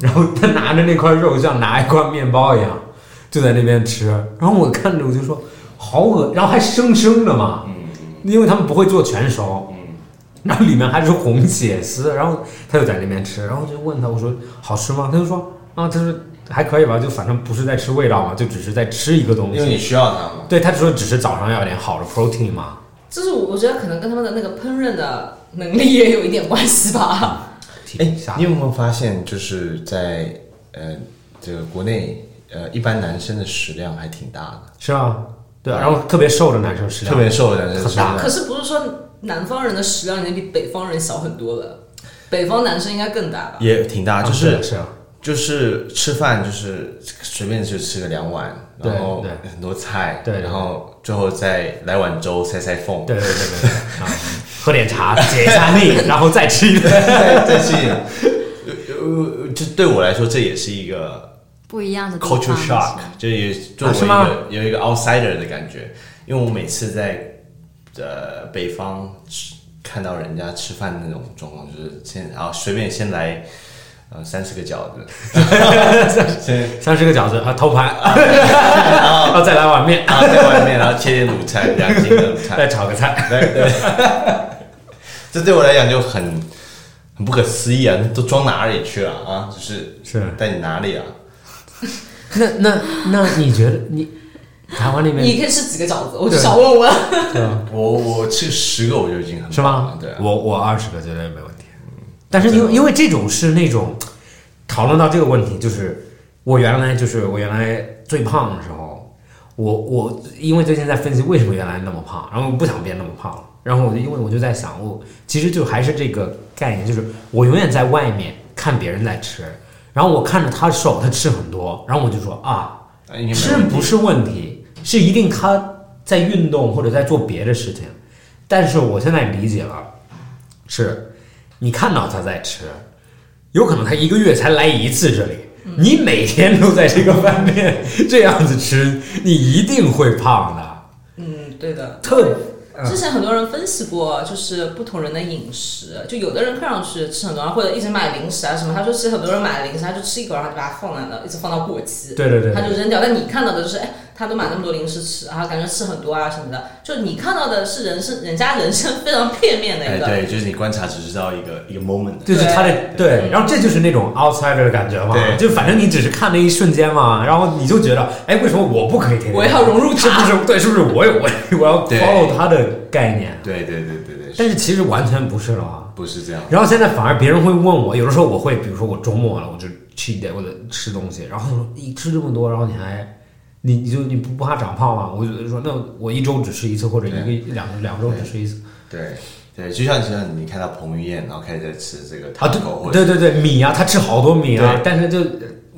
[SPEAKER 2] 然后他拿着那块肉像拿一块面包一样，就在那边吃，然后我看着我就说好恶，然后还生生的嘛，
[SPEAKER 4] 嗯
[SPEAKER 2] 因为他们不会做全熟，然后里面还是红血丝，然后他就在那边吃，然后就问他，我说好吃吗？他就说啊，他说还可以吧，就反正不是在吃味道嘛，就只是在吃一个东
[SPEAKER 4] 因为
[SPEAKER 2] 西。
[SPEAKER 4] 你需要它嘛。
[SPEAKER 2] 对他只说只是早上要有点好的 protein 嘛，
[SPEAKER 3] 就是我我觉得可能跟他们的那个烹饪的能力也有一点关系吧。
[SPEAKER 4] 哎
[SPEAKER 2] 挺吓，
[SPEAKER 4] 你有没有发现，就是在呃这个国内，呃一般男生的食量还挺大的，
[SPEAKER 2] 是啊，对啊，然后特别瘦的男生啊食量
[SPEAKER 4] 特别瘦的男生
[SPEAKER 2] 很
[SPEAKER 4] 食
[SPEAKER 2] 大
[SPEAKER 4] 量
[SPEAKER 3] 可是不是说南方人的食量已经比北方人小很多了？北方男生应该更大吧？
[SPEAKER 4] 也挺大，
[SPEAKER 2] 啊
[SPEAKER 4] 就是
[SPEAKER 2] 是啊，
[SPEAKER 4] 就是吃饭就是随便就吃个两碗，
[SPEAKER 2] 对
[SPEAKER 4] 然后
[SPEAKER 2] 对
[SPEAKER 4] 很多菜，
[SPEAKER 2] 对对
[SPEAKER 4] 然后最后再来碗粥塞塞缝，
[SPEAKER 2] 对对对对对，啊，喝点茶解一下腻，然后再吃一顿。
[SPEAKER 4] 但是，呃呃，这对我来说，这也是一个
[SPEAKER 1] 不一样的地方
[SPEAKER 4] culture shock，就也作为一
[SPEAKER 2] 啊是
[SPEAKER 4] 个、
[SPEAKER 2] 吗
[SPEAKER 4] 有一个 outsider 的感觉。因为我每次在呃北方吃看到人家吃饭那种状况，就是先啊随便先来呃三十个饺子， 先
[SPEAKER 2] 三十个饺子啊，头 盘， 然后再来碗面，
[SPEAKER 4] 然后啊在外面，然后切点卤菜，两斤的卤
[SPEAKER 2] 再
[SPEAKER 4] 菜，
[SPEAKER 2] 炒个菜。
[SPEAKER 4] 对对， 这对我来讲就很很不可思议啊！都装哪里去了啊？就是
[SPEAKER 2] 是
[SPEAKER 4] 带你哪里啊？
[SPEAKER 2] 那那那你觉得你台湾那
[SPEAKER 3] 你
[SPEAKER 2] 边
[SPEAKER 3] 可以吃几个饺子？我就想问问。
[SPEAKER 4] 我我吃十个我就已经很
[SPEAKER 2] 是
[SPEAKER 4] 饱
[SPEAKER 2] 吗
[SPEAKER 4] 了？对啊，嗯
[SPEAKER 2] 我我二十个绝对没问题，但是因为因为这种是那种讨论到这个问题，就是我原来就是我原来最胖的时候，我我因为最近在分析为什么原来那么胖，然后我不想变那么胖了，然后我就因为我就在想，我其实就还是这个概念，就是我永远在外面看别人在吃，然后我看着他瘦，他吃很多，然后我就说啊，
[SPEAKER 4] 啊应该没
[SPEAKER 2] 吃
[SPEAKER 4] 问题
[SPEAKER 2] 不是问题，是一定他在运动或者在做别的事情。但是我现在理解了，是你看到他在吃，有可能他一个月才来一次这里，你每天都在这个饭店这样子吃，你一定会胖的。
[SPEAKER 3] 嗯，对的。
[SPEAKER 2] 特
[SPEAKER 3] 之前很多人分析过，就是不同人的饮食，就有的人看上去吃很多，或者一直买零食啊什么。他说，其实很多人买零食，他就吃一口，然后就把它放在那，一直放到过期，
[SPEAKER 2] 对对对
[SPEAKER 3] 他就扔掉。但你看到的就是，哎，他都买那么多零食吃，然后感觉吃很多啊什么的。就你看到的是人生，人家人生非常片面的
[SPEAKER 4] 哎，
[SPEAKER 3] 一个，
[SPEAKER 4] 对，就是你观察只知道一个一个 moment，
[SPEAKER 2] 就是他的对，然后这就是那种 outsider 的感觉嘛，
[SPEAKER 4] 对
[SPEAKER 2] 就反正你只是看那一瞬间嘛，然后你就觉得，哎，为什么我不可以天天？
[SPEAKER 3] 我要融入他
[SPEAKER 2] 是不是？对，是不是我有 我我要
[SPEAKER 4] 对
[SPEAKER 2] follow 他的概念？
[SPEAKER 4] 对对对对对，
[SPEAKER 2] 但是其实完全不是了啊。
[SPEAKER 4] 不是这样，
[SPEAKER 2] 然后现在反而别人会问我，有的时候我会，比如说我周末了，我就去一点我得吃东西，然后他说你吃这么多，然后你还你你就你不不怕长胖啊吗？我就说那我一周只吃一次，或者一个两两周只吃一次
[SPEAKER 4] 对对，就像就像你看到彭于晏，然后开始在吃这个
[SPEAKER 2] 啊，
[SPEAKER 4] 糖
[SPEAKER 2] 对
[SPEAKER 4] 狗，或者
[SPEAKER 2] 对对对，米啊，他吃好多米啊
[SPEAKER 4] 对，
[SPEAKER 2] 但是就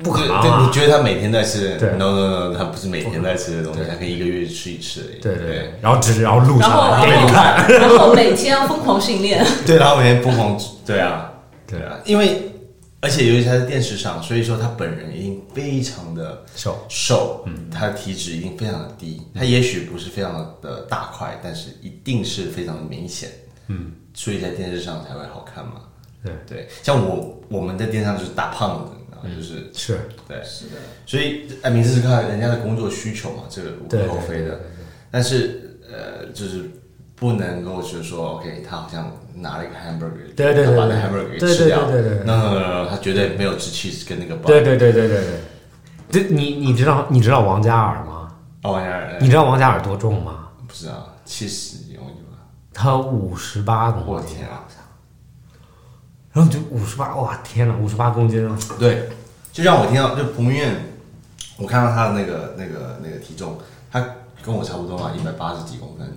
[SPEAKER 2] 不可能
[SPEAKER 4] 对对，
[SPEAKER 2] 啊
[SPEAKER 4] 你。觉得他每天在吃
[SPEAKER 2] 对
[SPEAKER 4] ？No No No，他不是每天在吃的东西，
[SPEAKER 2] 对
[SPEAKER 4] 他可以一个月吃一次而已。
[SPEAKER 2] 对对对，然后只是然后录
[SPEAKER 3] 然
[SPEAKER 2] 下
[SPEAKER 3] 后
[SPEAKER 2] 来
[SPEAKER 3] 然
[SPEAKER 2] 给你看，
[SPEAKER 3] 后 然后每天疯狂训练。
[SPEAKER 4] 对，然后每天疯狂，对啊，对啊，因为而且尤其他在电视上，所以说他本人一定非常的
[SPEAKER 2] 瘦
[SPEAKER 4] 瘦，嗯，他的体脂一定非常的低，他也许不是非常的大块，但是一定是非常的明显，嗯，所以在电视上才会好看嘛。
[SPEAKER 2] 对
[SPEAKER 4] 对，像我我们在电视上就是大胖子，然后就是、
[SPEAKER 2] 是
[SPEAKER 4] 对，所以哎，名字是看人家的工作需求嘛，这个无
[SPEAKER 2] 对
[SPEAKER 4] 可厚
[SPEAKER 2] 对
[SPEAKER 4] 非
[SPEAKER 2] 对
[SPEAKER 4] 的。但是呃，就是不能够就是说，OK，他好像拿了一个 hamburger，
[SPEAKER 2] 对对对
[SPEAKER 4] 他把那
[SPEAKER 2] 对
[SPEAKER 4] hamburger 给
[SPEAKER 2] 对对
[SPEAKER 4] 吃掉，
[SPEAKER 2] 对对对对
[SPEAKER 4] no no no，no，他绝对没有吃 cheese 跟那个 bun
[SPEAKER 2] 对对对对对对。嗯这你你知道你知道王嘉尔吗？
[SPEAKER 4] 哦，哎呀
[SPEAKER 2] 你知道王嘉尔多重吗？
[SPEAKER 4] 不知道 cheese 有有，
[SPEAKER 2] 他五十八公斤。
[SPEAKER 4] 我天啊！
[SPEAKER 2] 然后就五十八，哇，天哪，五十八公斤啊！
[SPEAKER 4] 对，就让我听到，就彭于晏，我看到他的那个那个那个体重，他跟我差不多嘛，一百八十几公分，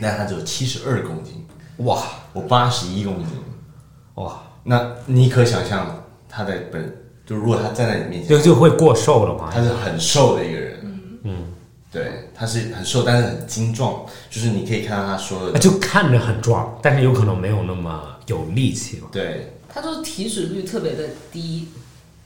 [SPEAKER 4] 但他只有七十二公斤，哇，我八十一公斤，
[SPEAKER 2] 哇，
[SPEAKER 4] 那你可想象他在本，就如果他站在你面
[SPEAKER 2] 就
[SPEAKER 4] 前，
[SPEAKER 2] 就会过瘦了嘛
[SPEAKER 4] 他。是很瘦的一个人，嗯，对，他是很瘦，但是很精壮，就是你可以看到他说的，
[SPEAKER 2] 就看着很壮，但是有可能没有那么有力气嘛。
[SPEAKER 4] 对
[SPEAKER 3] 他就是体脂率特别的低，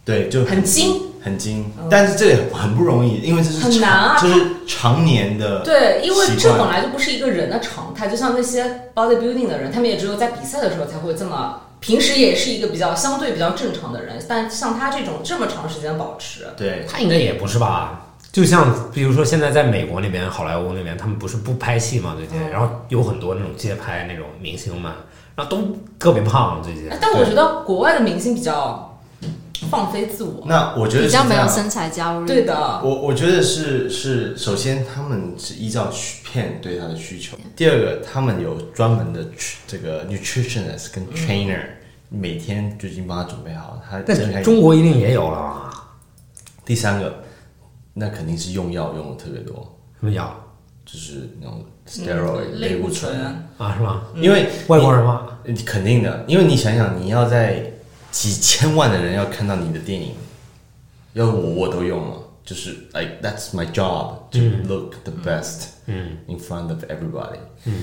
[SPEAKER 4] 对，就
[SPEAKER 3] 很精，
[SPEAKER 4] 很精，但是这也很不容易，因为这是
[SPEAKER 3] 很
[SPEAKER 4] 长
[SPEAKER 3] 难啊
[SPEAKER 4] 这是常年的
[SPEAKER 3] 对，因为
[SPEAKER 4] 呃习
[SPEAKER 3] 这
[SPEAKER 4] 惯
[SPEAKER 3] 本来就不是一个人的常态，就像那些 bodybuilding 的人，他们也只有在比赛的时候才会这么，平时也是一个比较相对比较正常的人，但像他这种这么长时间保持，
[SPEAKER 4] 对
[SPEAKER 2] 他应该也不是吧？就像比如说现在在美国那边好莱坞那边，他们不是不拍戏嘛？最近，然后有很多那种街拍那种明星们，然后都特别胖，最近
[SPEAKER 3] 哎。但我觉得国外的明星比较放飞自我，
[SPEAKER 4] 那我觉得
[SPEAKER 1] 比
[SPEAKER 4] 是
[SPEAKER 1] 较没
[SPEAKER 4] 这
[SPEAKER 1] 有
[SPEAKER 4] 样
[SPEAKER 1] 身材焦虑。
[SPEAKER 3] 对，的，
[SPEAKER 4] 我我觉得是是，首先他们是依照需片对他的需求，第二个他们有专门的 tr- 这个 nutritionist
[SPEAKER 2] 嗯
[SPEAKER 4] 跟 trainer，、每天就已经帮他准备好了。他睁开
[SPEAKER 2] 但中国一定也有了啊，
[SPEAKER 4] 第三个，那肯定是用药用的特别多，
[SPEAKER 2] 什么药
[SPEAKER 4] 就是那种 steroid、
[SPEAKER 3] 嗯
[SPEAKER 4] 类
[SPEAKER 3] 类
[SPEAKER 4] 固
[SPEAKER 3] 固
[SPEAKER 4] 醇，
[SPEAKER 3] 醇
[SPEAKER 2] 啊？是吗？
[SPEAKER 4] 因为
[SPEAKER 2] 外国人吗？
[SPEAKER 4] 你肯定的，因为你想想，你要在几千万的人要看到你的电影，要我我都用了，就是 like that's my job to look the best，嗯，in front of everybody，嗯，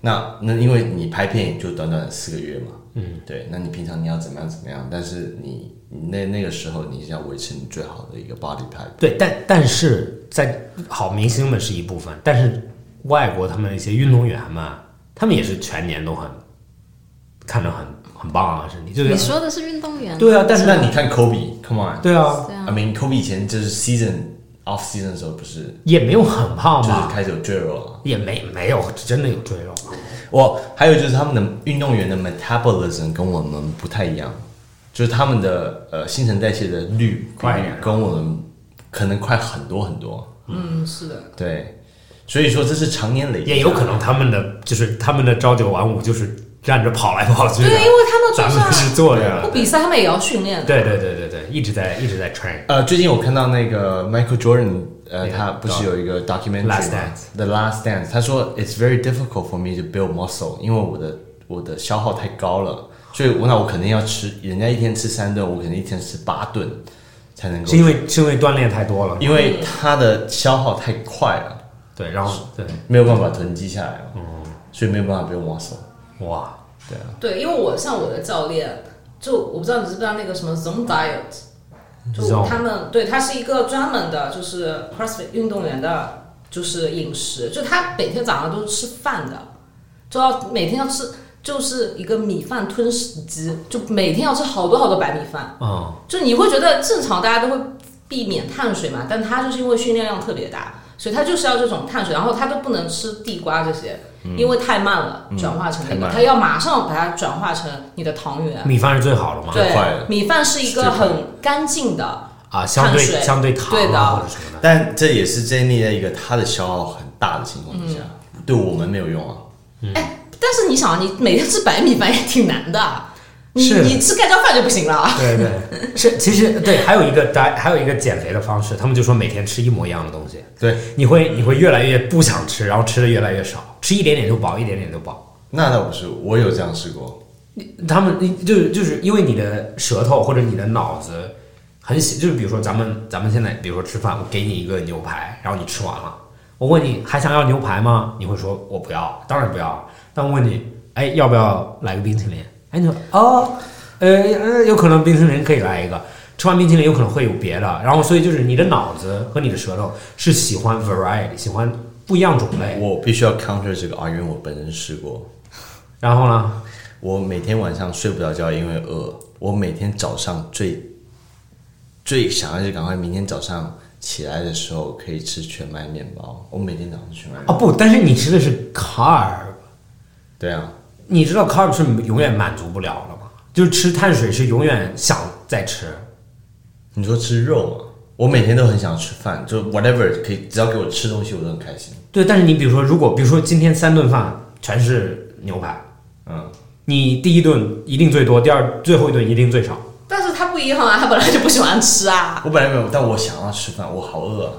[SPEAKER 4] 那那因为你拍片也就短短的四个月嘛，嗯，对，那你平常你要怎么样怎么样，但是你你那那个时候你是要维持你最好的一个 body type，
[SPEAKER 2] 对，但但是在好明星们是一部分，但是外国他们那些运动员们，他们也是全年都很看着很很棒啊，身体就是
[SPEAKER 1] 你说的是运动员。
[SPEAKER 2] 对啊，但是
[SPEAKER 4] 那你看 Kobe，come
[SPEAKER 2] 对啊，
[SPEAKER 4] on，I mean Kobe 以前就是 season off season 的时候不是
[SPEAKER 2] 也没有很胖
[SPEAKER 4] 就是
[SPEAKER 2] 吧，
[SPEAKER 4] 开始有赘肉了。
[SPEAKER 2] 也没没有真的有赘肉，
[SPEAKER 4] 我哦还有就是他们的运动员的 metabolism 跟我们不太一样，就是他们的呃新陈代谢的率
[SPEAKER 2] 快一 点
[SPEAKER 4] 跟我们可能快很多很多。
[SPEAKER 3] 嗯，是的，
[SPEAKER 4] 对，所以说这是常年累积，
[SPEAKER 2] 也有可能他们的就是他们的朝九晚五就是站着跑来跑去
[SPEAKER 3] 对，
[SPEAKER 2] 的
[SPEAKER 3] 因，为他们
[SPEAKER 2] 啊咱
[SPEAKER 3] 就
[SPEAKER 2] 们
[SPEAKER 3] 算
[SPEAKER 2] 是坐着
[SPEAKER 3] 不
[SPEAKER 2] 的，
[SPEAKER 3] 比赛，他们也要训练的，
[SPEAKER 2] 对对对对对，一直在一直在 train，
[SPEAKER 4] 呃，最近我看到 那个 Michael Jordan，
[SPEAKER 2] 那
[SPEAKER 4] 呃，
[SPEAKER 2] 个
[SPEAKER 4] 他不是有一个 documentary
[SPEAKER 2] Last
[SPEAKER 4] 吗 The Last Dance，他说 It's very difficult for me to build muscle，因为我的我的消耗太高了，所以我那我肯定要吃，人家一天吃三顿，我肯定一天吃八顿才能够
[SPEAKER 2] 是因为是因为锻炼太多了，
[SPEAKER 4] 因为它的消耗太快了，
[SPEAKER 2] 对，然后对，
[SPEAKER 4] 没有办法囤积下来嘛，所以没有办法变 muscle。
[SPEAKER 2] 哇，
[SPEAKER 4] 对啊，
[SPEAKER 3] 对，因为我像我的教练，就我不知道你知不知道那个什么 Zone Diet，就
[SPEAKER 2] Zone
[SPEAKER 3] 他们对，他是一个专门的，就是 CrossFit 运动员的，就是饮食，就他每天早上都吃饭的，就要每天要吃，就是一个米饭吞食机，就每天要吃好多好多白米饭，
[SPEAKER 2] 嗯，
[SPEAKER 3] 就你会觉得正常大家都会避免碳水嘛，但他就是因为训练量特别大，所以他就是要这种碳水，然后他都不能吃地瓜这些，因为太慢了，转化成那
[SPEAKER 4] 嗯太慢
[SPEAKER 3] 个，
[SPEAKER 4] 了
[SPEAKER 3] 他要马上把它转化成你的糖原。
[SPEAKER 2] 米饭是最好的嘛，
[SPEAKER 3] 对
[SPEAKER 4] 嗯快了，
[SPEAKER 3] 米饭是一个
[SPEAKER 4] 最快了
[SPEAKER 3] 很干净的，
[SPEAKER 2] 啊，相对
[SPEAKER 3] 碳水
[SPEAKER 2] 相对糖
[SPEAKER 3] 对的
[SPEAKER 2] 啊或者什么的，
[SPEAKER 4] 但这也是 Jenny 的一个她的消耗很大的情况之下，对我们没有用啊。
[SPEAKER 3] 但是你想，啊你每天吃白米饭也挺难的，你
[SPEAKER 2] 是
[SPEAKER 3] 你吃盖浇饭就不行了。
[SPEAKER 2] 对对，是其实对，还有一个大还有一个减肥的方式，他们就说每天吃一模一样的东西，
[SPEAKER 4] 对，
[SPEAKER 2] 你会你会越来越不想吃，然后吃的越来越少，吃一点点就饱，一点点就饱。
[SPEAKER 4] 那倒不是，我有这样试过。
[SPEAKER 2] 他们就是就是因为你的舌头或者你的脑子很喜，就是比如说咱们咱们现在比如说吃饭，我给你一个牛排，然后你吃完了，我问你还想要牛排吗？你会说我不要，当然不要。但我问你，哎，要不要来个冰淇淋？哎，你说哦，呃呃，有可能冰淇淋可以来一个。吃完冰淇淋有可能会有别的，然后所以就是你的脑子和你的舌头是喜欢 variety，喜欢不一样种类。
[SPEAKER 4] 我必须要 counter 这个 argument，我本人试过。
[SPEAKER 2] 然后呢，
[SPEAKER 4] 我每天晚上睡不着觉，因为饿。我每天早上最最想要就赶快明天早上起来的时候可以吃全麦面包。我每天早上吃全麦面
[SPEAKER 2] 哦
[SPEAKER 4] 包。
[SPEAKER 2] 不，但是你吃的是 carb，
[SPEAKER 4] 对啊，
[SPEAKER 2] 你知道 carb 是永远满足不了的吗？就是吃碳水是永远想再吃，
[SPEAKER 4] 你说吃肉嘛，我每天都很想吃饭，就 whatever 可以，只要给我吃东西，我都很开心。
[SPEAKER 2] 对。但是你比如说，如果比如说今天三顿饭全是牛排，
[SPEAKER 4] 嗯，
[SPEAKER 2] 你第一顿一定最多，第二最后一顿一定最少。
[SPEAKER 3] 但是他不一样啊，他本来就不喜欢吃啊。
[SPEAKER 4] 我本来没有，但我想要吃饭，我好饿啊。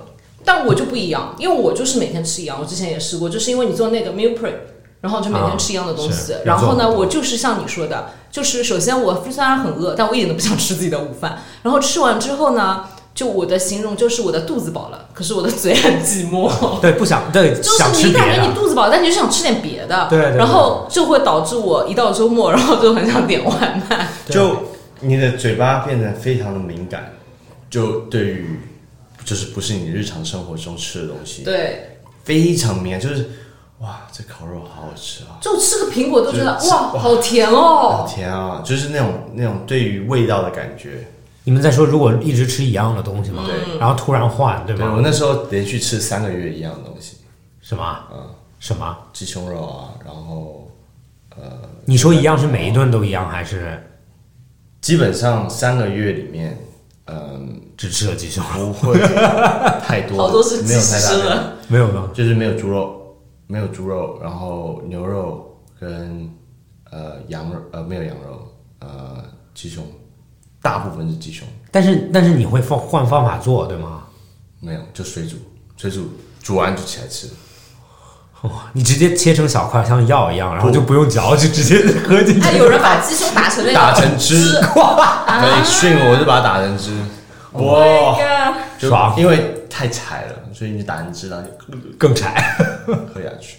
[SPEAKER 3] 但我就不一样，因为我就是每天吃一样。我之前也试过，就是因为你做那个 meal prep，然后就每天吃一样的东西。
[SPEAKER 2] 啊是
[SPEAKER 3] 然后呢，
[SPEAKER 2] 有做
[SPEAKER 3] 我就是像你说的，就是首先我虽然很饿，但我一点都不想吃自己的午饭。然后吃完之后呢，就我的形容就是我的肚子饱了，可是我的嘴很 寂寞。
[SPEAKER 2] 对，不想对想
[SPEAKER 3] 就是
[SPEAKER 2] 吃
[SPEAKER 3] 你
[SPEAKER 2] 别
[SPEAKER 3] 感觉你
[SPEAKER 2] 的，
[SPEAKER 3] 肚子饱，但你就想吃点别的，
[SPEAKER 2] 对对对
[SPEAKER 3] 然后就会导致我一到周末，然后就很想点外卖。
[SPEAKER 2] 对
[SPEAKER 4] 就你的嘴巴变得非常的敏感，就对于就是不是你日常生活中吃的东西，
[SPEAKER 3] 对，
[SPEAKER 4] 非常敏感，就是哇，这烤肉好好吃啊，
[SPEAKER 3] 就吃个苹果都觉得
[SPEAKER 4] 就是
[SPEAKER 3] 哇，
[SPEAKER 4] 哇
[SPEAKER 3] 好甜哦
[SPEAKER 4] 好。 甜啊，就是那种那种对于味道的感觉。
[SPEAKER 2] 你们在说如果一直吃一样的东西嘛，
[SPEAKER 4] 对
[SPEAKER 2] 然后突然换，对
[SPEAKER 4] 对我
[SPEAKER 2] 吗？
[SPEAKER 4] 那时候连续吃三个月一样的东西，
[SPEAKER 2] 什么？什么？
[SPEAKER 4] 鸡胸肉啊，然后
[SPEAKER 2] 你说一样是每一顿都一样，还是
[SPEAKER 4] 基本上三个月里面，嗯，
[SPEAKER 2] 只吃了鸡胸？
[SPEAKER 4] 不会太多的，
[SPEAKER 3] 好多是
[SPEAKER 4] 没有太大
[SPEAKER 3] 鸡翅
[SPEAKER 4] 量
[SPEAKER 3] 了
[SPEAKER 2] 没有吗？
[SPEAKER 4] 就是没有猪肉，没有猪肉，然后牛肉跟呃羊肉呃没有羊肉呃鸡胸，大部分是鸡胸，
[SPEAKER 2] 但是但是你会放换方法做，对吗？
[SPEAKER 4] 没有就水煮，水煮煮完就起来吃。
[SPEAKER 2] 你直接切成小块，像药一样，然后就不用嚼，就直接喝进去。
[SPEAKER 3] 哎，有人把鸡胸打成那个
[SPEAKER 4] 打成汁，可
[SPEAKER 3] 啊
[SPEAKER 4] 以训我，我就把它打成汁。
[SPEAKER 3] Oh
[SPEAKER 2] 哦
[SPEAKER 4] 哇，就
[SPEAKER 2] Oh 爽
[SPEAKER 4] 因为太柴了，所以你打成汁，然后
[SPEAKER 2] 更 柴，
[SPEAKER 4] 就 喝下去。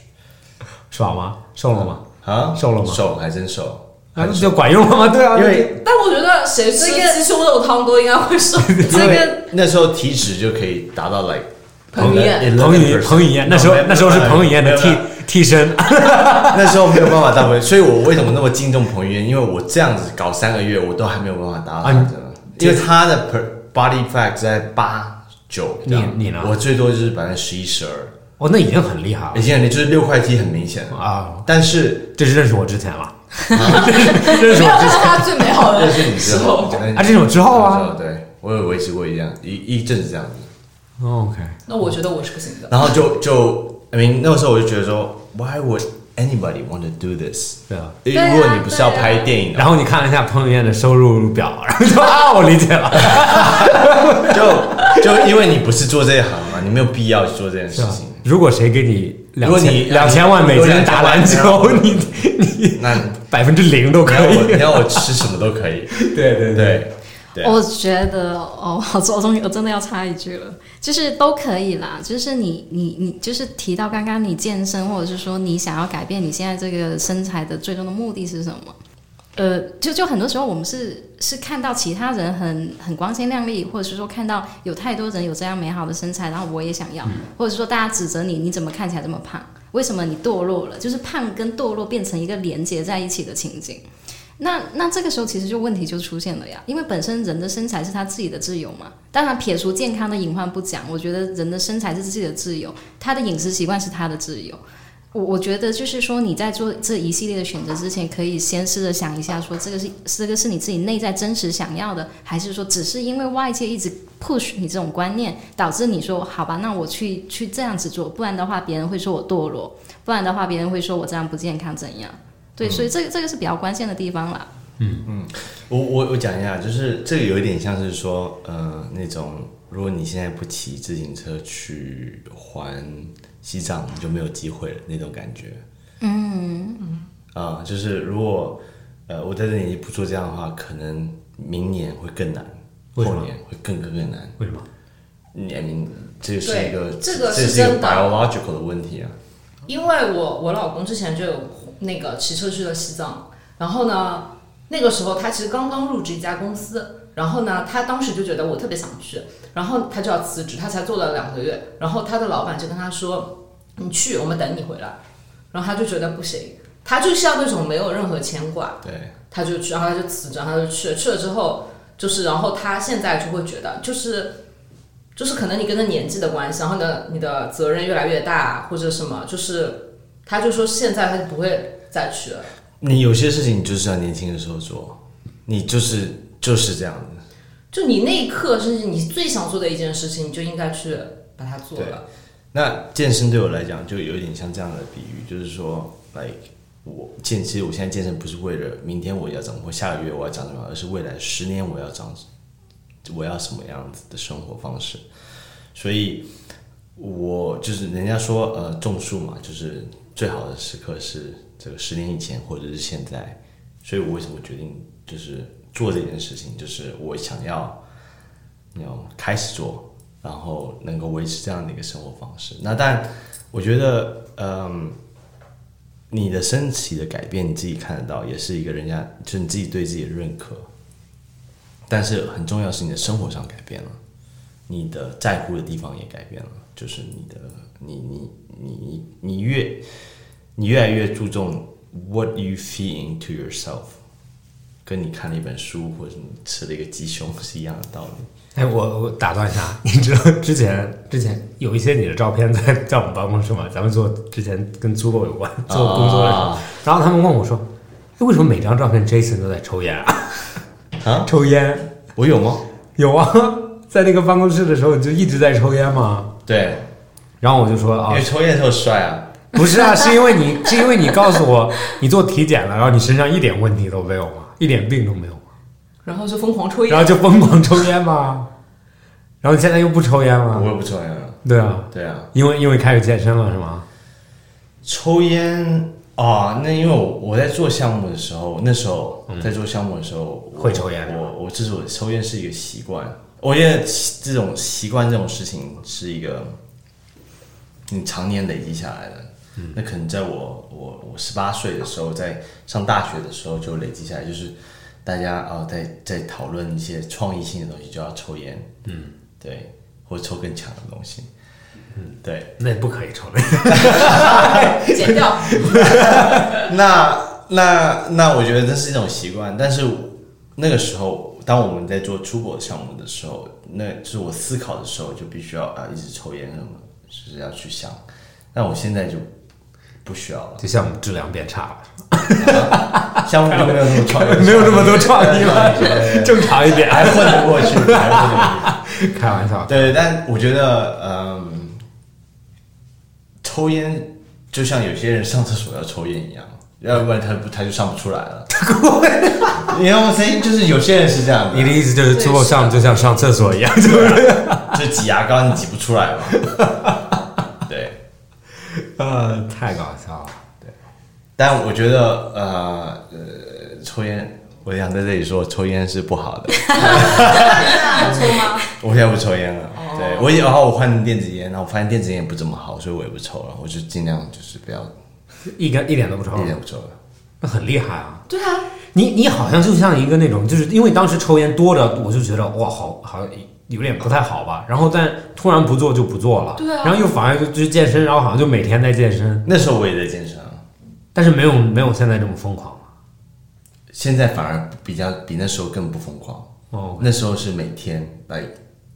[SPEAKER 2] 爽吗？瘦了吗？
[SPEAKER 4] 啊，
[SPEAKER 2] 瘦了吗
[SPEAKER 4] 瘦，还真瘦。
[SPEAKER 2] 啊，那就管用 了吗？对啊，
[SPEAKER 4] 因为
[SPEAKER 3] 但我觉得谁吃鸡胸肉汤都应该会 瘦。
[SPEAKER 4] 因为那时候体脂就可以达到 like
[SPEAKER 3] 彭于晏
[SPEAKER 2] 彭于彭于晏那时候那时候是彭于晏的替 替身，
[SPEAKER 4] 那时候没有办法达到，所以我为什么那么敬重彭于晏？因为我这样子搞三个月，我都还没有办法达到他
[SPEAKER 2] 啊
[SPEAKER 4] 这样因为他的 per body fat 在八九，这样
[SPEAKER 2] 你你呢
[SPEAKER 4] 我最多就是百分之十一、十二，
[SPEAKER 2] 哦，那已经很厉害
[SPEAKER 4] 已
[SPEAKER 2] 了
[SPEAKER 4] 经就是六块肌很明显了。
[SPEAKER 2] 啊！
[SPEAKER 4] 但是
[SPEAKER 2] 这是认识我之前了，
[SPEAKER 3] 没有，这是他最美好 的
[SPEAKER 4] 这是你之
[SPEAKER 3] 时
[SPEAKER 4] 后
[SPEAKER 3] 候。，
[SPEAKER 2] 啊这是我之后啊
[SPEAKER 4] 那时候，对我有维持过一样一一阵子这样子，
[SPEAKER 2] OK，
[SPEAKER 3] 那我觉得我是不行的。
[SPEAKER 4] 然后就就 I mean 那个时候我就觉得说，Why would anybody want to do this？
[SPEAKER 2] 对啊。
[SPEAKER 3] 对
[SPEAKER 4] 因为
[SPEAKER 3] 啊
[SPEAKER 4] 如果你不是要拍电影的话
[SPEAKER 2] 然后你看了一下彭于晏的收入表， 然后就啊，我理解了，
[SPEAKER 3] 啊
[SPEAKER 4] 就就因为你不是做这一行嘛，你没有必要去做这件事
[SPEAKER 2] 是吧
[SPEAKER 4] 情。？
[SPEAKER 2] 如果谁给你两
[SPEAKER 4] 如果你
[SPEAKER 2] 千两千万美
[SPEAKER 4] 如果
[SPEAKER 2] 金
[SPEAKER 4] 2000
[SPEAKER 2] 打
[SPEAKER 4] 万
[SPEAKER 2] 篮球，
[SPEAKER 4] 然后
[SPEAKER 2] 你你
[SPEAKER 4] 那
[SPEAKER 3] 啊
[SPEAKER 2] 百分之零都
[SPEAKER 4] 你
[SPEAKER 2] 可
[SPEAKER 4] 要我
[SPEAKER 2] 以
[SPEAKER 4] 你，要我吃什么都可以，
[SPEAKER 2] 对对
[SPEAKER 4] 对，对啊
[SPEAKER 1] 我觉得哦，好，我终于我真的要插一句了，就是都可以啦，就是你你你就是提到刚刚你健身，或者是说你想要改变你现在这个身材的最终的目的是什么？呃，就就很多时候我们是是看到其他人很很光鲜亮丽，或者是说看到有太多人有这样美好的身材，然后我也想要，或者是说大家指责你，你怎么看起来这么胖？为什么你堕落了？就是胖跟堕落变成一个连接在一起的情景。那那这个时候其实就问题就出现了呀，因为本身人的身材是他自己的自由嘛。当然撇除健康的隐患不讲，我觉得人的身材是自己的自由，他的饮食习惯是他的自由。我我觉得就是说你在做这一系列的选择之前，可以先试着想一下，说这个是这个是你自己内在真实想要的，还是说只是因为外界一直 push 你这种观念，导致你说好吧，那我去去这样子做，不然的话别人会说我堕落，不然的话别人会说我这样不健康怎样？对，所以这个这个是比较关键的地方啦。
[SPEAKER 4] 我我我讲一下，就是这个有一点像是说，呃，那种如果你现在不骑自行车去环西藏，你就没有机会了那种感觉。嗯啊、就是如果呃我在这里不做这样的话，可能明年会更难，后
[SPEAKER 2] 为什么
[SPEAKER 4] 年会更更更难。
[SPEAKER 2] 为什么？
[SPEAKER 4] 你你这是一个
[SPEAKER 3] 对这个
[SPEAKER 4] 这
[SPEAKER 3] 是
[SPEAKER 4] 是一个
[SPEAKER 3] 真的
[SPEAKER 4] biological 的问题啊。
[SPEAKER 3] 因为我我老公之前就有那个骑车去了西藏，然后呢，那个时候他其实刚刚入职一家公司，然后呢，他当时就觉得我特别想去，然后他就要辞职，他才做了两个月，然后他的老板就跟他说：“你去，我们等你回来。”然后他就觉得不行，他就是要那种没有任何牵挂，
[SPEAKER 4] 对，
[SPEAKER 3] 他就去，然后他就辞职，然后他就去了。去了之后，就是然后他现在就会觉得，就是就是可能你跟着年纪的关系，然后呢，你的责任越来越大或者什么，就是他就说现在他就不会再去了。
[SPEAKER 4] 你有些事情你就是要年轻的时候做，你就是就是这样子。
[SPEAKER 3] 就你那一刻，甚至你最想做的一件事情，你就应该去把它做了。
[SPEAKER 4] 那健身对我来讲就有点像这样的比喻，就是说，like 我健，其实我现在健身不是为了明天我要长或下个月我要长什么样，而是未来十年我要长，我要什么样子的生活方式。所以，我就是人家说呃种树嘛，就是最好的时刻是这个十年以前或者是现在。所以我为什么决定就是做这件事情，就是我想要，你要开始做，然后能够维持这样的一个生活方式。那但我觉得，嗯，你的身体的改变你自己看得到，也是一个人家就是你自己对自己的认可。但是很重要是你的生活上改变了，你的在乎的地方也改变了，就是你的你你你你你越你越来越注重 what you feed into yourself，跟你看了一本书或者你吃了一个鸡胸是一样的道理。
[SPEAKER 2] 哎，我我打断一下，啊你知道 之前之前有一些你的照片在在我们办公室嘛？咱们做之前跟租购有关做工作的时候，
[SPEAKER 4] 啊
[SPEAKER 2] 然后他们问我说：“哎，为什么每张照片 Jason 都在抽烟啊？
[SPEAKER 4] 啊
[SPEAKER 2] 抽烟
[SPEAKER 4] 我有吗？
[SPEAKER 2] 有啊， 在那个办公室的时候你就一直在抽烟嘛。
[SPEAKER 4] 对，”
[SPEAKER 2] 然后我就说：“啊
[SPEAKER 4] 因为，抽烟的时候帅啊，
[SPEAKER 2] 不是啊，是因为你是因为你告诉我你做体检了，然后你身上一点问题都没有嘛，一点病都没有嘛，
[SPEAKER 3] 然后就疯狂抽
[SPEAKER 2] 然
[SPEAKER 3] 烟
[SPEAKER 2] 后，就疯狂抽烟嘛，然后你现在又不抽烟
[SPEAKER 4] 我
[SPEAKER 2] 了，
[SPEAKER 4] 也不抽烟啊。
[SPEAKER 2] 对啊。”
[SPEAKER 4] 对啊，
[SPEAKER 2] 因为因为开始健身了是吗？
[SPEAKER 4] 抽烟啊，那因为我我在做项目的时候，那时候在做项目的时候、我
[SPEAKER 2] 嗯会抽烟是吧
[SPEAKER 4] 我我这是我抽烟是一个习惯，我觉得这种习惯这种事情是一个你常年累积下来的。
[SPEAKER 2] 嗯
[SPEAKER 4] 那可能在我我我十八岁的时候，在上大学的时候就累积下来，就是大家哦，在在讨论一些创意性的东西，就要抽烟，嗯，对，或者抽更强的东西，嗯，对。
[SPEAKER 2] 那不可以抽的。
[SPEAKER 3] 剪掉。
[SPEAKER 4] 那那那，我觉得这是一种习惯。但是那个时候，当我们在做出国项目的时候，那就是我思考的时候，就必须要啊一直抽烟什么，就是要去想。但我现在就不需要了，
[SPEAKER 2] 就项目质量变差了，
[SPEAKER 4] 项目就没有那么创意，
[SPEAKER 2] 没有那么多创意了
[SPEAKER 4] 对对对，
[SPEAKER 2] 正常一点。
[SPEAKER 4] 还混得过去，还混得过去。
[SPEAKER 2] 开玩笑，
[SPEAKER 4] 对，但我觉得，嗯，抽烟就像有些人上厕所要抽烟一样，要不然他不他就上不出来了。 你知道吗？所以就是有些人是这样
[SPEAKER 2] 你
[SPEAKER 4] 的，
[SPEAKER 2] 的意思就是做项目就像上厕所一样，
[SPEAKER 4] 就挤牙膏你挤不出来嘛。对，
[SPEAKER 2] 呃，太搞笑了。
[SPEAKER 4] 但我觉得，呃呃，抽烟我想在这里说，抽烟是不好的。
[SPEAKER 3] 还抽啊吗？
[SPEAKER 4] 我现在不抽烟了，对我也，然后我换电子烟，然后我发现电子烟也不怎么好，所以我也不抽了，我就尽量就是不要
[SPEAKER 2] 一根一点都不抽
[SPEAKER 4] 一，点不抽了。
[SPEAKER 2] 那很厉害啊！
[SPEAKER 3] 对啊，
[SPEAKER 2] 你你好像就像一个那种，就是因为当时抽烟多着，我就觉得哇，好好有点不太好吧。然后但突然不做就不做了，
[SPEAKER 3] 对啊
[SPEAKER 2] 然后又反而就就健身，然后好像就每天在健身，
[SPEAKER 4] 那时候我也在健身，啊，
[SPEAKER 2] 但是没有没有现在这么疯狂了。
[SPEAKER 4] 现在反而比较比那时候更不疯狂。
[SPEAKER 2] 哦
[SPEAKER 4] 那时候是每天来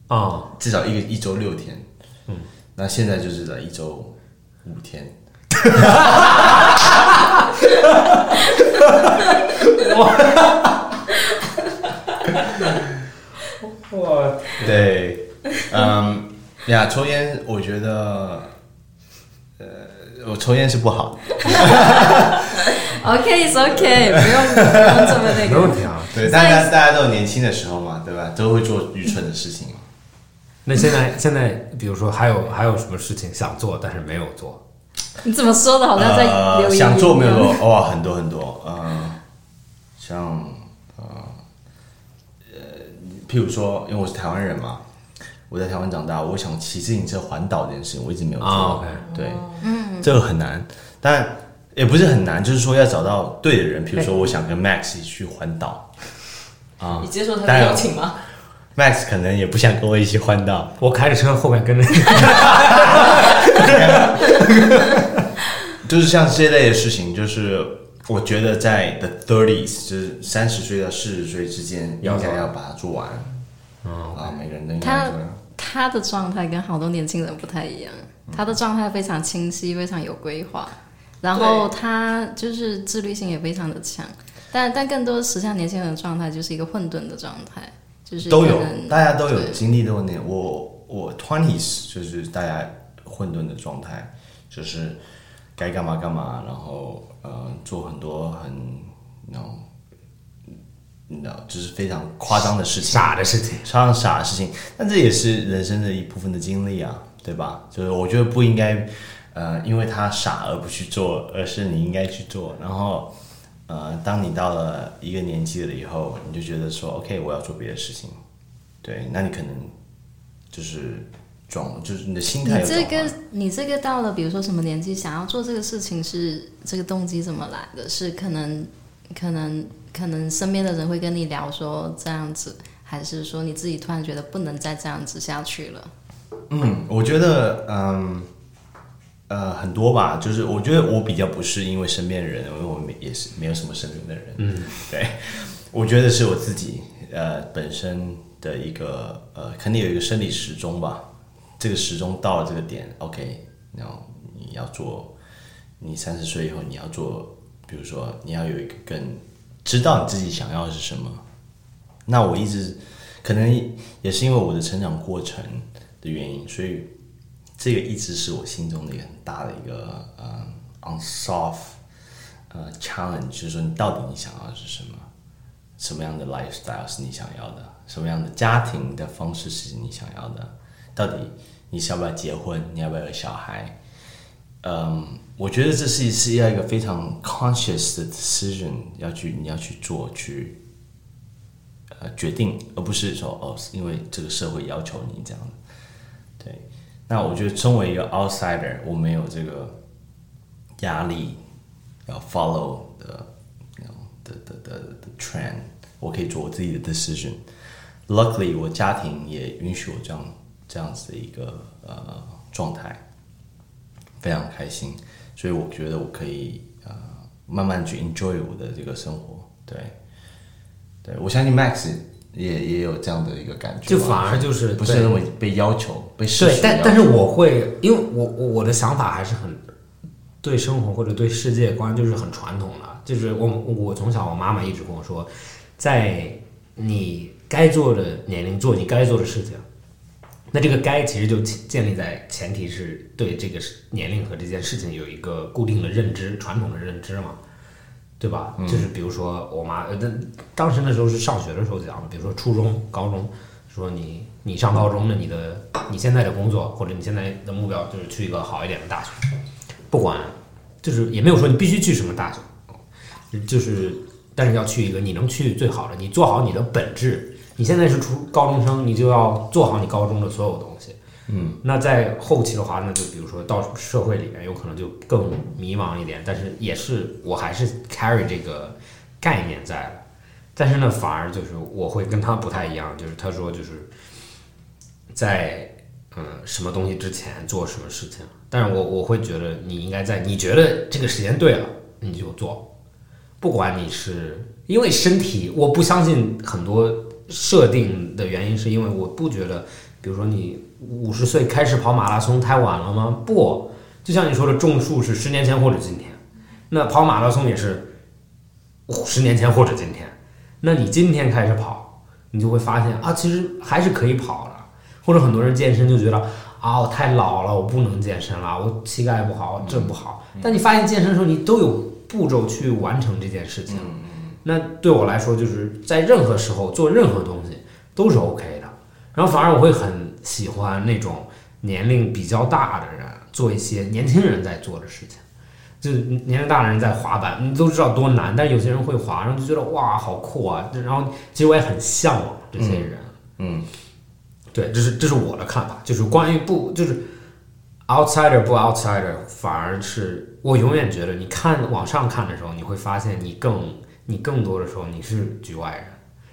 [SPEAKER 2] 啊，
[SPEAKER 4] 至少一个一周六天，嗯，那现在就是来一周五天。
[SPEAKER 2] 哇，
[SPEAKER 4] 对，嗯呀，抽烟我觉得，呃，我抽烟是不好的，
[SPEAKER 1] OK，it's OK，不用不用这么那
[SPEAKER 2] 没问
[SPEAKER 1] 个。
[SPEAKER 2] 题啊。
[SPEAKER 4] 对，大家大家都有年轻的时候嘛，对吧？都会做愚蠢的事情嘛。
[SPEAKER 2] 那现在现在，比如说还有还有什么事情想做，但是没有做？
[SPEAKER 1] 你怎么说的？好像哦在留
[SPEAKER 4] 呃，
[SPEAKER 1] 言、
[SPEAKER 4] 想做没有？做，哇、很多很多，呃，像呃呃，譬如说，因为我是台湾人嘛，我在台湾长大，我想骑自行车环岛这件事情，我一直没有做。
[SPEAKER 2] 啊，OK
[SPEAKER 4] 对，
[SPEAKER 1] 哦
[SPEAKER 4] 嗯，这个很难，但也不是很难，就是说要找到对的人。譬如说，我想跟 Max 一起去环岛啊、
[SPEAKER 3] 你接受他的邀请吗？
[SPEAKER 4] m a x 可能也不想跟我一起环岛，
[SPEAKER 2] 我开着车后面跟着你。
[SPEAKER 4] 就是像这类的事情，就是我觉得在 the thirties，就是三十岁到四十岁之间，
[SPEAKER 2] 要
[SPEAKER 4] 应
[SPEAKER 2] 做
[SPEAKER 4] 该要把它做完。啊，每个人都应该
[SPEAKER 1] 他
[SPEAKER 4] 做完。
[SPEAKER 1] 他的状态跟好多年轻人不太一样，
[SPEAKER 4] 嗯
[SPEAKER 1] 他的状态非常清晰，非常有规划，然后他就是自律性也非常的强，但但更多时下年轻人的状态就是一个混沌的状态，就是
[SPEAKER 4] 都
[SPEAKER 1] 可
[SPEAKER 4] 有，
[SPEAKER 1] 能
[SPEAKER 4] 大家都有
[SPEAKER 1] 对
[SPEAKER 4] 经历过那我我 twenties 就是大家混沌的状态，就是该干嘛干嘛，然后呃做很多很那种，你知道，就是非常夸张的事情，
[SPEAKER 2] 傻的事情，
[SPEAKER 4] 常常傻的事情，但这也是人生的一部分的经历啊，对吧？就是我觉得不应该，呃，因为他傻而不去做，而是你应该去做。然后，呃，当你到了一个年纪了以后，你就觉得说，OK，我要做别的事情。对，那你可能就是转，就是你的心态
[SPEAKER 1] 你
[SPEAKER 4] 有啊
[SPEAKER 1] 这
[SPEAKER 4] 转
[SPEAKER 1] 个
[SPEAKER 4] 换。
[SPEAKER 1] 你这个到了，比如说什么年纪，想要做这个事情是这个动机怎么来的？是可能可能可能身边的人会跟你聊说这样子，还是说你自己突然觉得不能再这样子下去了？
[SPEAKER 4] 嗯，我觉得，嗯，呃，很多吧。就是我觉得我比较不是因为身边的人，因为我没也是没有什么身边的人。嗯，对，我觉得是我自己呃本身的一个呃，肯定有一个生理时钟吧。这个时钟到了这个点，OK，然后你要做，你三十岁以后你要做，比如说你要有一个更知道你自己想要的是什么。那我一直可能也是因为我的成长过程的原因，所以这个一直是我心中的一个很大的一个呃 unsolved 呃 challenge，就是说你到底你想要的是什么，什么样的 lifestyle 是你想要的，什么样的家庭的方式是你想要的，到底你是要不要结婚，你要不要有小孩？嗯，我觉得这是是要一个非常 conscious 的 decision，要去你要去做去呃决定，而不是说哦，是因为这个社会要求你这样对，那我觉得身为一个 outsider，我没有这个压力要 follow 的的的的的 trend，我可以做我自己的 decision。Luckily，我家庭也允许我这样这样子的一个呃状态，非常开心，所以我觉得我可以呃慢慢去 enjoy 我的这个生活，对。对，我相信 Max 也也有这样的一个感觉吧，
[SPEAKER 2] 就反而就是
[SPEAKER 4] 不是
[SPEAKER 2] 对
[SPEAKER 4] 那么被要求、被世
[SPEAKER 2] 对
[SPEAKER 4] 俗，
[SPEAKER 2] 但
[SPEAKER 4] 要
[SPEAKER 2] 但是
[SPEAKER 4] 求
[SPEAKER 2] 我会，因为我我我的想法还是很对生活或者对世界观就是很传统的，就是我我从小我妈妈一直跟我说，在你该做的年龄做你该做的事情，那这个该其实就建建立在前提是对这个事年龄和这件事情有一个固定的认知，传统的认知嘛。对吧？就是比如说，我妈，呃，但当时那时候是上学的时候讲的，比如说初中、高中，说你你上高中的你的你现在的工作或者你现在的目标就是去一个好一点的大学，不管就是也没有说你必须去什么大学，就是但是要去一个你能去最好的，你做好你的本质。你现在是初高中生，你就要做好你高中的所有东西。嗯，那在后期的话，那就比如说到社会里面，有可能就更迷茫一点，但是也是我还是 carry 这个概念在了。但是呢，反而就是我会跟他不太一样，就是他说就是在嗯什么东西之前做什么事情，但是我我会觉得你应该在你觉得这个时间对了你就做，不管你是因为身体，我不相信很多设定的原因是因为我不觉得，比如说你五十岁开始跑马拉松太晚了吗？不，就像你说的，种树是十年前或者今天，那跑马拉松也是十年前或者今天。那你今天开始跑，你就会发现啊，其实还是可以跑了。或者很多人健身就觉得啊，我太老了，我不能健身了，我膝盖不好，这不好。但你发现健身的时候，你都有步骤去完成这件事情。那对我来说，就是在任何时候做任何东西都是 OK 的。然后反而我会很喜欢那种年龄比较大的人做一些年轻人在做的事情。就是年龄大的人在滑板，你都知道多难，但是有些人会滑，然后就觉得哇，好酷啊！然后其实我也很向往这些人。
[SPEAKER 4] 嗯，
[SPEAKER 2] 对，这是这是我的看法，就是关于不就是 outsider 不 outsider，反而是我永远觉得，你看往上看的时候，你会发现你更你更多的时候你是局外人，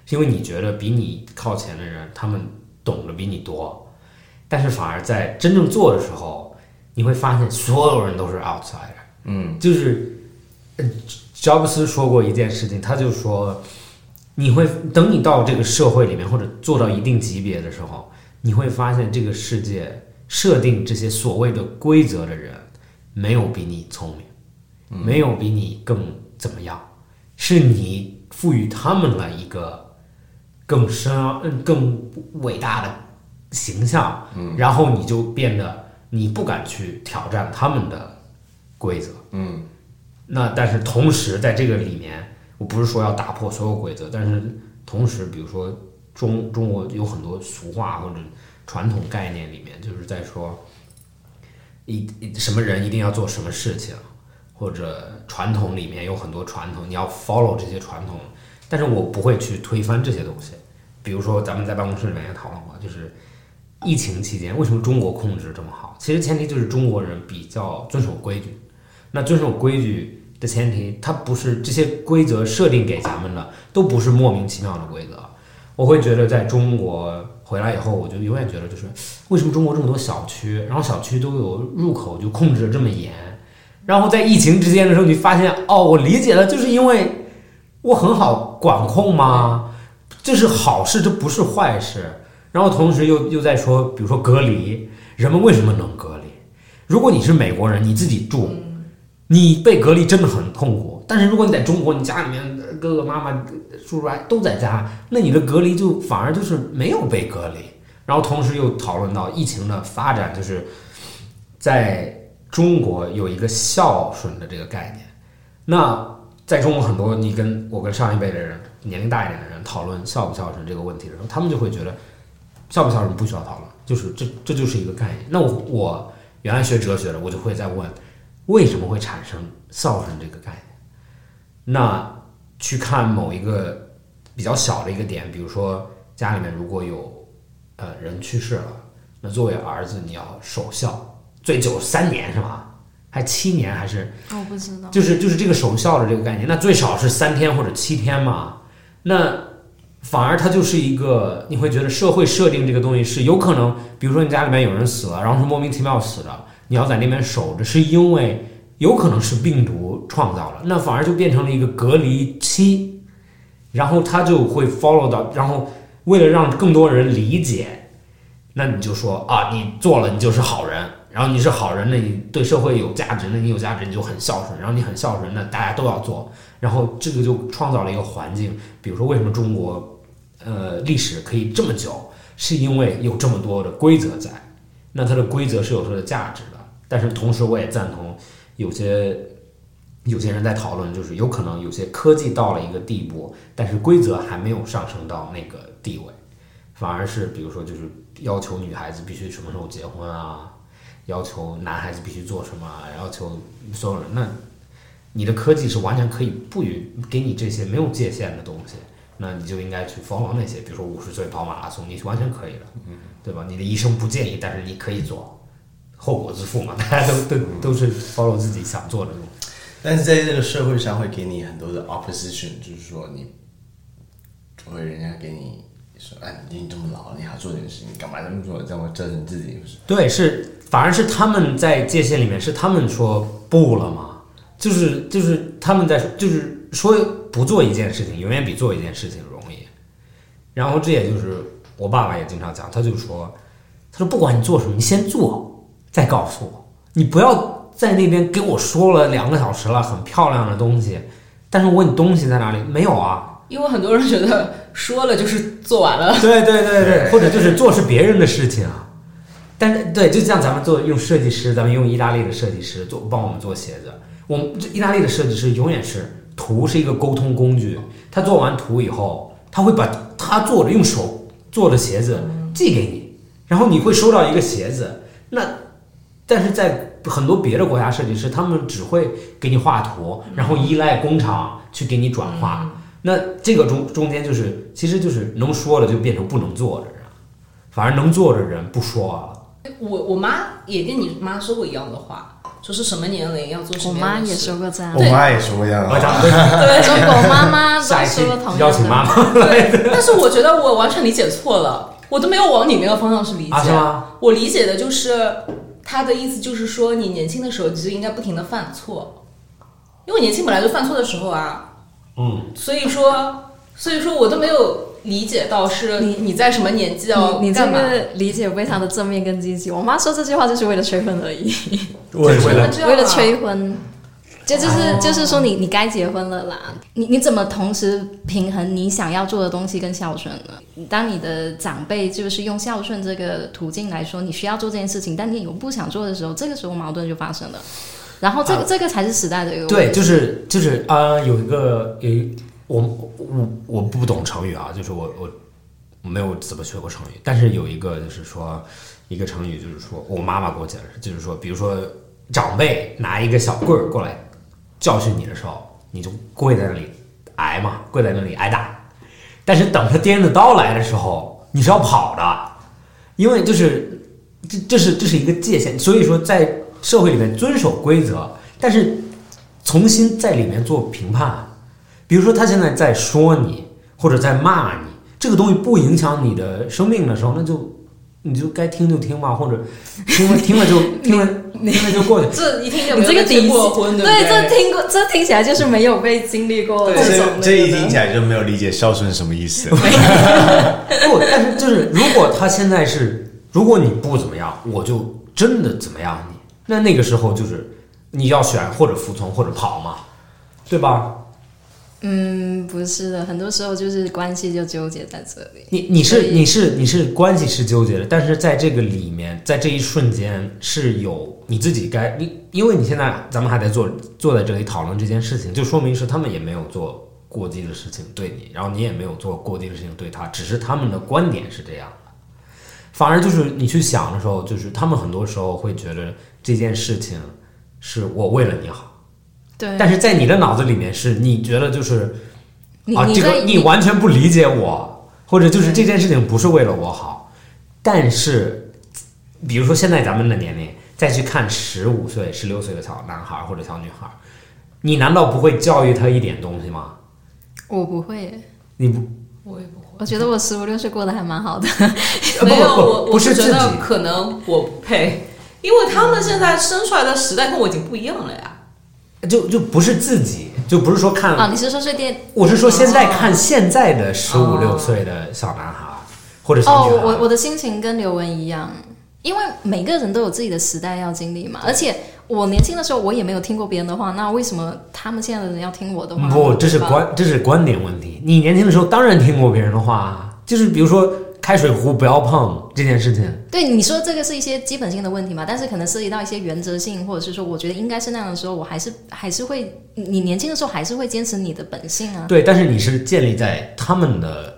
[SPEAKER 2] 是因为你觉得比你靠前的人他们懂得比你多，但是反而在真正做的时候，你会发现所有人都是 outsider。就是，呃，乔布斯说过一件事情，他就说，你会等你到这个社会里面或者做到一定级别的时候，你会发现这个世界设定这些所谓的规则的人，没有比你聪明，没有比你更怎么样，是你赋予他们了一个更深、嗯更伟大的形象，然后你就变得你不敢去挑战他们的规则，嗯，那但是同时在这个里面，我不是说要打破所有规则，但是同时，比如说中中国有很多俗话或者传统概念里面，就是在说一一什么人一定要做什么事情，或者传统里面有很多传统，你要 follow 这些传统，但是我不会去推翻这些东西。比如说咱们在办公室里面也讨论过，就是疫情期间为什么中国控制这么好？其实前提就是中国人比较遵守规矩。那遵守规矩的前提，它不是这些规则设定给咱们的，都不是莫名其妙的规则。我会觉得在中国回来以后，我就永远觉得就是为什么中国这么多小区，然后小区都有入口就控制的这么严，然后在疫情之间的时候，你发现哦，我理解了，就是因为我很好管控嘛，这是好事，这不是坏事。然后同时又又在说，比如说隔离，人们为什么能隔离？如果你是美国人，你自己住，你被隔离真的很痛苦。但是如果你在中国，你家里面呃哥哥妈妈、叔叔阿姨都在家，那你的隔离就反而就是没有被隔离。然后同时又讨论到疫情的发展，就是在中国有一个孝顺的这个概念。那在中国很多你跟我跟上一辈的人年龄大一点的人讨论孝不孝顺这个问题的时候，他们就会觉得孝不孝顺不需要讨论，就是这这就是一个概念。那我我原来学哲学的，我就会在问为什么会产生孝顺这个概念？那去看某一个比较小的一个点，比如说家里面如果有呃人去世了，那作为儿子你要守孝，最久三年是吧？还七年还是
[SPEAKER 1] 哦我不知道。
[SPEAKER 2] 就是就是这个守孝的这个概念，那最少是三天或者七天嘛。那反而它就是一个，你会觉得社会设定这个东西是有可能，比如说你家里面有人死了，然后是莫名其妙死的，你要在那边守着，是因为有可能是病毒创造了，那反而就变成了一个隔离期，然后它就会 follow 到，然后为了让更多人理解，那你就说啊，你做了你就是好人，然后你是好人，那你对社会有价值，那你有价值你就很孝顺，然后你很孝顺，那大家都要做，然后这个就创造了一个环境，比如说为什么中国呃历史可以这么久，是因为有这么多的规则在，那它的规则是有它的价值的，但是同时我也赞同有些。有些人在讨论，就是有可能有些科技到了一个地步，但是规则还没有上升到那个地位，反而是比如说就是要求女孩子必须什么时候结婚啊，要求男孩子必须做什么啊，要求所有人那你的科技是完全可以不予给你这些没有界限的东西，那你就应该去 follow 那些，比如说五十岁跑马拉松，你是完全可以的，对吧？你的医生不建议，但是你可以做，后果自负嘛，大家都都都是 follow 自己想做的东西。
[SPEAKER 4] 但是在这个社会上会给你很多的 opposition，就是说你，会人家给你说，哎，你已经这么老了，你还做这件事情，你干嘛这么做，这么折腾自己？就是
[SPEAKER 2] 对，是反而是他们在界限里面，是他们说不了嘛，就是就是他们在就是说不做一件事情，永远比做一件事情容易。然后这也就是我爸爸也经常讲，他就说，他说不管你做什么，你先做，再告诉我，你不要在那边给我说了两个小时了，很漂亮的东西，但是我问你东西在哪里，没有啊，
[SPEAKER 3] 因为很多人觉得说了就是做完了，
[SPEAKER 2] 对对对对，或者就是做是别人的事情啊。但是对，就像咱们做用设计师，咱们用意大利的设计师做帮我们做鞋子，我们这意大利的设计师永远是图是一个沟通工具，他做完图以后，他会把他做的用手做的鞋子寄给你，然后你会收到一个鞋子。那但是在很多别的国家设计师，他们只会给你画图，然后依赖工厂去给你转化。那这个中中间就是，其实就是能说的就变成不能做的人，反而能做的人不说了。
[SPEAKER 3] 我我妈也跟你妈说过一样的话，说是什么年龄要做什
[SPEAKER 1] 我
[SPEAKER 3] 么样
[SPEAKER 1] 妈
[SPEAKER 3] 的
[SPEAKER 1] 也
[SPEAKER 3] 事
[SPEAKER 1] 说过这样
[SPEAKER 4] 我，妈也说过这样
[SPEAKER 2] 我
[SPEAKER 4] 的，
[SPEAKER 2] 讲的
[SPEAKER 1] 对，中国妈妈都
[SPEAKER 2] 下一期
[SPEAKER 1] 说过同
[SPEAKER 2] 邀
[SPEAKER 1] 样
[SPEAKER 2] 请
[SPEAKER 1] 的。
[SPEAKER 2] 妈妈
[SPEAKER 3] 对， 但是我觉得我完全理解错了，我都没有往你那个方向去理解。
[SPEAKER 2] 啊，是吗？
[SPEAKER 3] 我理解的就是他的意思，就是说你年轻的时候你就应该不停的犯错，因为年轻本来就犯错的时候啊，
[SPEAKER 2] 嗯，
[SPEAKER 3] 所以说，所以说我都没有理解到是你你在什么年纪要
[SPEAKER 1] 你你这
[SPEAKER 3] 干嘛。
[SPEAKER 1] 个理解非常的正面跟积极。我妈说这句话就是为了催婚而已，
[SPEAKER 4] 我也
[SPEAKER 2] 这是为
[SPEAKER 4] 觉得
[SPEAKER 2] 了
[SPEAKER 3] 那这样啊
[SPEAKER 1] 为了催婚，哦就就是就是说你你该结婚了啦。你你怎么同时平衡你想要做的东西跟孝顺呢？当你的长辈就是用孝顺这个途径来说你需要做这件事情，但你有不想做的时候，这个时候矛盾就发生了。然后这个、这个才是时代的一个
[SPEAKER 2] 对，就是就是啊、有一个有一我我我不懂成语啊，就是我我没有怎么学过成语，但是有一个就是说一个成语，就是说我妈妈给我解释，就是说，比如说长辈拿一个小棍儿过来教训你的时候，你就跪在那里挨嘛，跪在那里挨打。但是等他掂着刀来的时候，你是要跑的，因为就是这这是这是一个界限，所以说在社会里面遵守规则，但是重新在里面做评判。比如说他现在在说你或者在骂你，这个东西不影响你的生命的时候，那就你就该听就听吧，或者听了听了就听了听了就过去。
[SPEAKER 3] 这一听就没
[SPEAKER 1] 你
[SPEAKER 3] 有
[SPEAKER 1] 这个
[SPEAKER 3] 结
[SPEAKER 1] 底
[SPEAKER 3] 过婚，
[SPEAKER 1] 对
[SPEAKER 3] 不对？
[SPEAKER 1] 这听过，这听起来就是没有被经历过
[SPEAKER 3] 对
[SPEAKER 1] 这种
[SPEAKER 4] 这
[SPEAKER 1] 的
[SPEAKER 4] 这一听起来就没有理解孝顺是什么意思。
[SPEAKER 2] 不，但是就是如果他现在是，如果你不怎么样，我就真的怎么样你。那那个时候就是你要选或者服从或者跑嘛，对吧？
[SPEAKER 1] 嗯，不是的，很多时候就是关系就纠结在这里。
[SPEAKER 2] 你你
[SPEAKER 1] 所
[SPEAKER 2] 是
[SPEAKER 1] 以
[SPEAKER 2] 你是你是关系是纠结的，但是在这个里面，在这一瞬间是有你自己该你，因为你现在咱们还在做坐在这里讨论这件事情，就说明是他们也没有做过激的事情对你，然后你也没有做过激的事情对他，只是他们的观点是这样。反而就是你去想的时候，就是他们很多时候会觉得这件事情是我为了你好，
[SPEAKER 1] 对，
[SPEAKER 2] 但是在你的脑子里面是你觉得就是
[SPEAKER 1] 你
[SPEAKER 2] 啊，
[SPEAKER 1] 你
[SPEAKER 2] 这
[SPEAKER 1] 在
[SPEAKER 2] 个你完全不理解我，或者就是这件事情不是为了我好，但是比如说现在咱们的年龄再去看十五岁、十六岁的小男孩或者小女孩，你难道不会教育他一点东西吗？
[SPEAKER 1] 我不会耶，
[SPEAKER 2] 你不
[SPEAKER 3] 我也不会。
[SPEAKER 1] 我觉得我十五六岁过得还蛮好 的。
[SPEAKER 2] 呃
[SPEAKER 3] 没有，
[SPEAKER 2] 不
[SPEAKER 3] 我
[SPEAKER 2] 不不
[SPEAKER 3] 我
[SPEAKER 2] 是自
[SPEAKER 3] 觉
[SPEAKER 2] 己
[SPEAKER 3] 得可能我不配，因为他们现在生出来的时代跟我已经不一样了呀。
[SPEAKER 2] 就就不是自己，就不是说看
[SPEAKER 1] 啊，你哦是说睡电？
[SPEAKER 2] 我是说现在看现在的十五六岁的小男孩或者小
[SPEAKER 1] 哦，
[SPEAKER 2] 女孩，
[SPEAKER 1] 我我的心情跟刘雯一样，因为每个人都有自己的时代要经历嘛。而且我年轻的时候，我也没有听过别人的话，那为什么他们现在的人要听我的话？
[SPEAKER 2] 不，嗯这是
[SPEAKER 1] 对吧
[SPEAKER 2] 观这是观点问题。你年轻的时候当然听过别人的话啊，就是比如说开水壶不要碰这件事情，
[SPEAKER 1] 对你说这个是一些基本性的问题嘛，但是可能涉及到一些原则性，或者是说我觉得应该是那样的时候，我还是还是会，你你年轻的时候还是会坚持你的本性啊。
[SPEAKER 2] 对，但是你是建立在他们的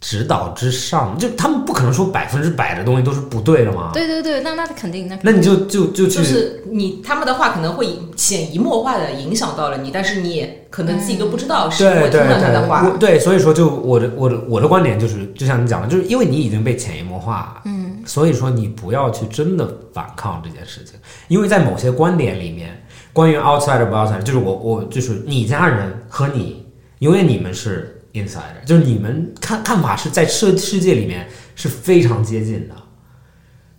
[SPEAKER 2] 指导之上，就他们不可能说百分之百的东西都是不对的嘛。
[SPEAKER 1] 对对对，那那肯定，那
[SPEAKER 2] 啊那
[SPEAKER 1] 肯定
[SPEAKER 2] 你就就就去、
[SPEAKER 3] 就是你他们的话可能会潜移默化的影响到了你，但是你也可能自己都不知道是因
[SPEAKER 2] 对
[SPEAKER 3] 为听
[SPEAKER 2] 嗯对
[SPEAKER 3] 了他
[SPEAKER 2] 对
[SPEAKER 3] 的话。
[SPEAKER 2] 我对，所以说就我的我的我的观点就是，就像你讲的，就是因为你已经被潜移默化，嗯，所以说你不要去真的反抗这件事情，因为在某些观点里面，关于 outside 不 outside，就是我我就是你家人和你，永远你们是 insider，就是你们看看法是在世世界里面是非常接近的。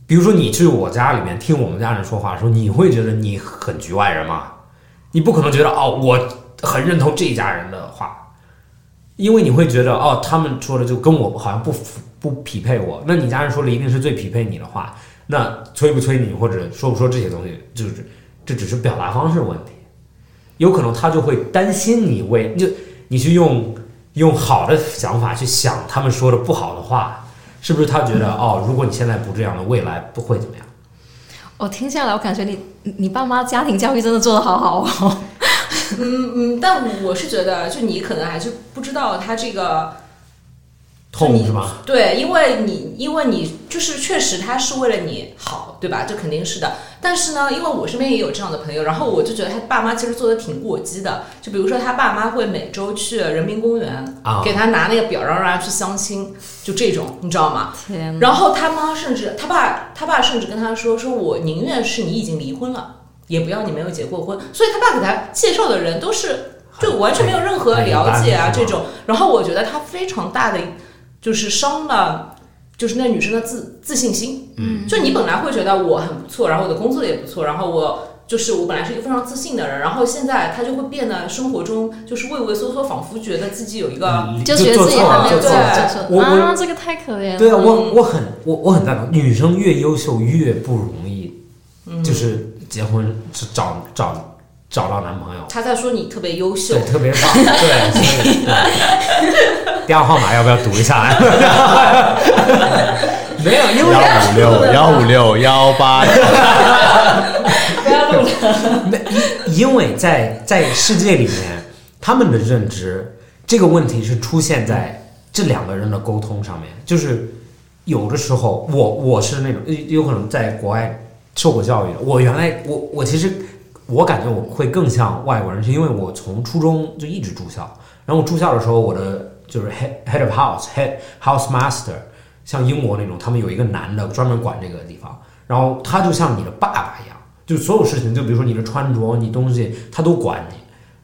[SPEAKER 2] 比如说你去我家里面听我们家人说话的时候，你会觉得你很局外人吗？你不可能觉得哦，我很认同这一家人的话，因为你会觉得哦，他们说的就跟我好像不符不匹配我。那你家人说的一定是最匹配你的话，那催不催你或者说不说这些东西，就是这只是表达方式问题。有可能他就会担心你为就你去用用好的想法去想他们说的不好的话，是不是他觉得哦，如果你现在不这样了，未来不会怎么样？
[SPEAKER 1] 我哦听下来，我感觉你你你爸妈家庭教育真的做得好好哦。
[SPEAKER 3] 嗯，但我是觉得，就你可能还是不知道他这个
[SPEAKER 2] 痛是吗？
[SPEAKER 3] 对，因为你因为你就是确实他是为了你好，对吧？这肯定是的。但是呢，因为我身边也有这样的朋友，然后我就觉得他爸妈其实做的挺过激的。就比如说他爸妈会每周去人民公园
[SPEAKER 2] 啊
[SPEAKER 3] 给他拿那个表，然后让他去相亲，就这种，你知道吗？
[SPEAKER 2] 嗯
[SPEAKER 1] 天哪，
[SPEAKER 3] 然后他妈甚至他爸他爸甚至跟他说，说我宁愿是你已经离婚了，也不要你没有结过婚。所以他爸给他介绍的人都是对完全没有任何了解啊
[SPEAKER 2] 很一般
[SPEAKER 3] 这种。然后我觉得他非常大的就是伤了。就是那女生的自自信心，嗯，就你本来会觉得我很不错，然后我的工作也不错，然后我就是我本来是一个非常自信的人，然后现在他就会变得生活中就是畏畏缩缩，仿佛觉得自己有一个
[SPEAKER 2] 嗯
[SPEAKER 1] 就觉得自己
[SPEAKER 2] 做错
[SPEAKER 1] 还
[SPEAKER 2] 了
[SPEAKER 1] 没有
[SPEAKER 2] 做
[SPEAKER 1] 做
[SPEAKER 2] 错了
[SPEAKER 3] 对
[SPEAKER 1] 做
[SPEAKER 2] 我
[SPEAKER 1] 错
[SPEAKER 2] 我
[SPEAKER 1] 啊，这个太可怜了。
[SPEAKER 2] 对啊，我我很我我很赞同，女生越优秀越不容易，就是结婚是找找找到男朋友，
[SPEAKER 3] 他在说你特别优秀
[SPEAKER 2] 对，，特别棒，对，所以对电话号码要不要读一下？啊 没有，因为
[SPEAKER 4] 幺五六幺五六幺八，
[SPEAKER 3] 不要录了。
[SPEAKER 2] 因为在在世界里面，他们的认知这个问题是出现在这两个人的沟通上面，就是有的时候我我是那种有有可能在国外受过教育的，我原来我我其实我感觉我会更像外国人，是因为我从初中就一直住校，然后我住校的时候，我的就是 head head of house head house master，像英国那种，他们有一个男的专门管这个地方，然后他就像你的爸爸一样，就所有事情，就比如说你的穿着、你东西，他都管你。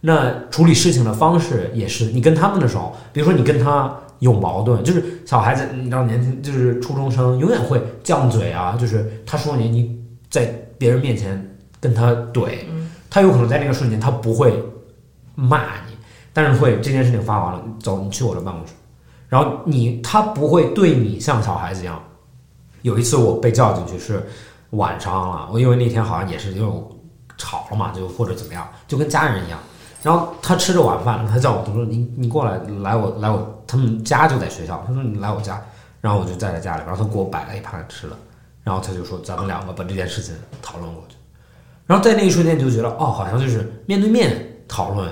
[SPEAKER 2] 那处理事情的方式也是，你跟他们的时候，比如说你跟他有矛盾，就是小孩子，你知道年轻就是初中生，永远会犟嘴啊，就是他说你，你在别人面前跟他怼，他有可能在那个瞬间他不会骂你，但是会这件事情发完了，走，你去我的办公室，然后你他不会对你像小孩子一样。有一次我被叫进去是晚上了，我因为那天好像也是因为我吵了嘛，就或者怎么样，就跟家人一样。然后他吃着晚饭，他叫我，他说你你过来，来我来我，他们家就在学校，他说你来我家，然后我就在他家里，然后他给我摆了一盘吃的，然后他就说咱们两个把这件事情讨论过去。然后在那一瞬间就觉得哦，好像就是面对面讨论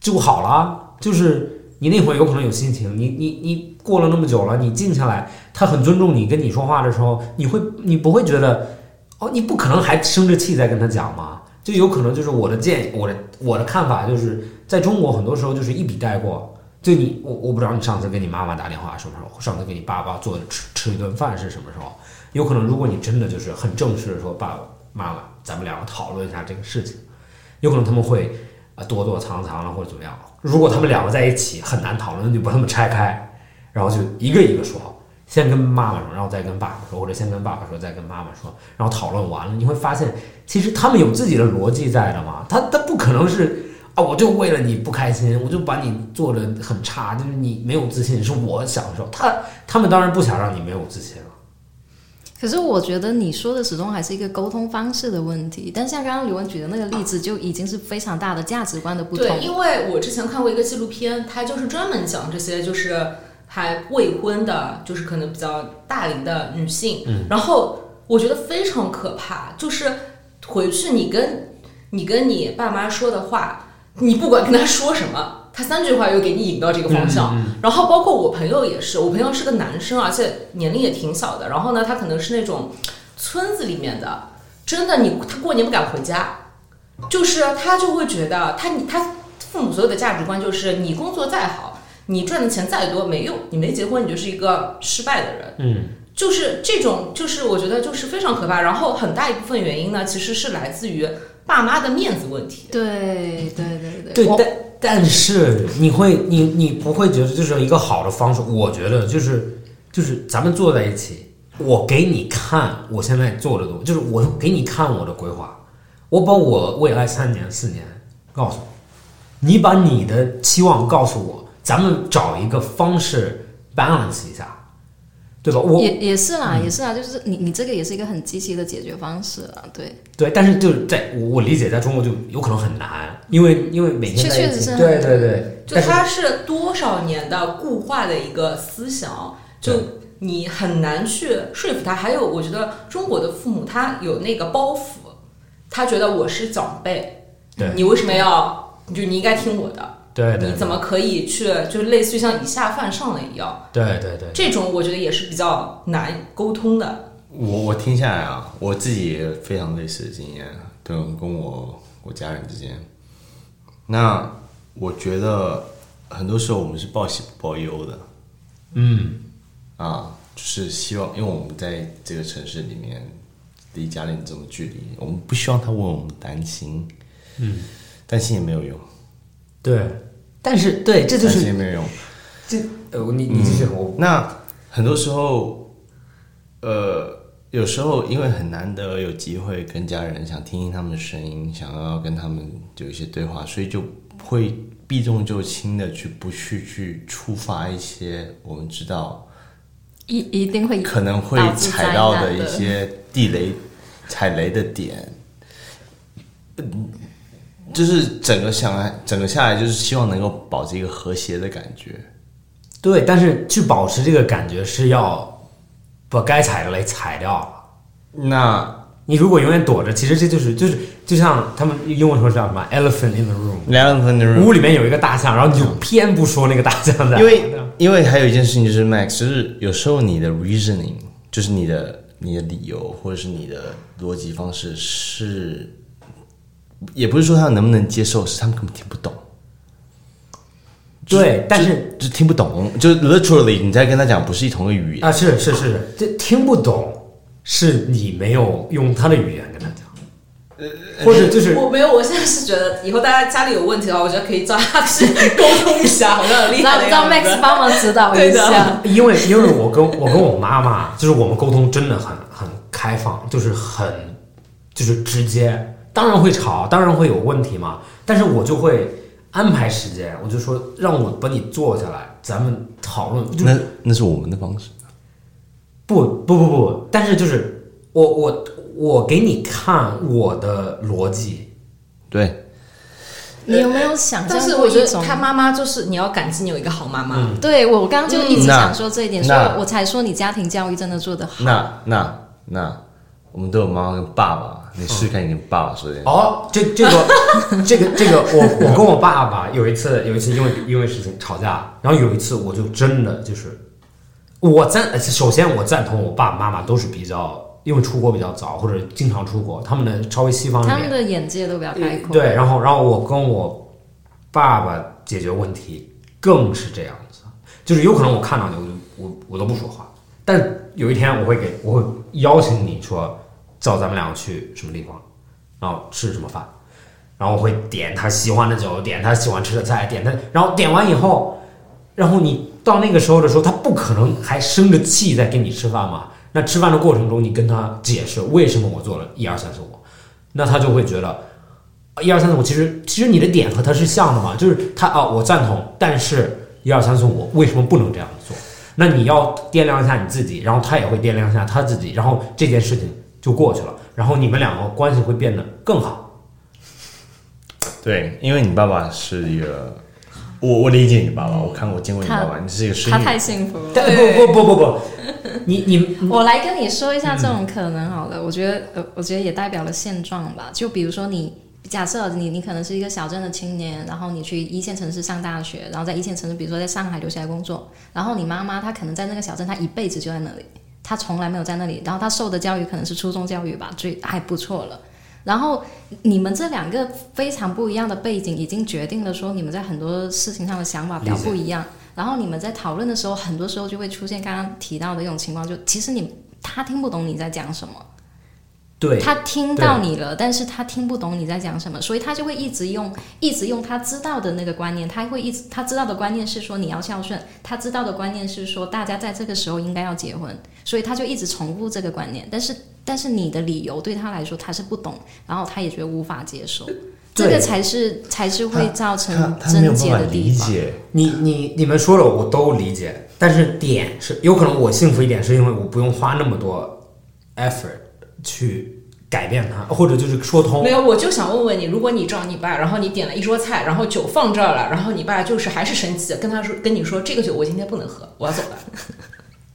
[SPEAKER 2] 就好了，就是你那会儿有可能有心情，你你你过了那么久了，你静下来，他很尊重你，跟你说话的时候，你会你不会觉得哦，你不可能还生着气在跟他讲嘛？就有可能就是我的建议，我的我的看法就是，在中国很多时候就是一笔带过。就你我我不知道你上次给你妈妈打电话什么时候，上次给你爸爸做的吃吃一顿饭是什么时候？有可能如果你真的就是很正式的说，爸爸妈妈，咱们两个讨论一下这个事情，有可能他们会啊躲躲藏藏了或者怎么样。如果他们两个在一起很难讨论，就把他们拆开，然后就一个一个说，先跟妈妈说，然后再跟爸爸说，或者先跟爸爸说，再跟妈妈说，然后讨论完了，你会发现其实他们有自己的逻辑在的嘛，他他不可能是。啊！我就为了你不开心，我就把你做的很差，就是你没有自信，是我享受。他他们当然不想让你没有自信了。
[SPEAKER 1] 可是我觉得你说的始终还是一个沟通方式的问题，但像刚刚刘文举的那个例子，就已经是非常大的价值观的不同。
[SPEAKER 3] 对，因为我之前看过一个纪录片，它就是专门讲这些，就是还未婚的，就是可能比较大龄的女性。嗯，然后我觉得非常可怕，就是回去你跟你跟你爸妈说的话，你不管跟他说什么，他三句话又给你引到这个方向。然后包括我朋友也是，我朋友是个男生，而且年龄也挺小的。然后呢，他可能是那种村子里面的，真的你他过年不敢回家，就是他就会觉得他你他父母所有的价值观就是你工作再好，你赚的钱再多没用，你没结婚你就是一个失败的人。
[SPEAKER 2] 嗯，
[SPEAKER 3] 就是这种，就是我觉得就是非常可怕。然后很大一部分原因呢，其实是来自于爸妈的面子问题。
[SPEAKER 1] 对对对对
[SPEAKER 2] 对，
[SPEAKER 1] 我
[SPEAKER 2] 但但是你会，你你不会觉得这是一个好的方式？我觉得就是就是咱们坐在一起，我给你看我现在做的东西，就是我给你看我的规划，我把我未来三年四年告诉你，你把你的期望告诉我，咱们找一个方式 balance 一下，对吧？我嗯
[SPEAKER 1] 也也是啦，也是啦，就是你你这个也是一个很积极的解决方式啊，对，
[SPEAKER 2] 对，但是就是在我我理解，在中国就有可能很难，因为因为每天
[SPEAKER 1] 确
[SPEAKER 2] 在一
[SPEAKER 1] 确实
[SPEAKER 2] 起
[SPEAKER 1] 是很
[SPEAKER 2] 对对对，
[SPEAKER 3] 就
[SPEAKER 2] 但是
[SPEAKER 3] 它是多少年的固化的一个思想，就
[SPEAKER 2] 对
[SPEAKER 3] 你很难去说服他。还有，我觉得中国的父母他有那个包袱，他觉得我是长辈，
[SPEAKER 2] 对
[SPEAKER 3] 你为什么要就你应该听我的，
[SPEAKER 2] 对对
[SPEAKER 3] 你怎么可以去就类似于像以下犯上了一样？
[SPEAKER 2] 对对对。
[SPEAKER 3] 这种我觉得也是比较难沟通的。
[SPEAKER 4] 我我听下来啊，我自己也非常类似的经验，对，跟我我家人之间。那我觉得很多时候我们是报喜不报忧的，嗯，啊，就是希望，因为我们在这个城市里面离家里这么距离，我们不希望他为我们担心，嗯，担心也没有用，
[SPEAKER 2] 对，但是对，这就
[SPEAKER 4] 担心
[SPEAKER 2] 是
[SPEAKER 4] 也没有用。
[SPEAKER 2] 这呃，你你继续，我
[SPEAKER 4] 那很多时候，呃，有时候因为很难得有机会跟家人想听听他们的声音，想要跟他们有一些对话，所以就会避重就轻的去不去去触发一些我们知道
[SPEAKER 1] 一一定会
[SPEAKER 4] 可能会
[SPEAKER 1] 导致
[SPEAKER 4] 踩
[SPEAKER 1] 灾
[SPEAKER 4] 到
[SPEAKER 1] 难
[SPEAKER 4] 的一
[SPEAKER 1] 的
[SPEAKER 4] 些地雷、踩雷的点。嗯，就是整个想来，整个下来就是希望能够保持一个和谐的感觉。
[SPEAKER 2] 对，但是去保持这个感觉是要把该踩的雷踩掉了。
[SPEAKER 4] 那
[SPEAKER 2] 你如果永远躲着，其实这就是就是就像他们英文说叫什么 “elephant in the room”，
[SPEAKER 4] 两分钟。
[SPEAKER 2] 屋里面有一个大象，然后你就偏不说那个大象在，
[SPEAKER 4] 因为因为还有一件事情就是 Max，就是有时候你的 reasoning，就是你的你的理由或者是你的逻辑方式是，也不是说他们能不能接受，是他们根本听不懂。
[SPEAKER 2] 对，但是
[SPEAKER 4] 就就听不懂，就是 literally 你在跟他讲不是同一个语言。
[SPEAKER 2] 啊，是是是，这听不懂是你没有用他的语言跟他讲，或者就是
[SPEAKER 3] 我没有，我现在是觉得以后大家家里有问题的话，我觉得可以找他去 沟通一下，好像很厉害
[SPEAKER 1] 让
[SPEAKER 3] 的
[SPEAKER 1] 让
[SPEAKER 3] 样
[SPEAKER 1] Max
[SPEAKER 3] 子。
[SPEAKER 1] 帮忙指导一
[SPEAKER 3] 对的
[SPEAKER 1] 下，
[SPEAKER 2] 因为因为我跟我跟我妈妈，就是我们沟通真的很很开放，就是很就是直接，当然会吵，当然会有问题嘛，但是我就会安排时间，我就说让我把你坐下来，咱们讨论，就是
[SPEAKER 4] 那那是我们的方式，
[SPEAKER 2] 不不不不，但是就是我我我给你看我的逻辑，
[SPEAKER 4] 对，
[SPEAKER 1] 你有没有想象
[SPEAKER 3] 但是
[SPEAKER 1] 过
[SPEAKER 3] 我觉
[SPEAKER 1] 一
[SPEAKER 3] 得
[SPEAKER 1] 种？
[SPEAKER 3] 他妈妈就是你要感激你有一个好妈妈，
[SPEAKER 1] 对我刚刚就
[SPEAKER 2] 嗯
[SPEAKER 1] 一直
[SPEAKER 4] 那
[SPEAKER 1] 想说这一点，所
[SPEAKER 4] 那
[SPEAKER 1] 以我才说你家庭教育真的做得好。
[SPEAKER 4] 那那那我们都有妈妈跟爸爸，你试试看你跟爸爸说这些。
[SPEAKER 2] 哦，这这个 这个这个，我我跟我爸爸有一次有一次因为因为事情吵架，然后有一次我就真的就是我赞，首先我赞同我爸爸妈妈都是比较，因为出国比较早或者经常出国，他们的稍微西方一
[SPEAKER 1] 他
[SPEAKER 2] 点
[SPEAKER 1] 们，的眼界都比较开阔，
[SPEAKER 2] 对，然后然后我跟我爸爸解决问题更是这样子，就是有可能我看到你，我就我我都不说话，但有一天我会给我会邀请你说，找咱们两个去什么地方，然后吃什么饭，然后我会点他喜欢的酒，点他喜欢吃的菜，点他，然后点完以后，然后你到那个时候的时候，他不可能还生着气在跟你吃饭嘛。那吃饭的过程中，你跟他解释为什么我做了一二三四五，那他就会觉得一二三四五，其实其实你的点和他是像的嘛，就是他啊，我赞同，但是一二三四五为什么不能这样做？那你要掂量一下你自己，然后他也会掂量一下他自己，然后这件事情就过去了，然后你们两个关系会变得更好。
[SPEAKER 4] 对，因为你爸爸是一个，我我理解你爸爸，我看过见过你爸爸，你是一个生
[SPEAKER 1] 他
[SPEAKER 4] 育
[SPEAKER 1] 太幸福了。
[SPEAKER 2] 但不不不不不，你你
[SPEAKER 1] 我来跟你说一下这种可能好了，我觉得呃，我觉得也代表了现状吧。就比如说你假设你你可能是一个小镇的青年，然后你去一线城市上大学，然后在一线城市，比如说在上海留下来工作，然后你妈妈她可能在那个小镇，她一辈子就在那里，她从来没有在那里，然后她受的教育可能是初中教育吧，最还不错了。然后你们这两个非常不一样的背景，已经决定了说你们在很多事情上的想法比较不一样。然后你们在讨论的时候，很多时候就会出现刚刚提到的一种情况，就其实你他听不懂你在讲什么。
[SPEAKER 2] 对，
[SPEAKER 1] 他听到你了，但是他听不懂你在讲什么，所以他就会一直用，一直用他知道的那个观念，他会一直他知道的观念是说你要孝顺，他知道的观念是说大家在这个时候应该要结婚，所以他就一直重复这个观念。但是但是你的理由对他来说他是不懂，然后他也觉得无法接受，这个才是才是会造成
[SPEAKER 4] 他他没有
[SPEAKER 1] 症
[SPEAKER 4] 办
[SPEAKER 1] 结
[SPEAKER 4] 法
[SPEAKER 1] 的
[SPEAKER 4] 理
[SPEAKER 1] 地方。
[SPEAKER 4] 解，
[SPEAKER 2] 你你你们说了我都理解，但是点是有可能我幸福一点是因为我不用花那么多 effort 去改变它，或者就是说通
[SPEAKER 3] 没。有，我就想问问你，如果你找你爸，然后你点了一桌菜，然后酒放这儿了，然后你爸就是还是生气，跟他说跟你说这个酒我今哦天不能喝，我要走了，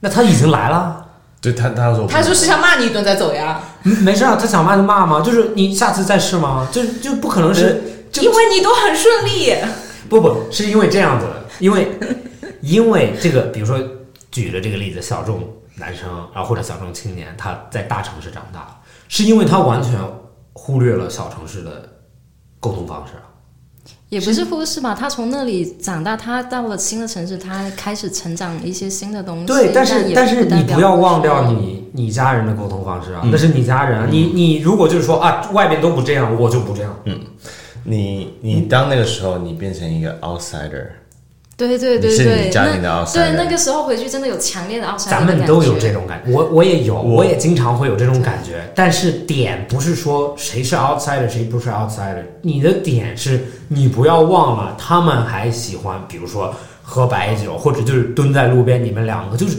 [SPEAKER 2] 那他已经来了，
[SPEAKER 4] 对他他说
[SPEAKER 3] 他就是想骂你一顿再走呀，
[SPEAKER 2] 嗯没事啊，他想骂就骂嘛，就是你下次再试嘛，就就不可能
[SPEAKER 1] 呃
[SPEAKER 2] 是就
[SPEAKER 3] 因为你都很顺利，
[SPEAKER 2] 不不是因为这样子的，因为因为这个，比如说举了这个例子，小众男生，然后或者小众青年，他在大城市长大，是因为他完全忽略了小城市的沟通方式啊。
[SPEAKER 1] 也不是忽视吧，他从那里长大，他到了新的城市，他开始成长一些新的东西。
[SPEAKER 2] 对，但是
[SPEAKER 1] 也
[SPEAKER 2] 但是
[SPEAKER 1] 不代
[SPEAKER 2] 你
[SPEAKER 1] 表嗯
[SPEAKER 2] 不要忘
[SPEAKER 1] 说
[SPEAKER 2] 掉你你家人的沟通方式啊，那是你家人啊，
[SPEAKER 1] 嗯
[SPEAKER 2] 你你如果就是说啊，外面都不这样，我就不这样，
[SPEAKER 4] 你你当那个时候你变成一个 outsider，
[SPEAKER 1] 对对
[SPEAKER 4] 你
[SPEAKER 1] 对
[SPEAKER 4] 是
[SPEAKER 1] 对，
[SPEAKER 4] 你家
[SPEAKER 1] 那
[SPEAKER 4] 庭的 outsider
[SPEAKER 1] 对那个时候回去真的有强烈的 outsider
[SPEAKER 2] 咱们
[SPEAKER 1] 的
[SPEAKER 2] 都
[SPEAKER 1] 感
[SPEAKER 2] 有
[SPEAKER 1] 觉
[SPEAKER 2] 这种感觉，我我也有，
[SPEAKER 4] 我
[SPEAKER 2] 我也经常会有这种感觉。但是点不是说谁是 outsider 谁不是 outsider，你的点是你不要忘了，他们还喜欢，比如说喝白酒，或者就是蹲在路边，你们两个就是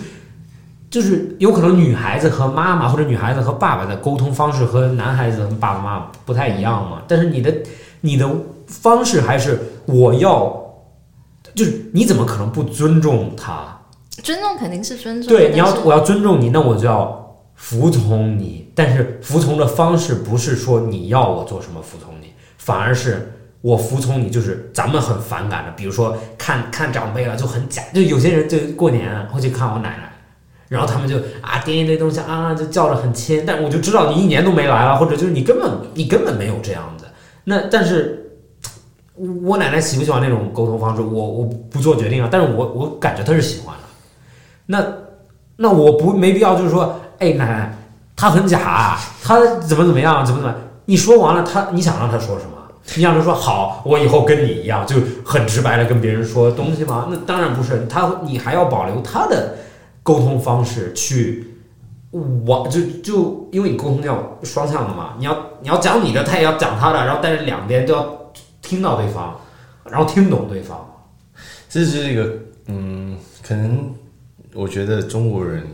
[SPEAKER 2] 就是有可能女孩子和妈妈或者女孩子和爸爸的沟通方式和男孩子和爸爸妈妈不太一样嘛，但是你的你的方式还是我要。就是你怎么可能不尊重他？
[SPEAKER 1] 尊重肯定是尊重，
[SPEAKER 2] 对，
[SPEAKER 1] 但
[SPEAKER 2] 你要
[SPEAKER 1] 是
[SPEAKER 2] 我要尊重你，那我就要服从你。但是服从的方式不是说你要我做什么服从你，反而是我服从你，就是咱们很反感的，比如说看看长辈了就很假，就有些人就过年啊会去看我奶奶。然后他们就啊掂一堆东西啊，就叫着很亲，但我就知道你一年都没来了，或者就是你根本你根本没有这样子。那但是，我奶奶喜不喜欢那种沟通方式，我我不做决定啊，但是我我感觉她是喜欢的。那那我不没必要就是说，哎，奶奶，他很假啊，他怎么怎么样，怎么怎么样，你说完了，他你想让他说什么？你想让他说好，我以后跟你一样，就很直白的跟别人说
[SPEAKER 4] 嗯
[SPEAKER 2] 东西吗？那当然不是，他你还要保留他的沟通方式去。我就就因为你沟通要双向的嘛，你要你要讲你的，他也要讲他的，然后但是两边都要听到对方，然后听懂对方。
[SPEAKER 4] 这是一个嗯，可能我觉得中国人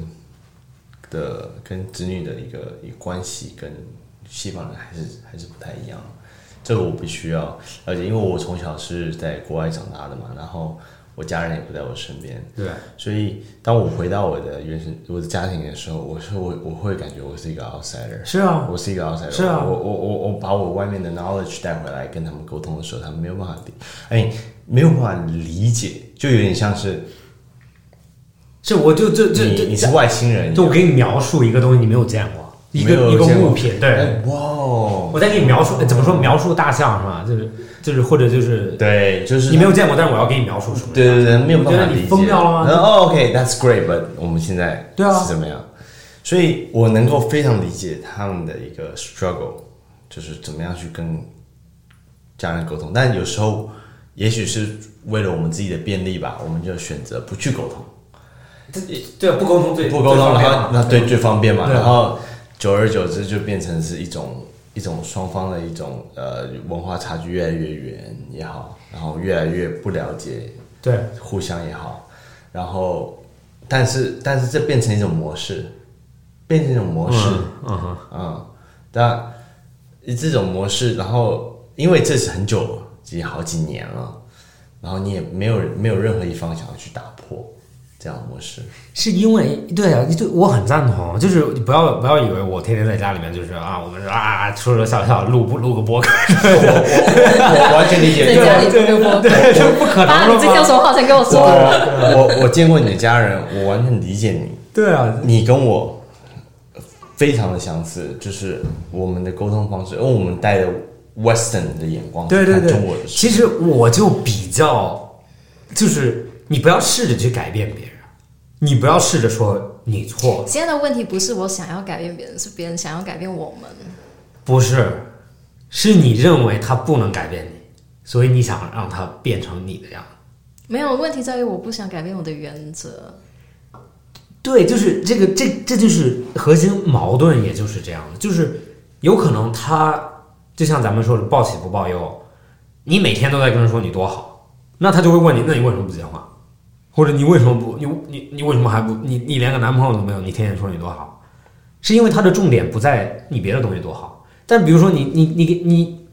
[SPEAKER 4] 的跟子女的一个一个关系跟西方人还是还是不太一样，这个我必须要而且因为我从小是在国外长大的嘛，然后我家人也不在我身边，
[SPEAKER 2] 对，
[SPEAKER 4] 所以当我回到我的原生我的家庭的时候，我是我我会感觉我是一个 outsider。
[SPEAKER 2] 是啊，
[SPEAKER 4] 我是一个 outsider，
[SPEAKER 2] 是啊
[SPEAKER 4] 我我我我把我外面的 knowledge 带回来跟他们沟通的时候，他们没有办法理，哎，没有办法理解，就有点像是
[SPEAKER 2] 是我就就就
[SPEAKER 4] 你
[SPEAKER 2] 就
[SPEAKER 4] 你是外星人，
[SPEAKER 2] 就我给你描述一个东西，你没有见过，一个
[SPEAKER 4] 没
[SPEAKER 2] 一
[SPEAKER 4] 有
[SPEAKER 2] 个
[SPEAKER 4] 见过
[SPEAKER 2] 物品，对。
[SPEAKER 4] 哎哇哦，
[SPEAKER 2] 我再给你描述，哎怎么说？描述大象是吧？就是就是，或者就是
[SPEAKER 4] 对，就是
[SPEAKER 2] 你没有见过，但是我要给你描述什么？
[SPEAKER 4] 对对对，没有办
[SPEAKER 2] 你觉
[SPEAKER 4] 法
[SPEAKER 2] 得
[SPEAKER 4] 理
[SPEAKER 2] 你
[SPEAKER 4] 解。
[SPEAKER 2] 疯掉了吗
[SPEAKER 4] 然后哦，OK，that's、great，but 我们现在
[SPEAKER 2] 对啊
[SPEAKER 4] 是怎么样？所以我能够非常理解他们的一个 struggle，就是怎么样去跟家人沟通。但有时候，也许是为了我们自己的便利吧，我们就选择不去沟通。
[SPEAKER 2] 对，啊不沟通最
[SPEAKER 4] 不沟
[SPEAKER 2] 最
[SPEAKER 4] 通，
[SPEAKER 2] 方便
[SPEAKER 4] 然后
[SPEAKER 2] 嘛
[SPEAKER 4] 那对最方便嘛，
[SPEAKER 2] 对
[SPEAKER 4] 然后久而久之就变成是一种一种双方的一种呃文化差距越来越远也好，然后越来越不了解
[SPEAKER 2] 对
[SPEAKER 4] 互相也好，然后但是但是这变成一种模式，变成一种模式，
[SPEAKER 2] 嗯哼，
[SPEAKER 4] 嗯，但这种模式，然后因为这是很久了，已经好几年了，然后你也没有没有任何一方想要去打破，这样的模式。
[SPEAKER 2] 是因为对啊，对我很赞同，就是你不要不要以为我天天在家里面就是啊，我们是啊说说笑笑录不录个播客，
[SPEAKER 4] 我完全理解
[SPEAKER 1] 在家里
[SPEAKER 2] 对
[SPEAKER 1] 录个播客
[SPEAKER 2] 对，这不可
[SPEAKER 1] 爸，
[SPEAKER 2] 能
[SPEAKER 1] 你
[SPEAKER 2] 的
[SPEAKER 1] 这叫
[SPEAKER 2] 嘛。
[SPEAKER 1] 什么话才跟我说？
[SPEAKER 4] 我我我见过你的家人，我完全理解你。
[SPEAKER 2] 对啊，
[SPEAKER 4] 你跟我非常的相似，就是我们的沟通方式，因为我们带着 Western 的眼光
[SPEAKER 2] 对
[SPEAKER 4] 去
[SPEAKER 2] 对
[SPEAKER 4] 哦看
[SPEAKER 2] 对
[SPEAKER 4] 中国的，事。
[SPEAKER 2] 其实我就比较，就是你不要试着去改变别人，你不要试着说你错，
[SPEAKER 1] 现在的问题不是我想要改变别人，是别人想要改变我们。
[SPEAKER 2] 不是，是你认为他不能改变你，所以你想让他变成你的样子。
[SPEAKER 1] 没有问题在于我不想改变我的原则。
[SPEAKER 2] 对，就是这个，这这就是核心矛盾，也就是这样的，就是有可能他就像咱们说的报喜不报忧，你每天都在跟人说你多好，那他就会问你，那你为什么不结婚？或者你为什么不你你你为什么还不你你连个男朋友都没有？你天天说你多好，是因为他的重点不在你别的东西多好，但比如说你你你给你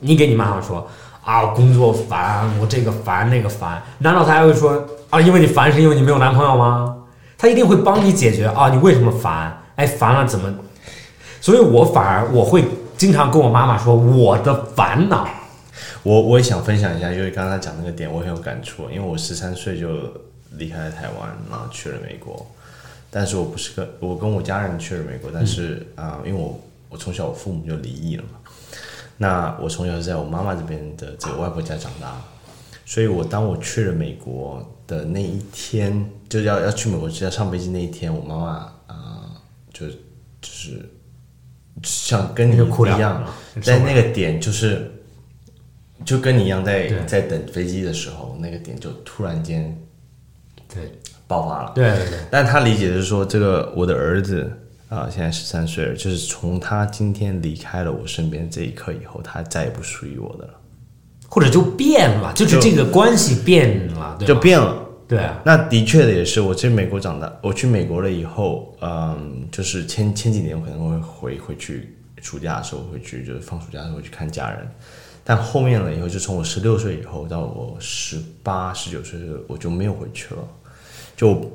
[SPEAKER 2] 你给你妈妈说啊，我工作烦，我这个烦那个烦，难道她还会说啊，因为你烦是因为你没有男朋友吗？她一定会帮你解决啊，你为什么烦？哎，烦了怎么？所以我反而我会经常跟我妈妈说我的烦恼，
[SPEAKER 4] 我我也想分享一下，因为刚才讲那个点，我很有感触，因为我十三岁就离开了台湾，然后去了美国，但是我不是跟我跟我家人去了美
[SPEAKER 2] 嗯
[SPEAKER 4] 国，但是啊、因为我我从小我父母就离异了嘛，那我从小是在我妈妈这边的这个外婆家长大，所以我当我去了美国的那一天，就要要去美国就要上飞机那一天，我妈妈啊、就就是像跟你
[SPEAKER 2] 就哭
[SPEAKER 4] 一
[SPEAKER 2] 了
[SPEAKER 4] 样，
[SPEAKER 2] 很受
[SPEAKER 4] 在
[SPEAKER 2] 不了
[SPEAKER 4] 那个点就是。就跟你一样在，
[SPEAKER 2] 对
[SPEAKER 4] 在等飞机的时候，那个点就突然间
[SPEAKER 2] 对
[SPEAKER 4] 爆发了。
[SPEAKER 2] 对对对，
[SPEAKER 4] 但他理解的是说，这个我的儿子啊、现在十三岁了，就是从他今天离开了我身边这一刻以后，他再也不属于我的了，
[SPEAKER 2] 或者就变了，就是
[SPEAKER 4] 就
[SPEAKER 2] 这个关系变了，对吧
[SPEAKER 4] 就变了。
[SPEAKER 2] 对啊，
[SPEAKER 4] 那的确的也是，我去美国长大，我去美国了以后，嗯，就是前前几年我可能会回回去，暑假的时候回去，就是放暑假的时候去看家人。但后面了以后，就从我十六岁以后到我十八、十九岁的时候，我就没有回去了，就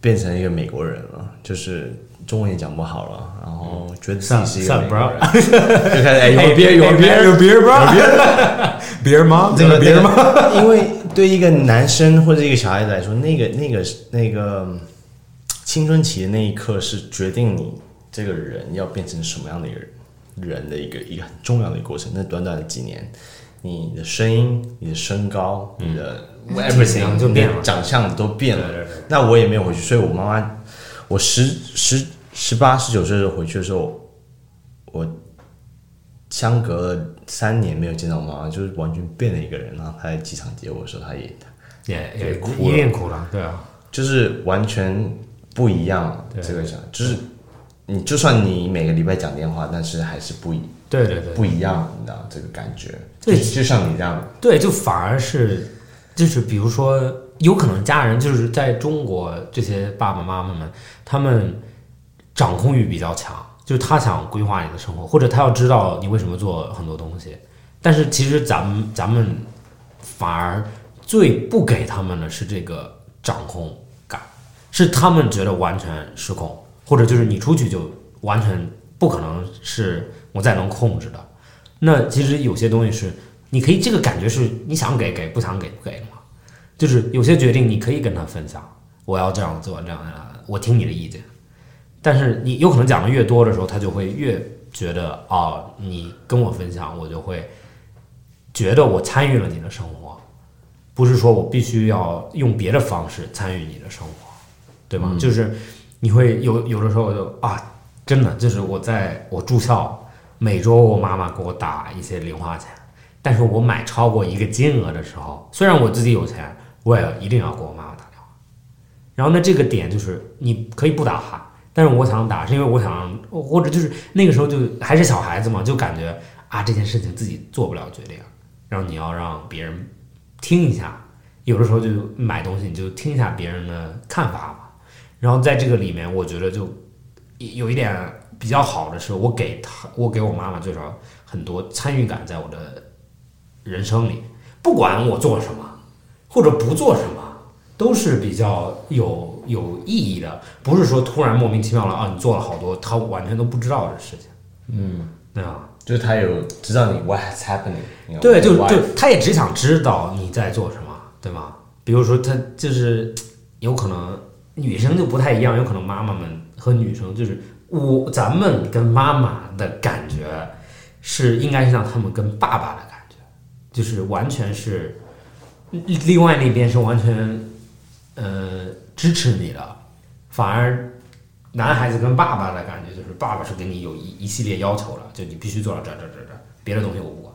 [SPEAKER 4] 变成一个美国人了，就是中文也讲不好了，然后觉得自己是一个
[SPEAKER 2] 算
[SPEAKER 4] 美
[SPEAKER 2] 了
[SPEAKER 4] 国人，
[SPEAKER 2] 算
[SPEAKER 4] 就开始哎
[SPEAKER 2] 哎
[SPEAKER 4] 有别有别
[SPEAKER 2] 有别人吗？ 别人吗？
[SPEAKER 4] 这个
[SPEAKER 2] 别人吗？
[SPEAKER 4] 吗？因为对一个男生或者一个小孩子来说，那个那个那个嗯青春期的那一刻是决定你这个人要变成什么样的一个人人的一个一个很重要的一个过程。那短短的几年，你的声音、你的身高、你的
[SPEAKER 2] 体
[SPEAKER 4] everything
[SPEAKER 2] 型嗯就变了
[SPEAKER 4] 你的长相都变了。
[SPEAKER 2] 对对对
[SPEAKER 4] 那我也没有回去，所以我妈妈，我十十十八十九岁的时候回去的时候，我相隔了三年没有见到我妈妈，就是完全变了一个人。然后她在机场接我的时候，她也
[SPEAKER 2] 也
[SPEAKER 4] 对
[SPEAKER 2] 也
[SPEAKER 4] 哭了
[SPEAKER 2] 一定哭了，对啊，
[SPEAKER 4] 就是完全不一样。
[SPEAKER 2] 对
[SPEAKER 4] 这个想就是你，就算你每个礼拜讲电话，但是还是不一
[SPEAKER 2] 对对对
[SPEAKER 4] 不一样，你知道这个感觉。
[SPEAKER 2] 对
[SPEAKER 4] 就就像你这样，
[SPEAKER 2] 对，就反而是就是比如说，有可能家人就是在中国这些爸爸妈妈们，他们掌控欲比较强，就是他想规划你的生活，或者他要知道你为什么做很多东西，但是其实咱们咱们反而最不给他们的是这个掌控感，是他们觉得完全失控，或者就是你出去就完全不可能是我再能控制的。那其实有些东西是你可以，这个感觉是你想给给，不想给不给嘛。就是有些决定你可以跟他分享，我要这样做，这样那样，我听你的意见。但是你有可能讲的越多的时候，他就会越觉得啊、哦，你跟我分享，我就会觉得我参与了你的生活，不是说我必须要用别的方式参与你的生活，对吗？就是你会有有的时候就啊，真的就是我在我住校，每周我妈妈给我打一些零花钱，但是我买超过一个金额的时候，虽然我自己有钱，我也一定要给我妈妈打电话。然后呢，这个点就是你可以不打哈，但是我想打，是因为我想，或者就是那个时候就还是小孩子嘛，就感觉啊这件事情自己做不了决定，然后你要让别人听一下，有的时候就买东西你就听一下别人的看法嘛。然后在这个里面，我觉得就有一点比较好的是，我给他，我给我妈妈最少很多参与感在我的人生里，不管我做什么或者不做什么，都是比较有有意义的，不是说突然莫名其妙了啊，你做了好多，他完全都不知道的事情。嗯，对啊，
[SPEAKER 4] 就是他有知道你 what's happening，you know,
[SPEAKER 2] 对，就
[SPEAKER 4] why-
[SPEAKER 2] 就他也只想知道你在做什么，对吗？比如说他就是有可能女生就不太一样，有可能妈妈们和女生就是我咱们跟妈妈的感觉是应该是让他们跟爸爸的感觉，就是完全是另外那边是完全呃支持你的，反而男孩子跟爸爸的感觉就是爸爸是给你有一一系列要求了，就你必须做到这这这这，别的东西我不管。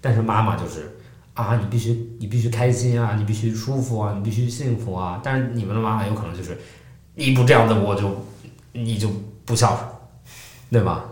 [SPEAKER 2] 但是妈妈就是啊，你必须你必须开心啊，你必须舒服啊，你必须幸福啊。但是你们的妈妈有可能就是你不这样子，我就你就不孝顺，对吧？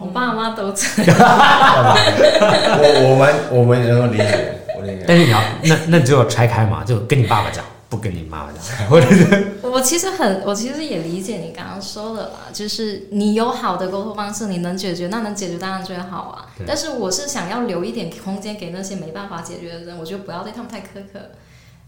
[SPEAKER 1] 我爸妈都这样，
[SPEAKER 4] 我我们我们能够理解，我理解。
[SPEAKER 2] 但是你要那那你就要拆开嘛，就跟你爸爸讲，不跟你妈妈讲，或者
[SPEAKER 1] 我其实很，我其实也理解你刚刚说的啦，就是你有好的沟通方式，你能解决，那能解决当然最好啊
[SPEAKER 2] 对。
[SPEAKER 1] 但是我是想要留一点空间给那些没办法解决的人，我觉得不要对他们太苛刻，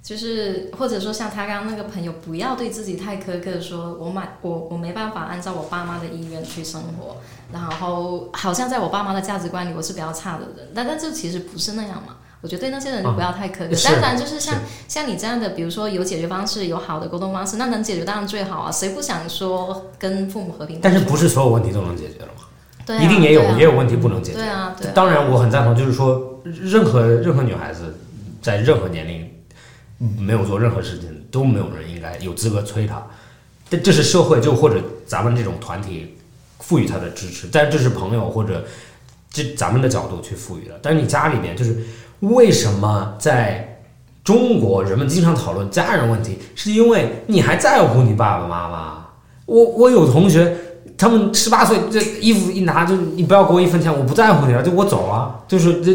[SPEAKER 1] 就是或者说像他刚刚那个朋友，不要对自己太苛刻，说我买我我没办法按照我爸妈的意愿去生活，然后好像在我爸妈的价值观里我是比较差的人，但但这其实不是那样嘛。我觉得对那些人就不要太苛刻，
[SPEAKER 2] 啊是
[SPEAKER 1] 当然就是像
[SPEAKER 2] 是
[SPEAKER 1] 像你这样的，比如说有解决方式，有好的沟通方式，那能解决当然最好啊。谁不想说跟父母和平？
[SPEAKER 2] 但是不是所有问题都能解决了嘛？
[SPEAKER 1] 对啊、
[SPEAKER 2] 一定也有、
[SPEAKER 1] 对啊
[SPEAKER 2] 也有问题不能解决。
[SPEAKER 1] 对啊，对啊，
[SPEAKER 2] 当然，我很赞同，就是说，任何任何女孩子在任何年龄没有做任何事情，都没有人应该有资格催她。这这是社会就或者咱们这种团体赋予她的支持，但是这是朋友或者这咱们的角度去赋予的。但是你家里面就是为什么在中国人们经常讨论家人问题，是因为你还在乎你爸爸妈妈。我我有同学他们十八岁，这衣服一拿就你不要给我一分钱，我不在乎你了，就我走了，就是这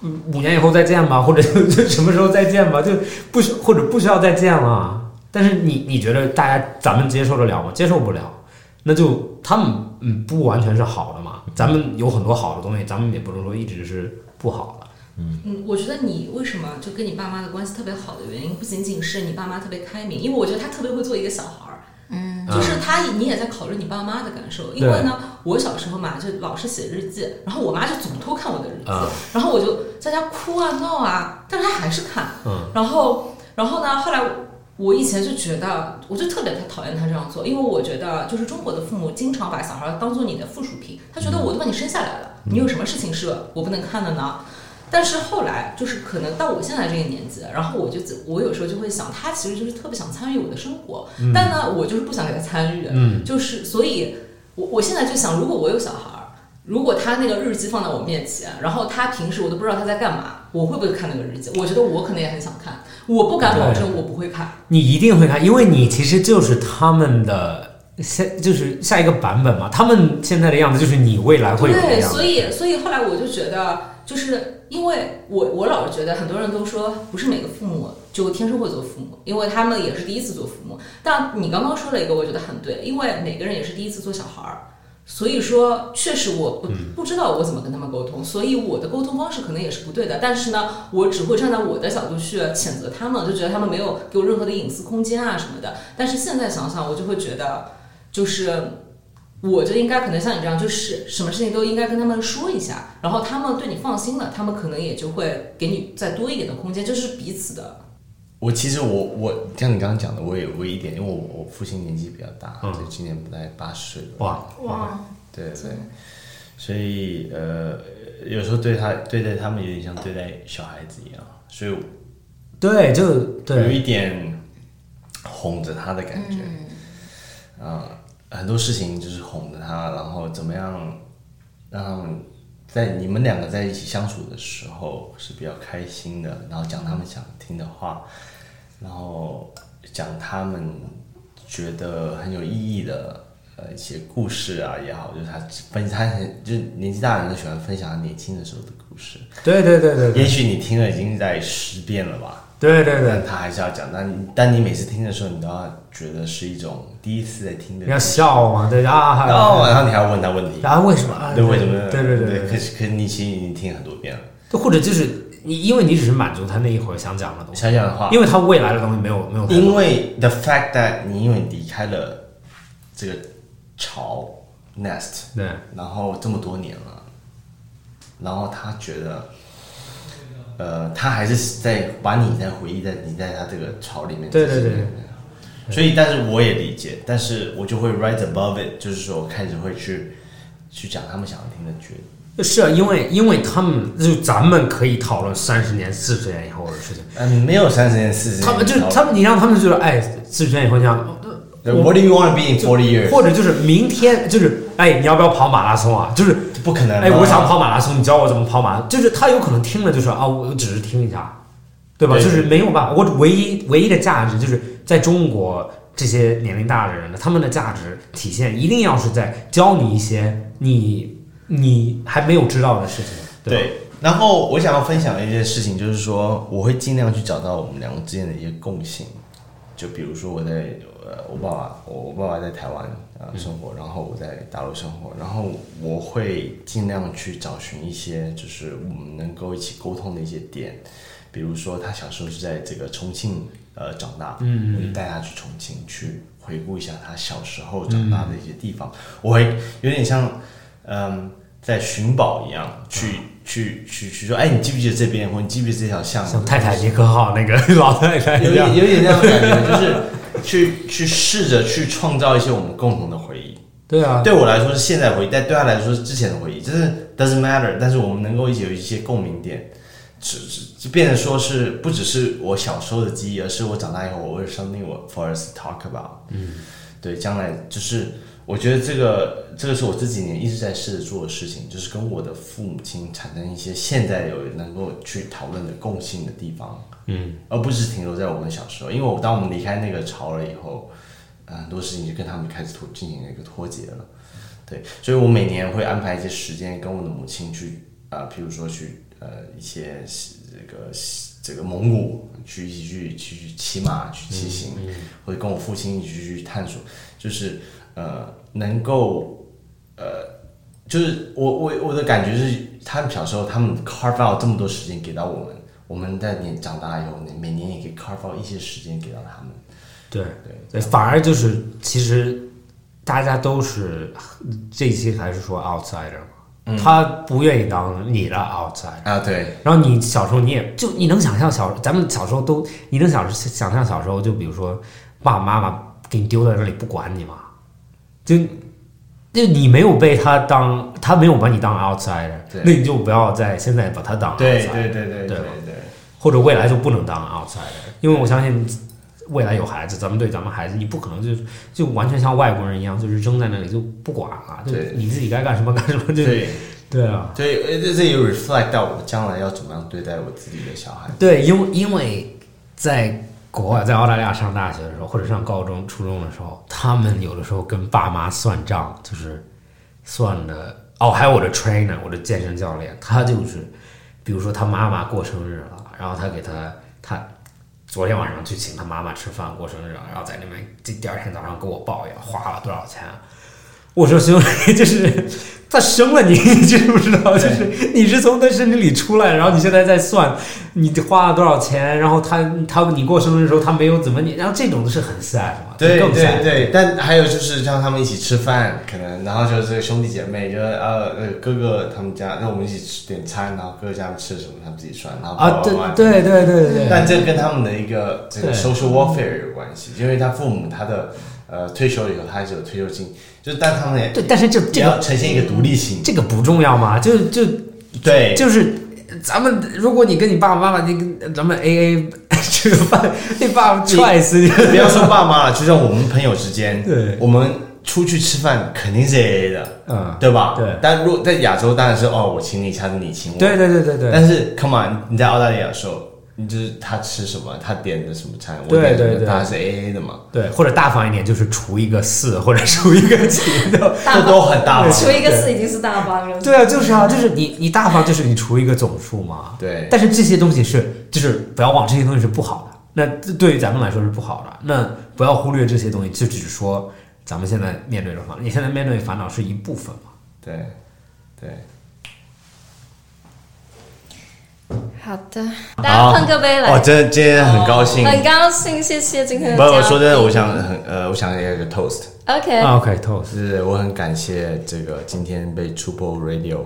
[SPEAKER 2] 嗯五年以后再见吧，或者就什么时候再见吧，就不需或者不需要再见了。但是你你觉得大家咱们接受得了吗？接受不了，那就他们嗯不完全是好的嘛，咱们有很多好的东西，咱们也不能说一直是不好的。
[SPEAKER 3] 嗯，我觉得你为什么就跟你爸妈的关系特别好的原因，不仅仅是你爸妈特别开明，因为我觉得他特别会做一个小孩儿。嗯，就是他，你也在考虑你爸妈的感受，因为呢，我小时候嘛，就老是写日记，然后我妈就总偷看我的日记，
[SPEAKER 2] 啊
[SPEAKER 3] 然后我就在家哭啊闹啊，但是她还是看，
[SPEAKER 2] 嗯，
[SPEAKER 3] 然后，然后呢，后来我以前就觉得，我就特别讨厌他这样做，因为我觉得就是中国的父母经常把小孩当做你的附属品，他觉得我都把你生下来了，你有什么事情是我不能看的呢？但是后来就是可能到我现在这个年纪，然后我就自我有时候就会想，他其实就是特别想参与我的生活，但呢，我就是不想给他参与，
[SPEAKER 2] 嗯
[SPEAKER 3] 就是所以，我我现在就想，如果我有小孩儿，如果他那个日记放在我面前，然后他平时我都不知道他在干嘛，我会不会看那个日记？我觉得我可能也很想看，我不敢保证我不会看。
[SPEAKER 2] 你一定会看，因为你其实就是他们的下，就是下一个版本嘛。他们现在的样子就是你未来会有的
[SPEAKER 3] 对，
[SPEAKER 2] 样子。
[SPEAKER 3] 所以所以后来我就觉得，就是因为我我老是觉得很多人都说，不是每个父母就天生会做父母，因为他们也是第一次做父母。但你刚刚说了一个，我觉得很对，因为每个人也是第一次做小孩儿。所以说，确实我
[SPEAKER 2] 嗯
[SPEAKER 3] 不不知道我怎么跟他们沟通，所以我的沟通方式可能也是不对的。但是呢，我只会站在我的角度去谴责他们，就觉得他们没有给我任何的隐私空间啊什么的。但是现在想想，我就会觉得，就是我就应该可能像你这样，就是什么事情都应该跟他们说一下，然后他们对你放心了，他们可能也就会给你再多一点的空间，就是彼此的。
[SPEAKER 4] 我其实我我像你刚刚讲的，我也我一点，因为我我父亲年纪比较大，
[SPEAKER 2] 嗯
[SPEAKER 4] 就今年不大概八十了。
[SPEAKER 2] 哇，
[SPEAKER 1] 哇，
[SPEAKER 4] 对对，所以呃，有时候对他对待他们有点像对待小孩子一样，所以
[SPEAKER 2] 对，就对
[SPEAKER 4] 有，一点哄着他的感觉。
[SPEAKER 2] 嗯
[SPEAKER 4] 啊、很多事情就是哄着他，然后怎么样让他们在你们两个在一起相处的时候是比较开心的，然后讲他们想听的话，然后讲他们觉得很有意义的。呃，一些故事啊也好，就是他分他很就是年纪大的人都喜欢分享他年轻的时候的故事，
[SPEAKER 2] 对对对对对
[SPEAKER 4] 也许你听了已经在十遍了吧，
[SPEAKER 2] 对对对
[SPEAKER 4] 但。他还是要讲，但你但你每次听的时候，你都要觉得是一种第一次在听的
[SPEAKER 2] 你，要笑嘛，对啊，还有
[SPEAKER 4] 然后然后你还要问他问题，
[SPEAKER 2] 啊，为什么？啊
[SPEAKER 4] 对为什么？
[SPEAKER 2] 对对对
[SPEAKER 4] 可是可是你其实已经听很多遍了，
[SPEAKER 2] 对，或者就是你因为你只是满足他那一会儿想讲的东西，
[SPEAKER 4] 想想的话，
[SPEAKER 2] 因为他未来的东西没有没有太多
[SPEAKER 4] 因为 the fact that 你因为离开了这个巢 nest，
[SPEAKER 2] 对
[SPEAKER 4] 然后这么多年了，然后他觉得，呃，他还是在把你在回忆在你在他这个巢里面，
[SPEAKER 2] 对对对对
[SPEAKER 4] 所以但是我也理解，但是我就会 right above it，就是说我开始会去去讲他们想要听的剧，
[SPEAKER 2] 是啊，因为因为他们就咱们可以讨论三十年、四十年以后的事情，
[SPEAKER 4] 嗯，没有三十年四十年，
[SPEAKER 2] 他们就他们你让他们觉得哎，四十年以后这样，
[SPEAKER 4] 对 What do you want to be in forty years？
[SPEAKER 2] 或者就是明天就是哎，你要不要跑马拉松啊？就是
[SPEAKER 4] 不可能，
[SPEAKER 2] 哎，我想跑马拉松，你教我怎么跑马？就是他有可能听了就是啊，我只是听一下，对吧？
[SPEAKER 4] 对
[SPEAKER 2] 就是没有办法，我唯一唯一的价值就是在中国这些年龄大的人呢，他们的价值体现一定要是在教你一些你你还没有知道的事情，吧
[SPEAKER 4] 对，然后我想要分享的一件事情，就是说我会尽量去找到我们两个之间的一些共性。就比如说我在呃，我爸爸，我我爸爸在台湾啊、呃、生活，然后我在大陆生活，然后我会尽量去找寻一些就是我们能够一起沟通的一些点。比如说，他小时候是在这个重庆呃长大，嗯，我就带他去重庆去回顾一下他小时候长大的一些地方。我会有点像嗯，在寻宝一样去、去去去说，哎，你记不记得这边，或你记不记得这条巷子
[SPEAKER 2] 像？泰坦尼克号那个老太太
[SPEAKER 4] 有
[SPEAKER 2] 一样
[SPEAKER 4] 点，有点那样的感觉，就是去去试着去创造一些我们共同的回忆。
[SPEAKER 2] 对啊，
[SPEAKER 4] 对我来说是现在回忆，但对他来说是之前的回忆，就是 doesn't matter。但是我们能够一起有一些共鸣点，只只就变成说是不只是我小时候的记忆，而是我长大以后我会 something what for us to talk about。嗯，对，将来就是我觉得这个这个是我这几年一直在试着做的事情，就是跟我的父母亲产生一些现在有能够去讨论的共性的地方。嗯，而不是停留在我们小时候，因为我当我们离开那个巢了以后，呃很多事情就跟他们开始脱进行了一个脱节了。对，所以我每年会安排一些时间跟我的母亲去啊，譬如说去呃一些西这个西这个蒙古去一起去去去骑马去骑行，或者跟我父亲一起去探索，就是呃能够呃就是我我我的感觉是，他们小时候他们 carve out 这么多时间给到我们，我们在年长大以后，每年也可以 carve out 一些时间给到他们。
[SPEAKER 2] 对对，反而就是其实大家都是这一期还是说 outsider 嘛，他不愿意当你的 outsider。
[SPEAKER 4] 啊，对，
[SPEAKER 2] 然后你小时候你也就你能想象小咱们小时候都你能想想象小时候就比如说爸爸妈妈给你丢在那里不管你嘛，就就你没有被他当他没有把你当 outsider，
[SPEAKER 4] 对
[SPEAKER 2] 那你就不要在现在把他当 outsider，
[SPEAKER 4] 对对对对
[SPEAKER 2] 对
[SPEAKER 4] 对
[SPEAKER 2] 吧
[SPEAKER 4] 对。
[SPEAKER 2] 或者未来就不能当 outsider，因为我相信未来有孩子，咱们对咱们孩子，你不可能就就完全像外国人一样，就是扔在那里就不管了，就
[SPEAKER 4] 对
[SPEAKER 2] 你自己该干什么干什么，就
[SPEAKER 4] 对
[SPEAKER 2] 对啊，
[SPEAKER 4] 对，呃这这也 reflect 到我将来要怎么样对待我自己的小孩。
[SPEAKER 2] 对，因为因为在国外，在澳大利亚上大学的时候，或者上高中、初中的时候，他们有的时候跟爸妈算账，就是算的哦，还有我的 trainer，我的健身教练，他就是，比如说他妈妈过生日了，然后他给他他。昨天晚上去请他妈妈吃饭过生日了，然后在那边第第二天早上跟我抱怨花了多少钱。啊我说兄弟， 就是他生了你， 你知不知道？就是你是从他身体里出来，然后你现在在算你花了多少钱，然后他他你过生日的时候他没有怎么你，然后这种是很 sad 嘛，
[SPEAKER 4] 对
[SPEAKER 2] 啊更
[SPEAKER 4] 对
[SPEAKER 2] sad。
[SPEAKER 4] 对，但还有就是像他们一起吃饭，可能然后就是兄弟姐妹，就是呃呃哥哥他们家，那我们一起吃点餐，然后哥哥家吃什么他们自己算，然后
[SPEAKER 2] 啊，
[SPEAKER 4] 爸
[SPEAKER 2] 对
[SPEAKER 4] 爸妈妈
[SPEAKER 2] 对对对对对，
[SPEAKER 4] 但这跟他们的一个这个
[SPEAKER 2] 对
[SPEAKER 4] social welfare 有关系，因为他父母他的呃退休以后他还是有退休金，就是但他们也
[SPEAKER 2] 对，但是这
[SPEAKER 4] 也
[SPEAKER 2] 这
[SPEAKER 4] 要
[SPEAKER 2] 个
[SPEAKER 4] 呈现一个独立性，
[SPEAKER 2] 这个不重要嘛？就就
[SPEAKER 4] 对，
[SPEAKER 2] 就是咱们，如果你跟你爸爸妈妈，你跟咱们 A A 吃个饭，你爸爸踹死你，
[SPEAKER 4] 不要说爸妈了，就像我们朋友之间，
[SPEAKER 2] 对
[SPEAKER 4] 我们出去吃饭肯定是 A A 的，
[SPEAKER 2] 嗯，
[SPEAKER 4] 对吧？
[SPEAKER 2] 对
[SPEAKER 4] 但如果在亚洲，当然是哦，我请你，下次你请我。
[SPEAKER 2] 对对对对对
[SPEAKER 4] 但是，come on，你在澳大利亚的时候，你就是他吃什么，他点的什么餐，我
[SPEAKER 2] 对
[SPEAKER 4] 点的
[SPEAKER 2] 对对
[SPEAKER 4] 当然是 A A 的嘛，
[SPEAKER 2] 对，或者大方一点，就是除一个四或者除一个几 的。
[SPEAKER 4] 这都很大方。
[SPEAKER 1] 除一个四已经是大帮了。
[SPEAKER 2] 对啊，就是啊，就是你你大方，就是你除一个总数嘛。
[SPEAKER 4] 对
[SPEAKER 2] 但是这些东西是，就是不要忘，这些东西是不好的。那对于咱们来说是不好的，那不要忽略这些东西，就只是说咱们现在面对的烦恼，你现在面对的烦恼是一部分嘛？
[SPEAKER 4] 对对，
[SPEAKER 1] 好的，大家碰个杯来。哦
[SPEAKER 4] 哦，真的今天很高兴。
[SPEAKER 1] 很高兴，谢谢今天的
[SPEAKER 4] 不，
[SPEAKER 1] 嘉宾。
[SPEAKER 4] 我说真的，我想很呃，我想要一个 toast，
[SPEAKER 1] OK，、
[SPEAKER 2] 啊 OK toast
[SPEAKER 4] 就是我很感谢这个今天被 Triple Radio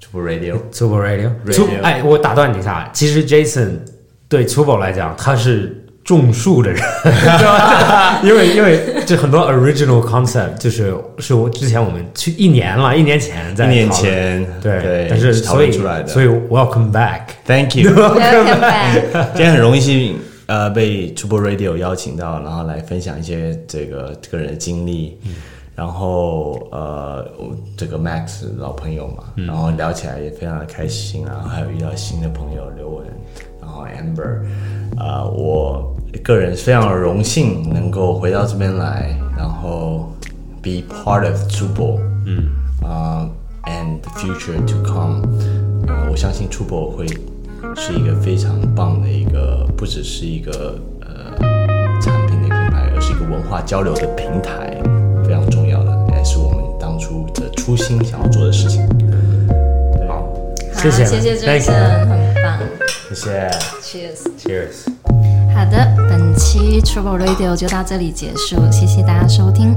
[SPEAKER 4] Triple Radio
[SPEAKER 2] Turbo Radio，, Tu- 哎，我打断你一下，其实 Jason 对 Turbo 来讲，他是种树的人， 知道吧因为因为这很多 original concept 就是是我之前我们去一年了，一年前在
[SPEAKER 4] 一年
[SPEAKER 2] 讨论
[SPEAKER 4] 前
[SPEAKER 2] 对，
[SPEAKER 4] 对，
[SPEAKER 2] 但是
[SPEAKER 4] 讨
[SPEAKER 2] 所
[SPEAKER 4] 论
[SPEAKER 2] 以
[SPEAKER 4] 出来的，
[SPEAKER 2] 所以 welcome back，
[SPEAKER 4] Thank you，
[SPEAKER 1] welcome back。
[SPEAKER 4] 今天很荣幸呃被 Triple Radio 邀请到，然后来分享一些这个个人的经历。然后呃，我这个 Max 老朋友嘛，然后聊起来也非常的开心啊，还有遇到新的朋友刘雯，然后 Amber，呃，我个人非常荣幸能够回到这边来，然后 be part of Triple，嗯，啊、a n d the future to come，呃，我相信 Triple 会是一个非常棒的一个，不只是一个呃产品的品牌，而是一个文化交流的平台，非常重要的，也是我们当初的初心想要做的事情。好，
[SPEAKER 1] 好，
[SPEAKER 2] 谢谢
[SPEAKER 1] 谢谢
[SPEAKER 2] Thank you
[SPEAKER 1] Jason，很棒
[SPEAKER 4] 谢谢
[SPEAKER 1] ，Cheers。
[SPEAKER 4] ，Cheers。
[SPEAKER 1] 好的，本期 Trouble Radio 就到这里结束，谢谢大家收听，